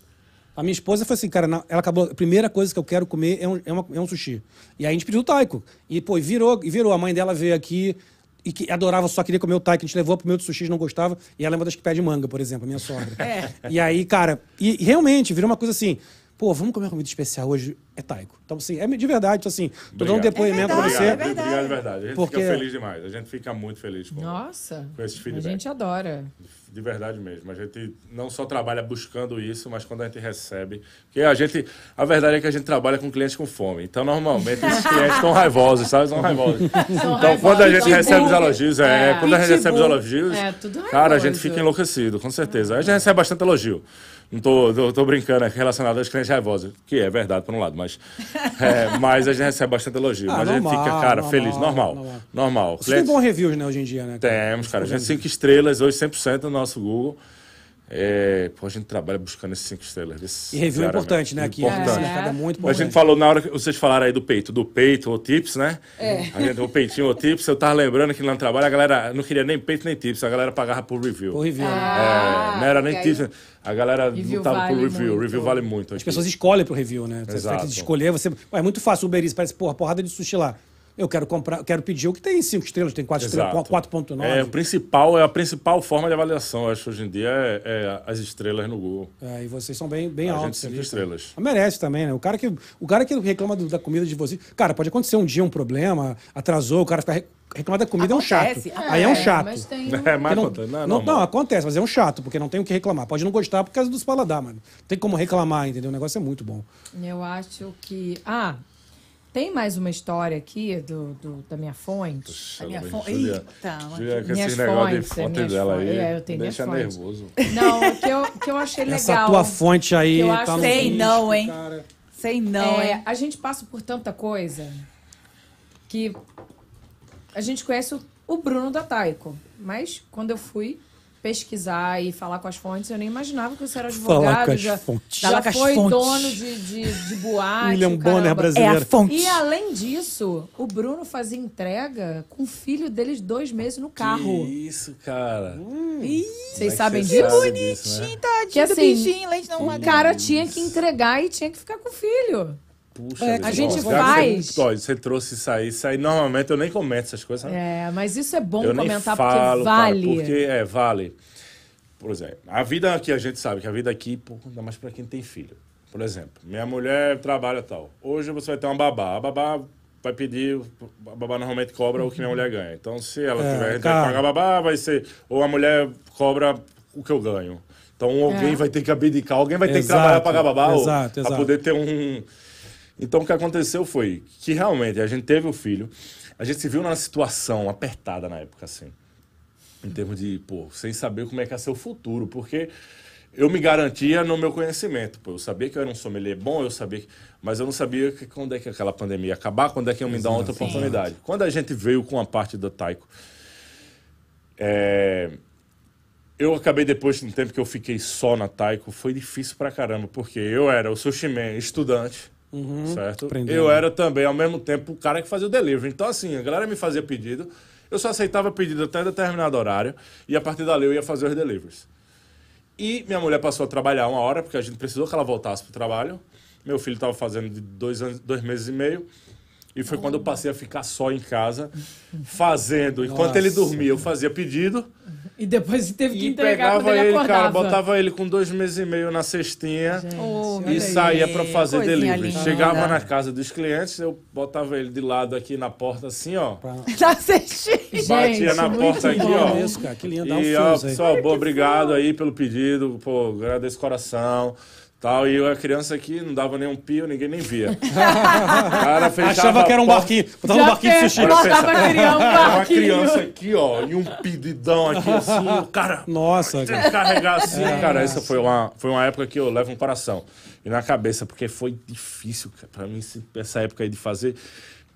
S1: A minha esposa foi assim, cara, na- ela acabou. A primeira coisa que eu quero comer é um, é uma- é um sushi. E aí a gente pediu o taiko. E, pô, e virou, e virou. A mãe dela veio aqui e que adorava, só queria comer o taiko. A gente levou pro meu de sushi, não gostava. E ela é uma das que pede manga, por exemplo, a minha sogra.
S5: É.
S1: E aí, cara, e, e realmente virou uma coisa assim. Pô, vamos comer uma comida especial hoje, é taiko. Então, assim, é de verdade, então, assim, tô dando um
S2: Obrigado.
S1: depoimento pra
S5: verdade,
S1: você.
S5: é
S2: Obrigado, obrigado, de verdade. A gente
S1: Porque-
S2: fica feliz demais. A gente fica muito feliz com,
S3: Nossa,
S2: com esse
S3: a
S2: feedback.
S3: gente adora.
S2: De verdade mesmo. A gente não só trabalha buscando isso, mas quando a gente recebe. Porque a gente. A verdade é que a gente trabalha com clientes com fome. Então, normalmente, esses clientes são raivosos, sabe? São raivosos. Então,
S3: raivosos.
S2: quando a gente
S3: Pitbull.
S2: recebe os elogios, é.
S3: É.
S2: Quando a gente recebe os
S5: Pitbull.
S2: elogios.
S3: É, tudo
S2: Cara, a
S3: raivoso.
S2: gente fica enlouquecido, com certeza. A gente recebe bastante elogio. Não tô, tô, tô brincando aqui relacionado aos clientes raivosos, que é verdade, por um lado, mas. é, mas a gente recebe bastante elogio.
S1: Ah,
S2: mas a gente
S1: normal,
S2: fica, cara,
S1: normal,
S2: feliz, normal.
S1: normal.
S2: Normal.
S1: Você tem bons reviews, né, hoje em dia, né? cara?
S2: Temos, cara. A gente cinco estrelas, hoje 100% no nosso Google. É, pô, a gente trabalha buscando esses cinco estrelas.
S1: E review é
S2: diariamente.
S1: importante, né? Aqui,
S2: Importante.
S1: Nesse mercado é muito
S2: A
S1: importante.
S2: gente falou na hora que vocês falaram aí do peito, do peito ou tips, né?
S3: É.
S2: A gente, o peitinho ou tips, eu tava lembrando que lá no trabalho a galera não queria nem peito nem tips, a galera pagava por review.
S1: Pô, review, né?
S2: É, não era nem
S5: porque aí-
S2: tips, né? a galera
S3: Ah, Review
S2: não tava por
S3: vale
S2: review,
S3: muito.
S2: review vale muito. é
S1: As pessoas escolhem pro review, né? Você
S2: Exato.
S1: tem que escolher, você. É muito fácil, Uber Eats, parece, porra, porrada de sushi lá. Eu quero comprar, eu quero pedir o que tem cinco estrelas, tem quatro estrelas,
S2: Exato.
S1: 4.9.
S2: É, o principal, é a principal forma de avaliação, eu acho, hoje em dia, é- é as estrelas no Google.
S1: É, e vocês são bem, bem
S2: A gente
S1: altos.
S2: cinco
S1: ali, cara.
S2: estrelas.
S1: Merece também, né? O cara que, o cara que reclama do- da comida de vocês. Cara, pode acontecer um dia um problema, atrasou, o cara fica re- reclamar da comida
S5: Acontece,
S1: é um chato. Aí é um chato.
S3: Ah, Mas tem...
S2: É,
S1: Porque
S2: mas
S1: não-
S2: acontece, não é
S1: não,
S2: normal.
S1: não, acontece, mas é um chato, porque não tem o que reclamar. Pode não gostar por causa dos paladar, mano. Tem como reclamar, entendeu? O negócio é muito bom.
S3: um- Eu acho que... Ah, tem mais uma história aqui do, do- da minha fonte.
S2: Puxa,
S5: minha
S2: mas
S5: fo-
S2: Julia,
S5: Eita, mas-
S2: Julia, com
S3: Minhas
S2: esse negócio de
S3: fontes, é,
S2: fonte
S3: minhas
S2: dela
S3: fontes.
S2: aí,
S3: É, eu tenho
S2: deixa
S3: minhas fontes.
S2: nervoso.
S3: Não, o que eu, que eu achei legal...
S1: Essa tua fonte aí
S3: que eu
S1: tá
S3: acho-
S1: no
S5: Sei
S1: lixo,
S5: não, hein?
S1: Cara.
S5: Sei não,
S3: É,
S5: hein?
S3: a gente passa por tanta coisa que a gente conhece o o Bruno da Taiko. Mas quando eu fui pesquisar e falar com as fontes, eu nem imaginava que você era advogado.
S1: Falar com as
S3: já
S1: fontes.
S3: já
S5: Falar com as
S3: foi
S5: fontes.
S3: dono de, de, de boate.
S1: William
S3: o caramba.
S1: Bonner
S5: É
S1: brasileiro.
S5: a fonte.
S3: E além disso, o Bruno fazia entrega com o filho deles dois meses no carro.
S2: Que isso, cara.
S3: Vocês sabem
S2: cê
S3: disso?
S2: sabe disso, né?
S3: Que assim,
S5: bichinho, leite não
S3: o cara tinha que entregar e tinha que ficar com o filho.
S2: Puxa,
S5: É,
S2: vida,
S3: a gente
S2: os caras
S3: faz.
S2: têm muito dó. Você trouxe isso aí, isso aí. Normalmente eu nem comento essas coisas. sabe?
S3: É, mas isso é bom
S2: eu nem
S3: comentar
S2: falo,
S3: porque vale.
S2: Cara, porque, é, vale. Por exemplo, a vida aqui, a gente sabe que a vida aqui, pô, ainda mais pra quem tem filho. Por exemplo, minha mulher trabalha tal. Hoje você vai ter uma babá. A babá vai pedir, a babá normalmente cobra o que minha mulher ganha. Então, se ela
S1: É,
S2: tiver a gente
S1: cara.
S2: vai pagar a babá, vai ser. Ou a mulher cobra o que eu ganho. Então, alguém
S3: É.
S2: vai ter que abdicar, alguém vai ter que
S1: Exato,
S2: trabalhar pra pagar babá.
S1: exato,
S2: ou,
S1: exato.
S2: Pra poder ter um. Então o que aconteceu foi que realmente a gente teve o filho, a gente se viu numa situação apertada na época, assim. Em termos de, pô, sem saber como é que ia ser o futuro, porque eu me garantia no meu conhecimento. Pô, eu sabia que eu era um sommelier bom, eu sabia que... Mas eu não sabia que- quando é que aquela pandemia ia acabar, quando é que ia me dar uma outra oportunidade. Quando a gente veio com a parte da Taiko, é, eu acabei depois de um tempo que eu fiquei só na Taiko, foi difícil pra caramba, porque eu era o sushi man, estudante, certo?
S1: Uhum. aprendendo.
S2: Eu era também, ao mesmo tempo, o cara que fazia o delivery. Então, assim, a galera me fazia pedido, eu só aceitava pedido até determinado horário, e a partir dali eu ia fazer os deliveries. E minha mulher passou a trabalhar uma hora, porque a gente precisou que ela voltasse pro trabalho. Meu filho estava fazendo de dois, anos, dois meses e meio. E foi quando eu passei a ficar só em casa, fazendo. Enquanto ele
S1: Nossa.
S2: dormia, eu fazia pedido.
S3: E depois teve que
S2: E
S3: entregar quando
S2: pegava
S3: ele
S2: ele, cara,
S3: acordava.
S2: botava ele com dois meses e meio na cestinha
S5: Oh,
S2: e
S5: olha
S2: saía
S5: aí,
S2: pra fazer
S5: coisinha
S2: delivery.
S5: linda.
S2: Chegava na casa dos clientes, eu botava ele de lado aqui na porta, assim, ó.
S5: Tá assistindo.
S2: batia na
S3: muito
S2: porta aqui,
S3: bom.
S2: ó.
S1: Olha isso, cara, que lindo, dá um
S2: E,
S1: filme
S2: ó,
S1: isso aí.
S2: pessoal, bom, obrigado aí pelo pedido, pô, agradeço coração. Tal, e eu, a criança aqui não dava nem um pio, ninguém nem via. O cara fechava
S1: Achava que era um
S2: a porta-
S1: barquinho. Botava um barquinho de
S3: fez,
S1: sushi.
S3: botava a criança, um
S2: Era é uma
S3: barquinho.
S2: criança aqui, ó, e um pedidão aqui, assim, o cara
S1: Nossa, cara. É.
S2: tentando carregar assim, cara. Essa foi uma, foi uma época que eu levo no coração e na cabeça, porque foi difícil, cara, pra mim, esse- essa época aí de fazer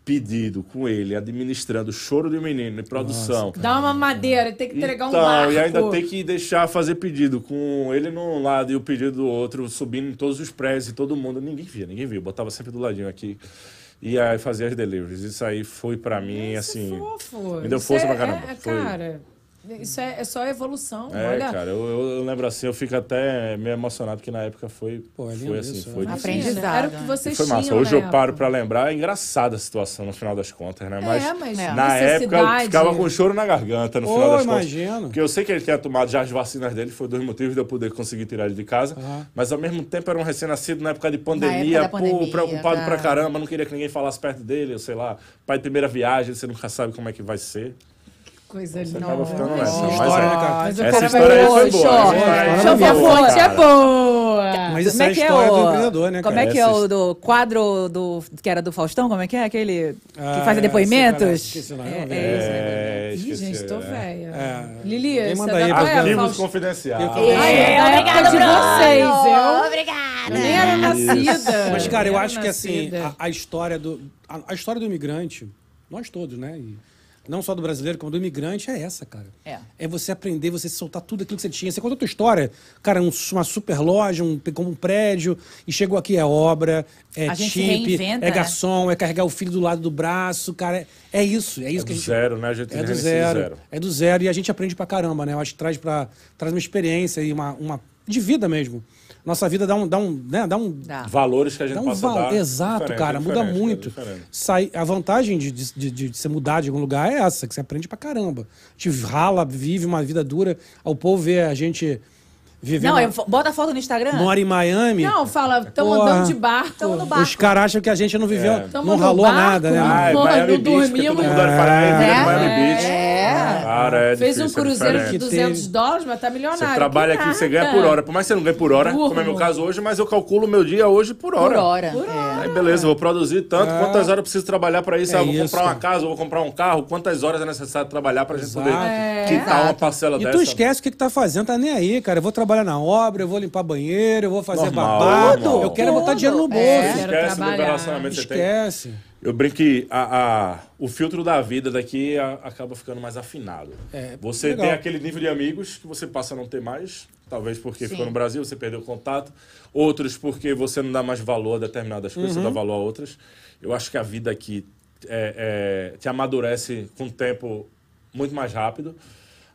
S2: pedido com ele, administrando o choro do menino e produção.
S3: Dá uma madeira, tem que entregar um
S2: Então,
S3: barco.
S2: e ainda tem que deixar fazer pedido com ele num lado e o pedido do outro, subindo em todos os prédios e todo mundo. Ninguém via, ninguém via. Eu Botava sempre do ladinho aqui. E aí fazia as deliveries. Isso aí foi pra mim, assim.
S3: é Fofo.
S2: me deu
S3: Isso
S2: força
S3: é-
S2: pra caramba.
S3: é-
S2: Foi.
S3: cara, isso é, é só evolução.
S2: É,
S3: olha,
S2: cara, eu, eu- eu lembro assim, eu fico até meio emocionado, porque na época foi,
S1: Pô, é lindo
S2: foi assim,
S1: isso,
S2: foi
S1: né?
S2: difícil.
S5: Aprendi. aprendizado,
S3: Era o que
S5: né?
S2: E
S3: vocês
S2: Foi massa.
S3: tinham
S2: Hoje
S3: na
S2: eu paro
S3: época.
S2: pra lembrar, é engraçada a situação no final das contas, né? Mas,
S3: É, mas
S2: na época eu
S3: necessidade-
S2: ficava com choro na garganta no
S1: Ô,
S2: final das contas.
S1: imagino.
S2: Porque eu sei que ele tinha tomado já as vacinas dele, foi dos motivos de eu poder conseguir tirar ele de casa. Mas ao mesmo tempo era um recém-nascido na época de pandemia,
S5: da
S2: pô,
S5: pandemia,
S2: preocupado pra
S3: tá.
S5: cara.
S2: caramba, não queria que ninguém falasse perto dele, eu sei lá, pai de primeira viagem, você nunca sabe como é que vai ser.
S3: Coisa linda.
S2: Acaba ficando nessa.
S1: Que
S2: mas é.
S1: história, né, cara?
S3: Mas o
S2: Essa
S3: cara
S2: história
S3: vai
S2: aí foi boa.
S5: Show.
S2: essa história aí
S1: Show.
S2: foi
S1: Show,
S5: minha
S2: boa,
S5: fonte
S2: cara.
S5: é
S3: boa!
S1: Mas isso é a história do empreendedor, né, cara?
S5: Como é que é
S2: Essa
S5: o do quadro do que era do Faustão? Como é que é aquele que
S1: Ah,
S5: faz
S1: é, cara,
S5: depoimentos?
S1: esqueci o nome,
S5: É,
S1: não
S5: é
S1: lembro.
S5: isso, né?
S2: É,
S3: Ih,
S2: esqueci,
S3: gente, tô
S2: é.
S3: velha.
S1: É.
S3: Lili,
S1: Quem
S3: você
S1: manda
S3: é
S1: aí pra
S3: da qual é a
S1: gente?
S2: Arquivos
S3: Faust-
S2: confidenciais.
S1: Eu-
S3: Ah, é, da época de vocês, eu nem era nascida.
S1: Mas, cara, eu
S3: Nem era
S1: acho que assim,
S3: nascida.
S1: a, a história do. A, a história do imigrante, nós todos, né? E não só do brasileiro, como do imigrante, é essa, cara.
S5: É.
S1: você aprender, você soltar tudo aquilo que você tinha. Você conta a tua história, cara, um- uma super loja, um, como um prédio, e chegou aqui, é obra, é
S5: A gente se
S1: chip,
S5: reinventa,
S1: é
S5: né?
S1: garçom, é carregar o filho do lado do braço, cara. É, é isso, é isso que
S2: É do
S1: a gente.
S2: zero, né? A gente
S1: É do
S2: reinicia
S1: zero, É do zero e a gente aprende pra caramba, né? Eu acho que traz, pra, traz uma experiência e uma, uma. de vida mesmo. Nossa vida dá um. Dá um, né? dá um
S5: Dá.
S2: Valores que a gente
S1: dá um
S2: passa a
S1: valor.
S2: dar.
S1: Exato,
S2: Diferente,
S1: cara. Muda
S2: diferente, é né,
S1: muito.
S2: diferente.
S1: Sai, a vantagem de, de, de, de ser mudar de algum lugar é essa, que você aprende pra caramba. A gente rala, vive uma vida dura. O povo vê a gente vivendo.
S5: Não, eu fo- bota a foto no Instagram.
S1: Mora em Miami.
S3: Não, fala, estão
S1: Porra.
S3: andando de barco.
S5: Tamo no barco.
S1: os caras acham que a gente não viveu,
S2: É.
S1: não
S3: Tamo no
S1: ralou
S3: barco.
S1: nada, né?
S3: Ah,
S2: Ah, é
S3: Porra,
S2: Miami
S3: do
S2: Beach, que todo
S3: dormimos.
S2: mundo olha e fala, "Ah, é,
S5: É.
S2: é Miami Beach.
S5: É.
S2: Cara, é
S3: Fez um
S2: difícil, é
S3: cruzeiro de
S2: diferente.
S3: 200
S1: Teve-
S3: dólares, mas tá milionário.
S2: Você trabalha
S3: Que
S2: aqui, você ganha
S3: nada.
S2: por hora. Por mais que você não ganhe por hora,
S3: Burro.
S2: como é meu caso hoje, mas eu calculo o meu dia hoje por hora.
S5: Por hora.
S3: Por
S5: é.
S3: hora.
S2: Aí beleza, vou produzir tanto,
S1: É.
S2: quantas horas eu preciso trabalhar pra isso,
S1: É
S2: ah, vou
S1: isso,
S2: comprar uma
S1: cara.
S2: casa, vou comprar um carro, quantas horas é necessário trabalhar pra gente poder
S3: É.
S1: Exato.
S2: quitar uma parcela
S1: E
S2: dessa.
S1: tu esquece o que, que tá fazendo, tá nem aí, cara. Eu vou trabalhar na obra, eu vou limpar banheiro, eu vou fazer
S2: Normal,
S1: babado.
S2: normal.
S1: Eu quero é botar dinheiro no bolso.
S3: É. Quero
S2: Esquece do
S3: trabalhar.
S2: relacionamento que você tem.
S1: Esquece.
S2: Eu brinco que a, a- o filtro da vida daqui a- acaba ficando mais afinado.
S1: É,
S2: você
S1: legal.
S2: tem aquele nível de amigos que você passa a não ter mais, talvez porque ficou no Brasil, você perdeu o contato. Outros porque você não dá mais valor a determinadas coisas,
S1: Uhum.
S2: você dá valor a outras. Eu acho que a vida aqui é, é, te amadurece com o tempo muito mais rápido.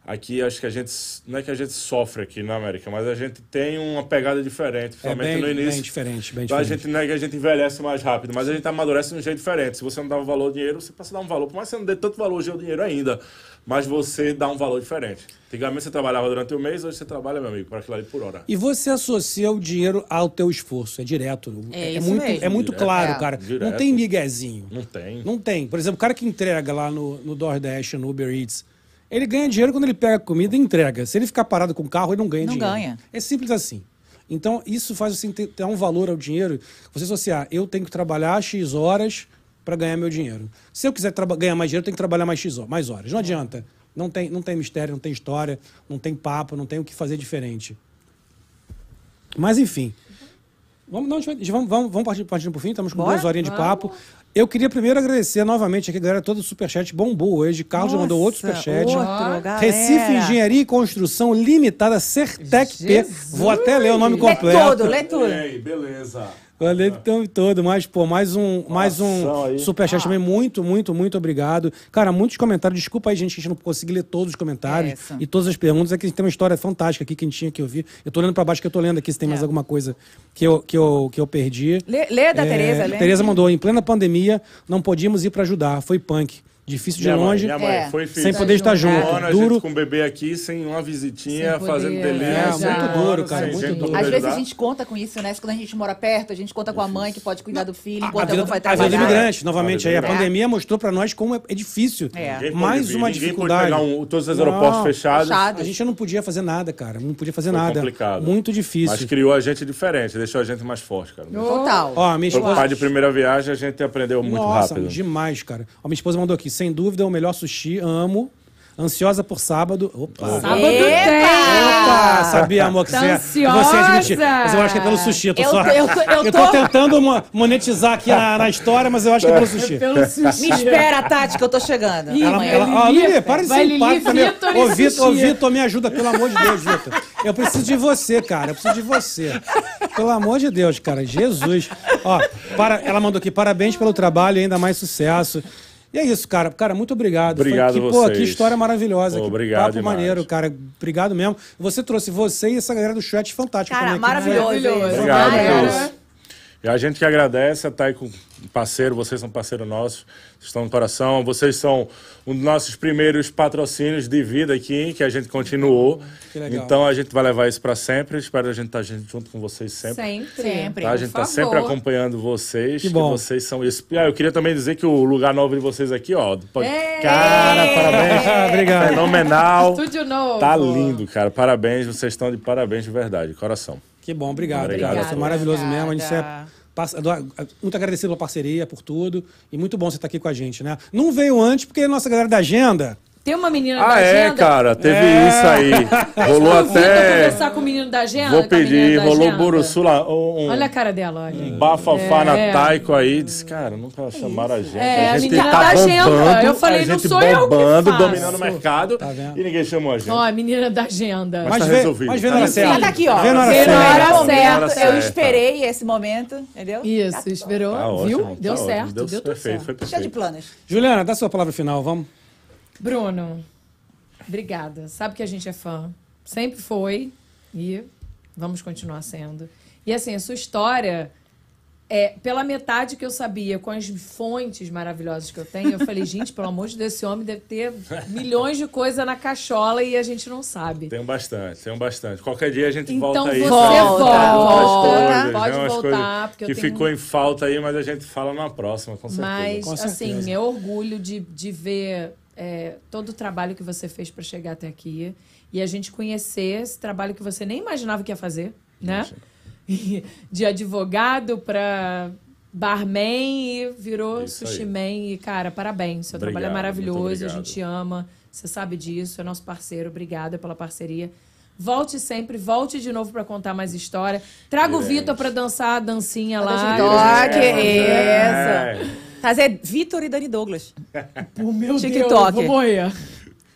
S2: Aqui acho que a gente, s- não é que a gente sofre aqui na América, mas a gente tem uma pegada diferente,
S1: É
S2: principalmente
S1: bem,
S2: no início.
S1: bem diferente, bem
S2: Então a
S1: diferente.
S2: gente não é que a gente envelhece mais rápido, mas a gente amadurece de um jeito diferente. Se você não dá um valor ao dinheiro, você passa a dar um valor. Por mais que você não dê tanto valor hoje ao dinheiro ainda, mas você dá um valor diferente. Antigamente você trabalhava durante o mês, hoje você trabalha, meu amigo, para aquilo ali por hora.
S1: E você associa o dinheiro ao teu esforço, é direto.
S5: É isso
S1: muito,
S5: mesmo.
S1: é muito
S2: Direto.
S1: claro,
S5: É.
S1: cara. Não
S2: Direto.
S1: tem miguezinho.
S2: Não tem.
S1: Não tem. Por exemplo, o cara que entrega lá no, no DoorDash, no Uber Eats, ele ganha dinheiro quando ele pega comida e entrega. Se ele ficar parado com o carro, ele não ganha
S5: Não
S1: dinheiro.
S5: ganha.
S1: É simples assim. Então, isso faz você ter, ter um valor ao dinheiro. Você associar, eu tenho que trabalhar X horas para ganhar meu dinheiro. Se eu quiser traba- ganhar mais dinheiro, eu tenho que trabalhar mais, X ho- mais horas. Não adianta. Não tem, não tem mistério, não tem história, não tem papo, não tem o que fazer diferente. Mas, enfim. Vamos, não, a gente vai- vamos, vamos, vamos partir, partindo pro fim, estamos com
S5: Bora?
S1: duas horinhas de papo. Eu queria primeiro agradecer novamente aqui, a galera, todo o superchat bombou hoje. Carlos já mandou outro
S5: Nossa,
S1: superchat.
S5: outro, galera.
S1: Recife Engenharia e Construção Limitada, Certec P.
S3: Jesus!
S1: Vou até ler o nome
S5: Lê tudo,
S1: completo.
S5: lê tudo.
S2: Ei, beleza.
S1: Valeu então e todo, mas pô, mais um, mais
S2: Ação
S1: um
S2: aí.
S1: superchat
S5: Ah.
S1: também, muito, muito, muito obrigado. Cara, muitos comentários, desculpa aí gente que a gente não conseguiu ler todos os comentários
S5: Essa.
S1: e todas as perguntas, é que a gente tem uma história fantástica aqui que a gente tinha que ouvir. Eu tô olhando pra baixo que eu tô lendo aqui se tem mais alguma coisa que eu, que eu, que eu perdi.
S5: É.
S1: É,
S5: Lê, lê da Tereza, lê.
S1: Tereza mandou, em plena pandemia, não podíamos ir pra ajudar, foi punk. Difícil de
S2: Minha mãe,
S1: longe,
S2: minha mãe,
S5: É.
S2: foi
S1: sem
S2: filho.
S1: poder estar junto.
S2: Corona, a
S1: Duro,
S2: gente com o bebê aqui, sem uma visitinha,
S3: Sem poder
S2: fazendo delivery.
S1: É, muito
S2: sem hora,
S1: duro, cara,
S2: sem
S1: muito
S2: jeito
S1: duro.
S2: pra
S5: Às
S2: poder
S5: vezes a
S2: ajudar.
S5: gente conta com isso, né? Quando a gente mora perto, a gente conta com a mãe que pode cuidar do filho,
S1: A
S5: enquanto eu
S1: vida,
S5: vou vai
S1: a vida do
S5: trabalhar.
S1: imigrante, novamente, aí, a
S2: É.
S1: pandemia mostrou pra nós como é, é difícil.
S5: É.
S2: Ninguém pode
S1: Mais uma
S2: vir, ninguém pode
S1: dificuldade.
S2: pegar um- todos os aeroportos
S1: Não,
S2: fechados.
S5: fechado.
S1: A gente não podia fazer nada, cara. Não podia fazer
S2: Foi
S1: nada.
S2: complicado.
S1: Muito difícil.
S2: Mas criou a gente diferente, deixou a gente mais forte, cara.
S5: Total.
S1: Ó, a minha
S2: Foi
S1: esposa.
S2: pai de primeira viagem, a gente aprendeu muito
S1: Nossa, um
S2: rápido.
S1: demais, cara. Ó, minha esposa mandou aqui. Sem dúvida, é o melhor sushi. Amo. Ansiosa por sábado. Opa.
S3: Sábado
S1: Opa, sabia, amor, que
S3: Tá
S1: você, que você
S3: ansiosa.
S1: admitiu. Mas eu acho que é pelo sushi, eu tô
S5: Eu
S1: só.
S5: tô- eu tô- eu
S1: tô
S5: tô-
S1: tentando mo- monetizar aqui na, na história, mas eu acho que é pelo sushi.
S3: tem. Pelo sushi.
S5: Me espera, Tati, que eu tô chegando.
S3: Ih,
S1: Ela,
S5: Amanhã.
S1: ela, ó,
S3: Lili,
S1: Lili, para de
S3: vai,
S1: ser
S3: Lili,
S1: empático também.
S3: Vitor,
S1: Ô,
S3: esse
S1: Vitor, ô,
S3: sushi.
S1: Vitor, me ajuda, pelo amor de Deus, Vitor. Eu preciso de você, cara. Eu preciso de você. Pelo amor de Deus, cara. Jesus. Ó, para, ela mandou aqui, parabéns pelo trabalho, ainda mais sucesso. E é isso, cara. Cara, muito obrigado.
S2: Obrigado
S1: Foi, que, pô,
S2: vocês.
S1: que história maravilhosa. que
S2: Obrigado
S1: papo
S2: demais.
S1: maneiro, cara. Obrigado mesmo. Você trouxe você e essa galera do chat fantástica
S5: Cara,
S1: também. aqui, né?
S5: maravilhoso.
S3: Maravilhoso.
S2: Obrigado,
S5: Galera.
S2: Deus. E a gente que agradece, tá aí com parceiro, vocês são parceiro nosso, vocês estão no coração, vocês são um dos nossos primeiros patrocínios de vida aqui, que a gente continuou.
S1: Que legal.
S2: Então a gente vai levar isso para sempre, espero a gente estar junto com vocês sempre.
S5: Sempre.
S2: Tá? A gente
S5: por
S2: está sempre
S5: favor.
S2: acompanhando vocês.
S1: Que bom.
S2: vocês são. isso. Ah, eu queria também dizer que o lugar novo de vocês aqui, ó. do pod-
S5: Ei!
S2: Cara, parabéns.
S1: Obrigado.
S2: Fenomenal.
S3: Estúdio novo.
S2: Tá lindo, cara. Parabéns. Vocês estão de parabéns de verdade. Coração.
S1: Que bom, obrigado.
S2: Obrigado.
S1: Obrigado. Foi maravilhoso
S5: Obrigada.
S1: mesmo. A gente é passa- adora- muito agradecido pela parceria, por tudo. E muito bom você estar aqui com a gente, né? Não veio antes, porque a nossa galera da agenda.
S3: Tem uma menina da
S2: Ah, é,
S3: agenda.
S2: cara. Teve
S1: É.
S2: isso aí. Rolou
S3: Convida
S2: até.
S3: conversar com o menino da agenda. Tá
S2: Vou
S3: né, com a menina
S2: pedir.
S3: da
S2: Rolou Hum.
S3: agenda.
S2: Burussu lá. Um, um
S3: Olha a cara dela, olha.
S2: bafafá
S3: É.
S2: na Taiko aí. Disse, cara, nunca chamaram a gente.
S3: É,
S2: a
S3: a
S2: gente
S3: menina
S2: tá
S3: da agenda.
S2: bombando.
S3: Eu falei,
S2: a
S3: não
S2: gente
S3: sou eu que
S2: bombando,
S3: faço. Tá
S2: dominando o mercado.
S1: vendo?
S2: E ninguém chamou a gente.
S3: Ó, a menina da agenda.
S2: Mas
S1: Mas,
S2: tá
S1: vê,
S2: resolvido.
S1: mas vê
S2: Tá
S1: na hora
S2: resolvido.
S1: certa.
S5: Ela tá aqui, ó.
S1: Vê na hora
S3: Vê na
S1: certa.
S3: hora
S5: Era
S3: certa.
S5: certo, eu
S2: Certa.
S5: esperei esse momento, entendeu?
S3: Isso, esperou,
S2: Tá ótimo,
S3: viu?
S2: tá
S3: deu
S2: ótimo.
S3: certo, deu, tudo
S2: perfeito,
S3: certo.
S2: Foi
S5: Cheio de
S2: perfeito.
S5: planos.
S1: Juliana, dá sua palavra final, vamos.
S3: Bruno, obrigada. Sabe que a gente é fã. Sempre foi e vamos continuar sendo. E assim, a sua história é pela metade que eu sabia, com as fontes maravilhosas que eu tenho, eu falei, gente, pelo amor de Deus, esse homem deve ter milhões de coisas na cachola e a gente não sabe.
S2: Tenho bastante, tenho bastante. Qualquer dia a gente
S3: Então
S2: volta aí.
S3: você
S2: pra
S5: volta,
S2: contar outras
S3: volta,
S2: coisas,
S3: pode
S2: né? Umas
S3: voltar,
S2: coisas
S3: porque eu
S2: Que
S3: tenho-
S2: ficou em falta aí, mas a gente fala na próxima, com certeza.
S3: Mas,
S1: Com certeza.
S3: assim, é orgulho de, de ver é, todo o trabalho que você fez para chegar até aqui e a gente conhecer esse trabalho que você nem imaginava que ia fazer, né? de advogado para barman e virou
S2: Isso
S3: sushi
S2: aí.
S3: man. E, cara, parabéns. Seu trabalho é
S2: Obrigado, muito
S3: maravilhoso, a
S2: obrigado.
S3: gente te ama, você sabe disso, é nosso parceiro. Obrigada pela parceria. Volte sempre, volte de novo para contar mais história. Traga o
S2: Iremos.
S3: Vitor para dançar a dancinha
S5: Deixa
S3: lá.
S5: eu toque,
S2: É,
S5: essa.
S2: é.
S5: Trazer Vitor e Dani Douglas.
S3: Por meu Deus, eu
S5: TikTok.
S3: vou morrer.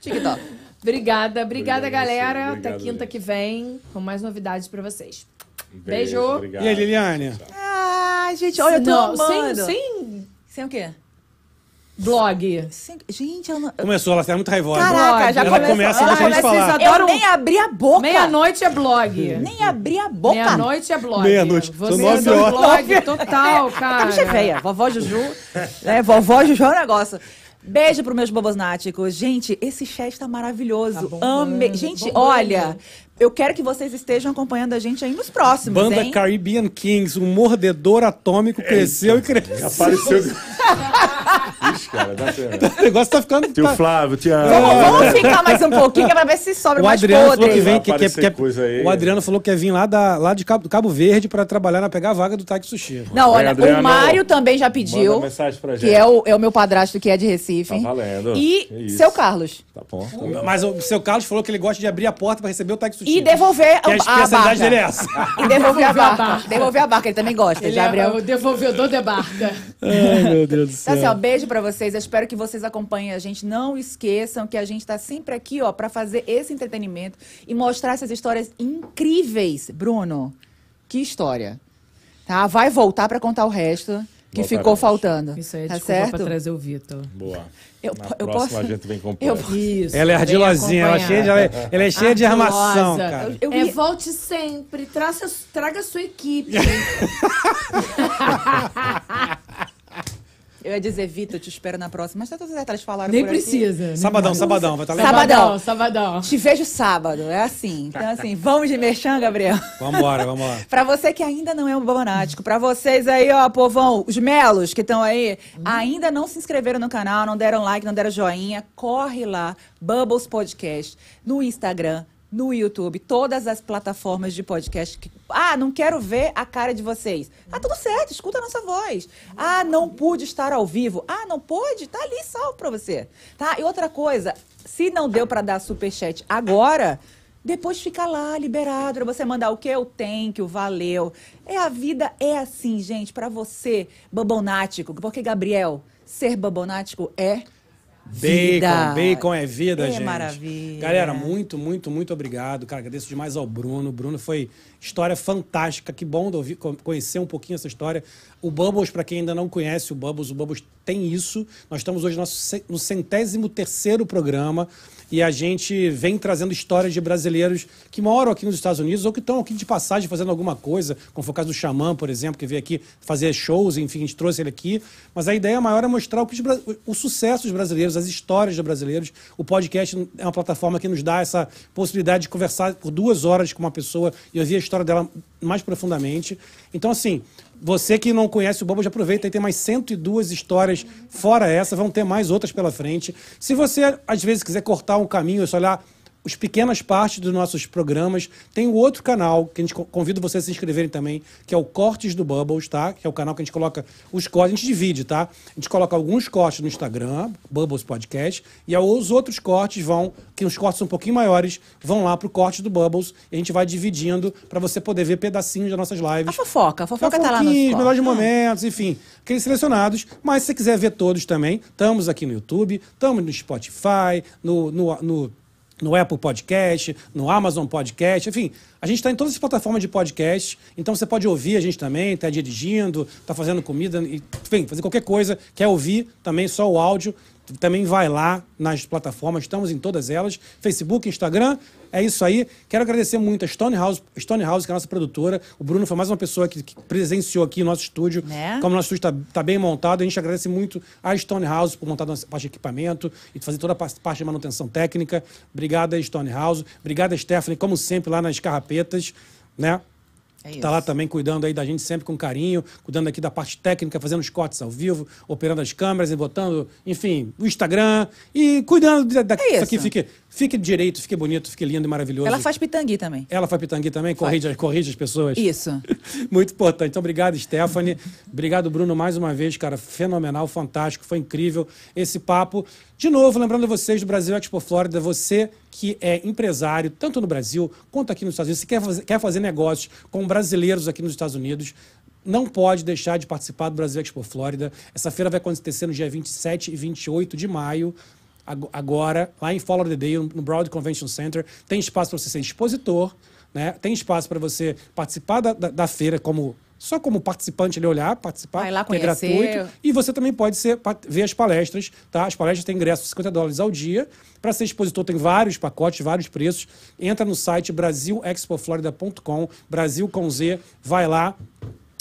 S5: TikTok.
S3: Obrigada, obrigada,
S2: Obrigado,
S3: galera.
S2: obrigado,
S3: Até quinta
S2: gente.
S3: que vem com mais novidades pra vocês.
S2: Um
S3: Beijo.
S2: obrigado.
S1: E aí, Liliane?
S5: Ai, gente, olha, eu tô
S3: Não,
S5: amando.
S3: Sem, sem
S5: Sem o quê?
S3: blog.
S5: Sem- Gente, eu não...
S1: Começou, ela tá muito raivosa.
S5: Caraca, já
S1: Ela
S5: começou.
S1: começa
S5: ela
S1: deixa a gente
S5: começa,
S1: falar.
S5: Eu nem abri a boca.
S3: Meia-noite é blog.
S5: Nem abri a boca.
S3: Meia-noite é blog.
S1: Meia-noite. São
S3: Vocês
S5: é
S1: nove
S3: são
S1: horas.
S3: blog total, cara.
S5: A bicha é velha. Vovó Juju. né? Vovó Juju é um negócio. Beijo pros meus bobosnáticos. Gente, esse chat tá maravilhoso.
S3: bombando, tá
S5: Amei. Gente,
S3: bombando.
S5: olha, eu quero que vocês estejam acompanhando a gente aí nos próximos,
S1: Banda
S5: hein?
S1: Caribbean Kings, um mordedor atômico cresceu e cresceu.
S2: Apareceu. Ixi, cara, dá pena.
S1: O negócio tá ficando.
S2: Tio
S1: tá-
S2: Flávio, tia.
S5: Vamos, vamos ficar mais um pouquinho pra ver se sobra
S1: O
S5: mais
S1: Adriano falou que
S5: podre.
S1: vem. Que, que,
S2: Aparecer
S1: que-
S2: coisa aí.
S1: o Adriano falou que ia vir lá, da, lá de Cabo, Cabo Verde pra trabalhar na pegar a vaga do Taque Sushi.
S5: Não,
S2: Vem,
S5: olha,
S2: Adriano.
S5: o Mário também já pediu.
S2: Manda mensagem pra gente.
S5: Que é o, é o meu padrasto que é de Recife.
S2: Tá valendo. Que
S1: É
S5: E
S2: isso.
S5: seu Carlos.
S2: Tá bom. tá bom.
S1: Mas o seu Carlos falou que ele gosta de abrir a porta pra receber o Taque Sushi.
S5: E devolver
S1: Que a
S5: a, a barca.
S1: especialidade dele é essa.
S5: E devolver a
S3: Devolver a
S5: barca.
S3: barca.
S5: Devolver a barca, ele também gosta.
S3: Ele
S5: já
S3: é
S5: abriu.
S3: o devolvedor de barca.
S1: Ai, meu Deus do
S5: Então, assim,
S1: céu.
S5: ó, beijo pra vocês. Eu espero que vocês acompanhem a gente. Não esqueçam que a gente tá sempre aqui, ó, pra fazer esse entretenimento e mostrar essas histórias incríveis. Bruno, que história. Tá? Vai voltar pra contar o resto que
S2: Voltaremos.
S5: ficou faltando.
S3: Isso aí é
S5: tá
S3: desculpa
S5: certo?
S3: pra trazer o Vitor.
S2: Boa.
S5: Eu-
S2: Na
S5: eu
S2: próxima
S5: posso-
S2: a gente vem completo.
S5: Eu-
S3: Isso.
S1: Ela é
S3: vem
S1: ardilosinha, ela é cheia de, ela é, ela é cheia de armação,
S3: Ardilosa.
S1: cara.
S5: Eu-
S3: É,
S5: ia-
S3: volte sempre. Traça, traga sua equipe.
S5: Eu ia dizer, Vitor, te espero na próxima, mas tá tudo certo, elas falaram
S3: Nem
S5: por aqui.
S3: precisa. né?
S1: Sabadão, sabadão, vai estar legal.
S5: Sabadão.
S3: Sabadão, sabadão.
S5: Te vejo sábado, é assim. Então, assim, vamos de merchan, Gabriel?
S1: Vambora, vambora.
S5: Pra você que ainda não é um bobanático, pra vocês aí, ó, povão, os melos que estão aí, ainda não se inscreveram no canal, não deram like, não deram joinha, corre lá, Bubbles Podcast, no Instagram, no YouTube, todas as plataformas de podcast. que- Ah, não quero ver a cara de vocês. Tá tudo certo, escuta a nossa voz. Ah, não pude estar ao vivo. Ah, não pôde? Tá ali só pra você. Tá? E outra coisa, se não deu pra dar superchat agora, depois fica lá, liberado, pra você mandar o que eu tenho, que o valeu. É a vida é assim, gente, pra você, babonático. Porque, Gabriel, ser babonático é vida.
S1: Bacon, bacon é vida,
S5: É
S1: gente.
S5: maravilha.
S1: Galera, muito, muito, muito obrigado. Cara, agradeço demais ao Bruno. Bruno foi história fantástica. Que bom de ouvir, co- conhecer um pouquinho essa história. O Bubbles, para quem ainda não conhece o Bubbles, o Bubbles tem isso. Nós estamos hoje no nosso cen- no centésimo terceiro programa e a gente vem trazendo histórias de brasileiros que moram aqui nos Estados Unidos ou que estão aqui de passagem fazendo alguma coisa, como foi o caso do Xamã, por exemplo, que veio aqui fazer shows, enfim, a gente trouxe ele aqui. Mas a ideia maior é mostrar o, que os bra- o sucesso dos brasileiros, as histórias dos brasileiros. O podcast é uma plataforma que nos dá essa possibilidade de conversar por duas horas com uma pessoa e ouvir a história dela mais profundamente. Então, assim, você que não conhece o Bobo, já aproveita e tem mais 102 histórias fora essa, vão ter mais outras pela frente. Se você, às vezes, quiser cortar um caminho, é só olhar as pequenas partes dos nossos programas. Tem o outro canal que a gente co- convida vocês a se inscreverem também, que é o Cortes do Bubbles, tá? Que é o canal que a gente coloca os cortes, a gente divide, tá? A gente coloca alguns cortes no Instagram, Bubbles Podcast, e aí os outros cortes vão, que os cortes são um pouquinho maiores, vão lá pro corte do Bubbles e a gente vai dividindo para você poder ver pedacinhos das nossas lives.
S5: A fofoca, a fofoca tá lá no
S1: Fofoquinhas, melhores
S5: Discord.
S1: momentos, enfim, aqueles selecionados. Mas se você quiser ver todos também, estamos aqui no YouTube, estamos no Spotify, no, no, no, no Apple Podcast, no Amazon Podcast, enfim. A gente está em todas as plataformas de podcast, então você pode ouvir a gente também, está dirigindo, está fazendo comida, e, enfim, fazer qualquer coisa, quer ouvir também só o áudio, também vai lá nas plataformas, estamos em todas elas, Facebook, Instagram, é isso aí. Quero agradecer muito a Stone House, Stone House que é a nossa produtora. O Bruno foi mais uma pessoa que, que presenciou aqui o nosso estúdio.
S5: Né?
S1: Como o nosso estúdio está bem montado, a gente agradece muito a Stone House por montar nossa parte de equipamento e fazer toda a pa- parte de manutenção técnica. Obrigada, Stone House. Obrigada, Stephanie, como sempre, lá nas carrapetas, né?
S5: É
S1: que
S5: isso.
S1: tá lá também cuidando aí da gente sempre com carinho, cuidando aqui da parte técnica, fazendo os cortes ao vivo, operando as câmeras e botando, enfim, o Instagram e cuidando da, da
S5: É isso.
S1: que fique, fique direito, fique bonito, fique lindo e maravilhoso.
S5: Ela faz pitangui também.
S1: Ela faz pitangui também, corrige, corrige as pessoas.
S5: Isso.
S1: Muito importante. Então, obrigado, Stephanie. obrigado, Bruno, mais uma vez, cara. Fenomenal, fantástico, foi incrível esse papo. De novo, lembrando vocês do Brasil Expo Flórida, você que é empresário, tanto no Brasil quanto aqui nos Estados Unidos, se quer fazer, quer fazer negócios com brasileiros aqui nos Estados Unidos, não pode deixar de participar do Brasil Expo Flórida. Essa feira vai acontecer no dia 27 e 28 de maio ag- agora, lá em Fall of the Day, no Broad Convention Center. Tem espaço para você ser expositor, né? tem espaço para você participar da, da, da feira como. Só como participante ele olhar, participar,
S5: Vai lá
S1: que é
S5: conhecer.
S1: gratuito. E você também pode ser, pa- ver as palestras, tá? As palestras têm ingresso de 50 dólares ao dia. Para ser expositor, tem vários pacotes, vários preços. Entra no site brasilexpoflorida.com, Brasil com Z, vai lá,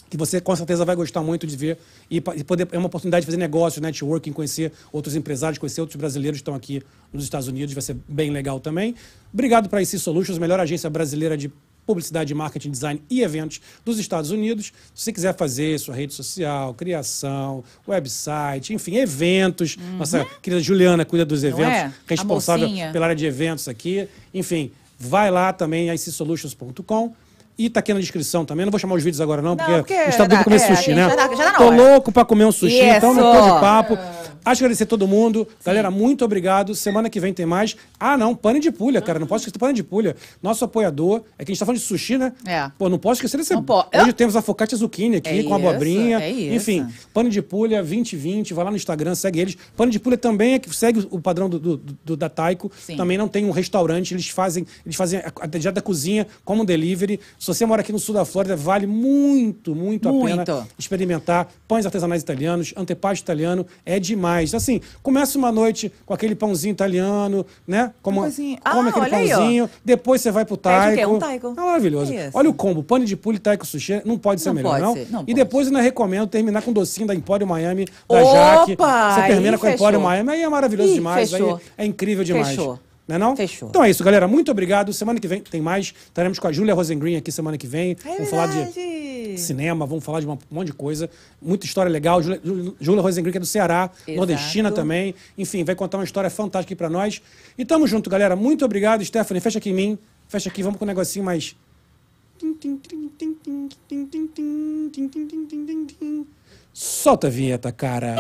S1: que você com certeza vai gostar muito de ver e, pa- e poder é uma oportunidade de fazer negócios, networking, conhecer outros empresários, conhecer outros brasileiros que estão aqui nos Estados Unidos, vai ser bem legal também. Obrigado para a IC Solutions, a melhor agência brasileira de publicidade, marketing, design e eventos dos Estados Unidos. Se você quiser fazer sua rede social, criação, website, enfim, eventos. Nossa querida Juliana cuida dos eventos,
S5: Uhum. é? A
S1: responsável
S5: mocinha.
S1: pela área de eventos aqui. Enfim, vai lá também, icsolutions.com. E tá aqui na descrição também. Não vou chamar os vídeos agora, não, porque,
S5: porque
S1: a gente tá doido pra comer
S5: já dá-
S1: sushi,
S5: é,
S1: né?
S5: já dá- já dá na
S1: Tô
S5: hora.
S1: louco pra comer um sushi, então não
S5: Isso.
S1: tô de papo. Acho que agradecer todo mundo. Galera, muito obrigado. Semana que vem tem mais. Ah, não, pane de pulha, cara. Não posso esquecer do pane de pulha. Nosso apoiador. É que a gente tá falando de sushi, né?
S5: É.
S1: Pô, não posso esquecer desse.
S5: Não po-
S1: Hoje temos a focaccia zucchini aqui,
S5: É
S1: com abobrinha.
S5: isso, é isso.
S1: Enfim, Pano de Pulha 2020, vai lá no Instagram, segue eles. Pano de Pulha também é que segue o padrão do, do- do- da Taiko.
S5: Sim.
S1: Também não tem um restaurante, eles fazem, eles fazem a, a já da cozinha como um delivery. Se você mora aqui no sul da Flórida, vale muito, muito, a
S5: Muito.
S1: pena experimentar pães artesanais italianos, antepasto italiano, é demais. Assim, começa uma noite com aquele pãozinho italiano, né? Como,
S5: Uma coisinha.
S1: come
S5: Ah,
S1: aquele
S5: olha aí, ó.
S1: pãozinho, depois você vai pro
S5: Pede o
S1: Taiko.
S5: quê? Um Taiko?
S1: É maravilhoso.
S5: É isso.
S1: olha o combo, pane de pulha e Taiko sushi, não pode ser
S5: Não
S1: melhor,
S5: pode
S1: não.
S5: ser, não
S1: e
S5: pode.
S1: depois depois eu ainda recomendo terminar com o docinho da Empório Miami, da
S5: Opa,
S1: Jaque. Você
S5: aí
S1: termina com a Empório
S5: fechou.
S1: Miami, aí é maravilhoso
S5: Ih,
S1: demais,
S5: fechou.
S1: aí é incrível demais.
S5: Fechou.
S1: Não é não?
S5: Fechou.
S1: Então é isso, galera. Muito obrigado. Semana que vem tem mais. Estaremos com a Júlia Rosengreen aqui semana que vem.
S5: É
S1: vamos falar de cinema, vamos falar de um monte de coisa. Muita história legal. Júlia- Júlia Júlia Rosengreen que é do Ceará, nordestina também. Enfim, vai contar uma história fantástica aqui pra nós. E tamo junto, galera. Muito obrigado, Stephanie. Fecha aqui em mim. Fecha aqui, vamos com um negocinho mais... Solta a vinheta, cara.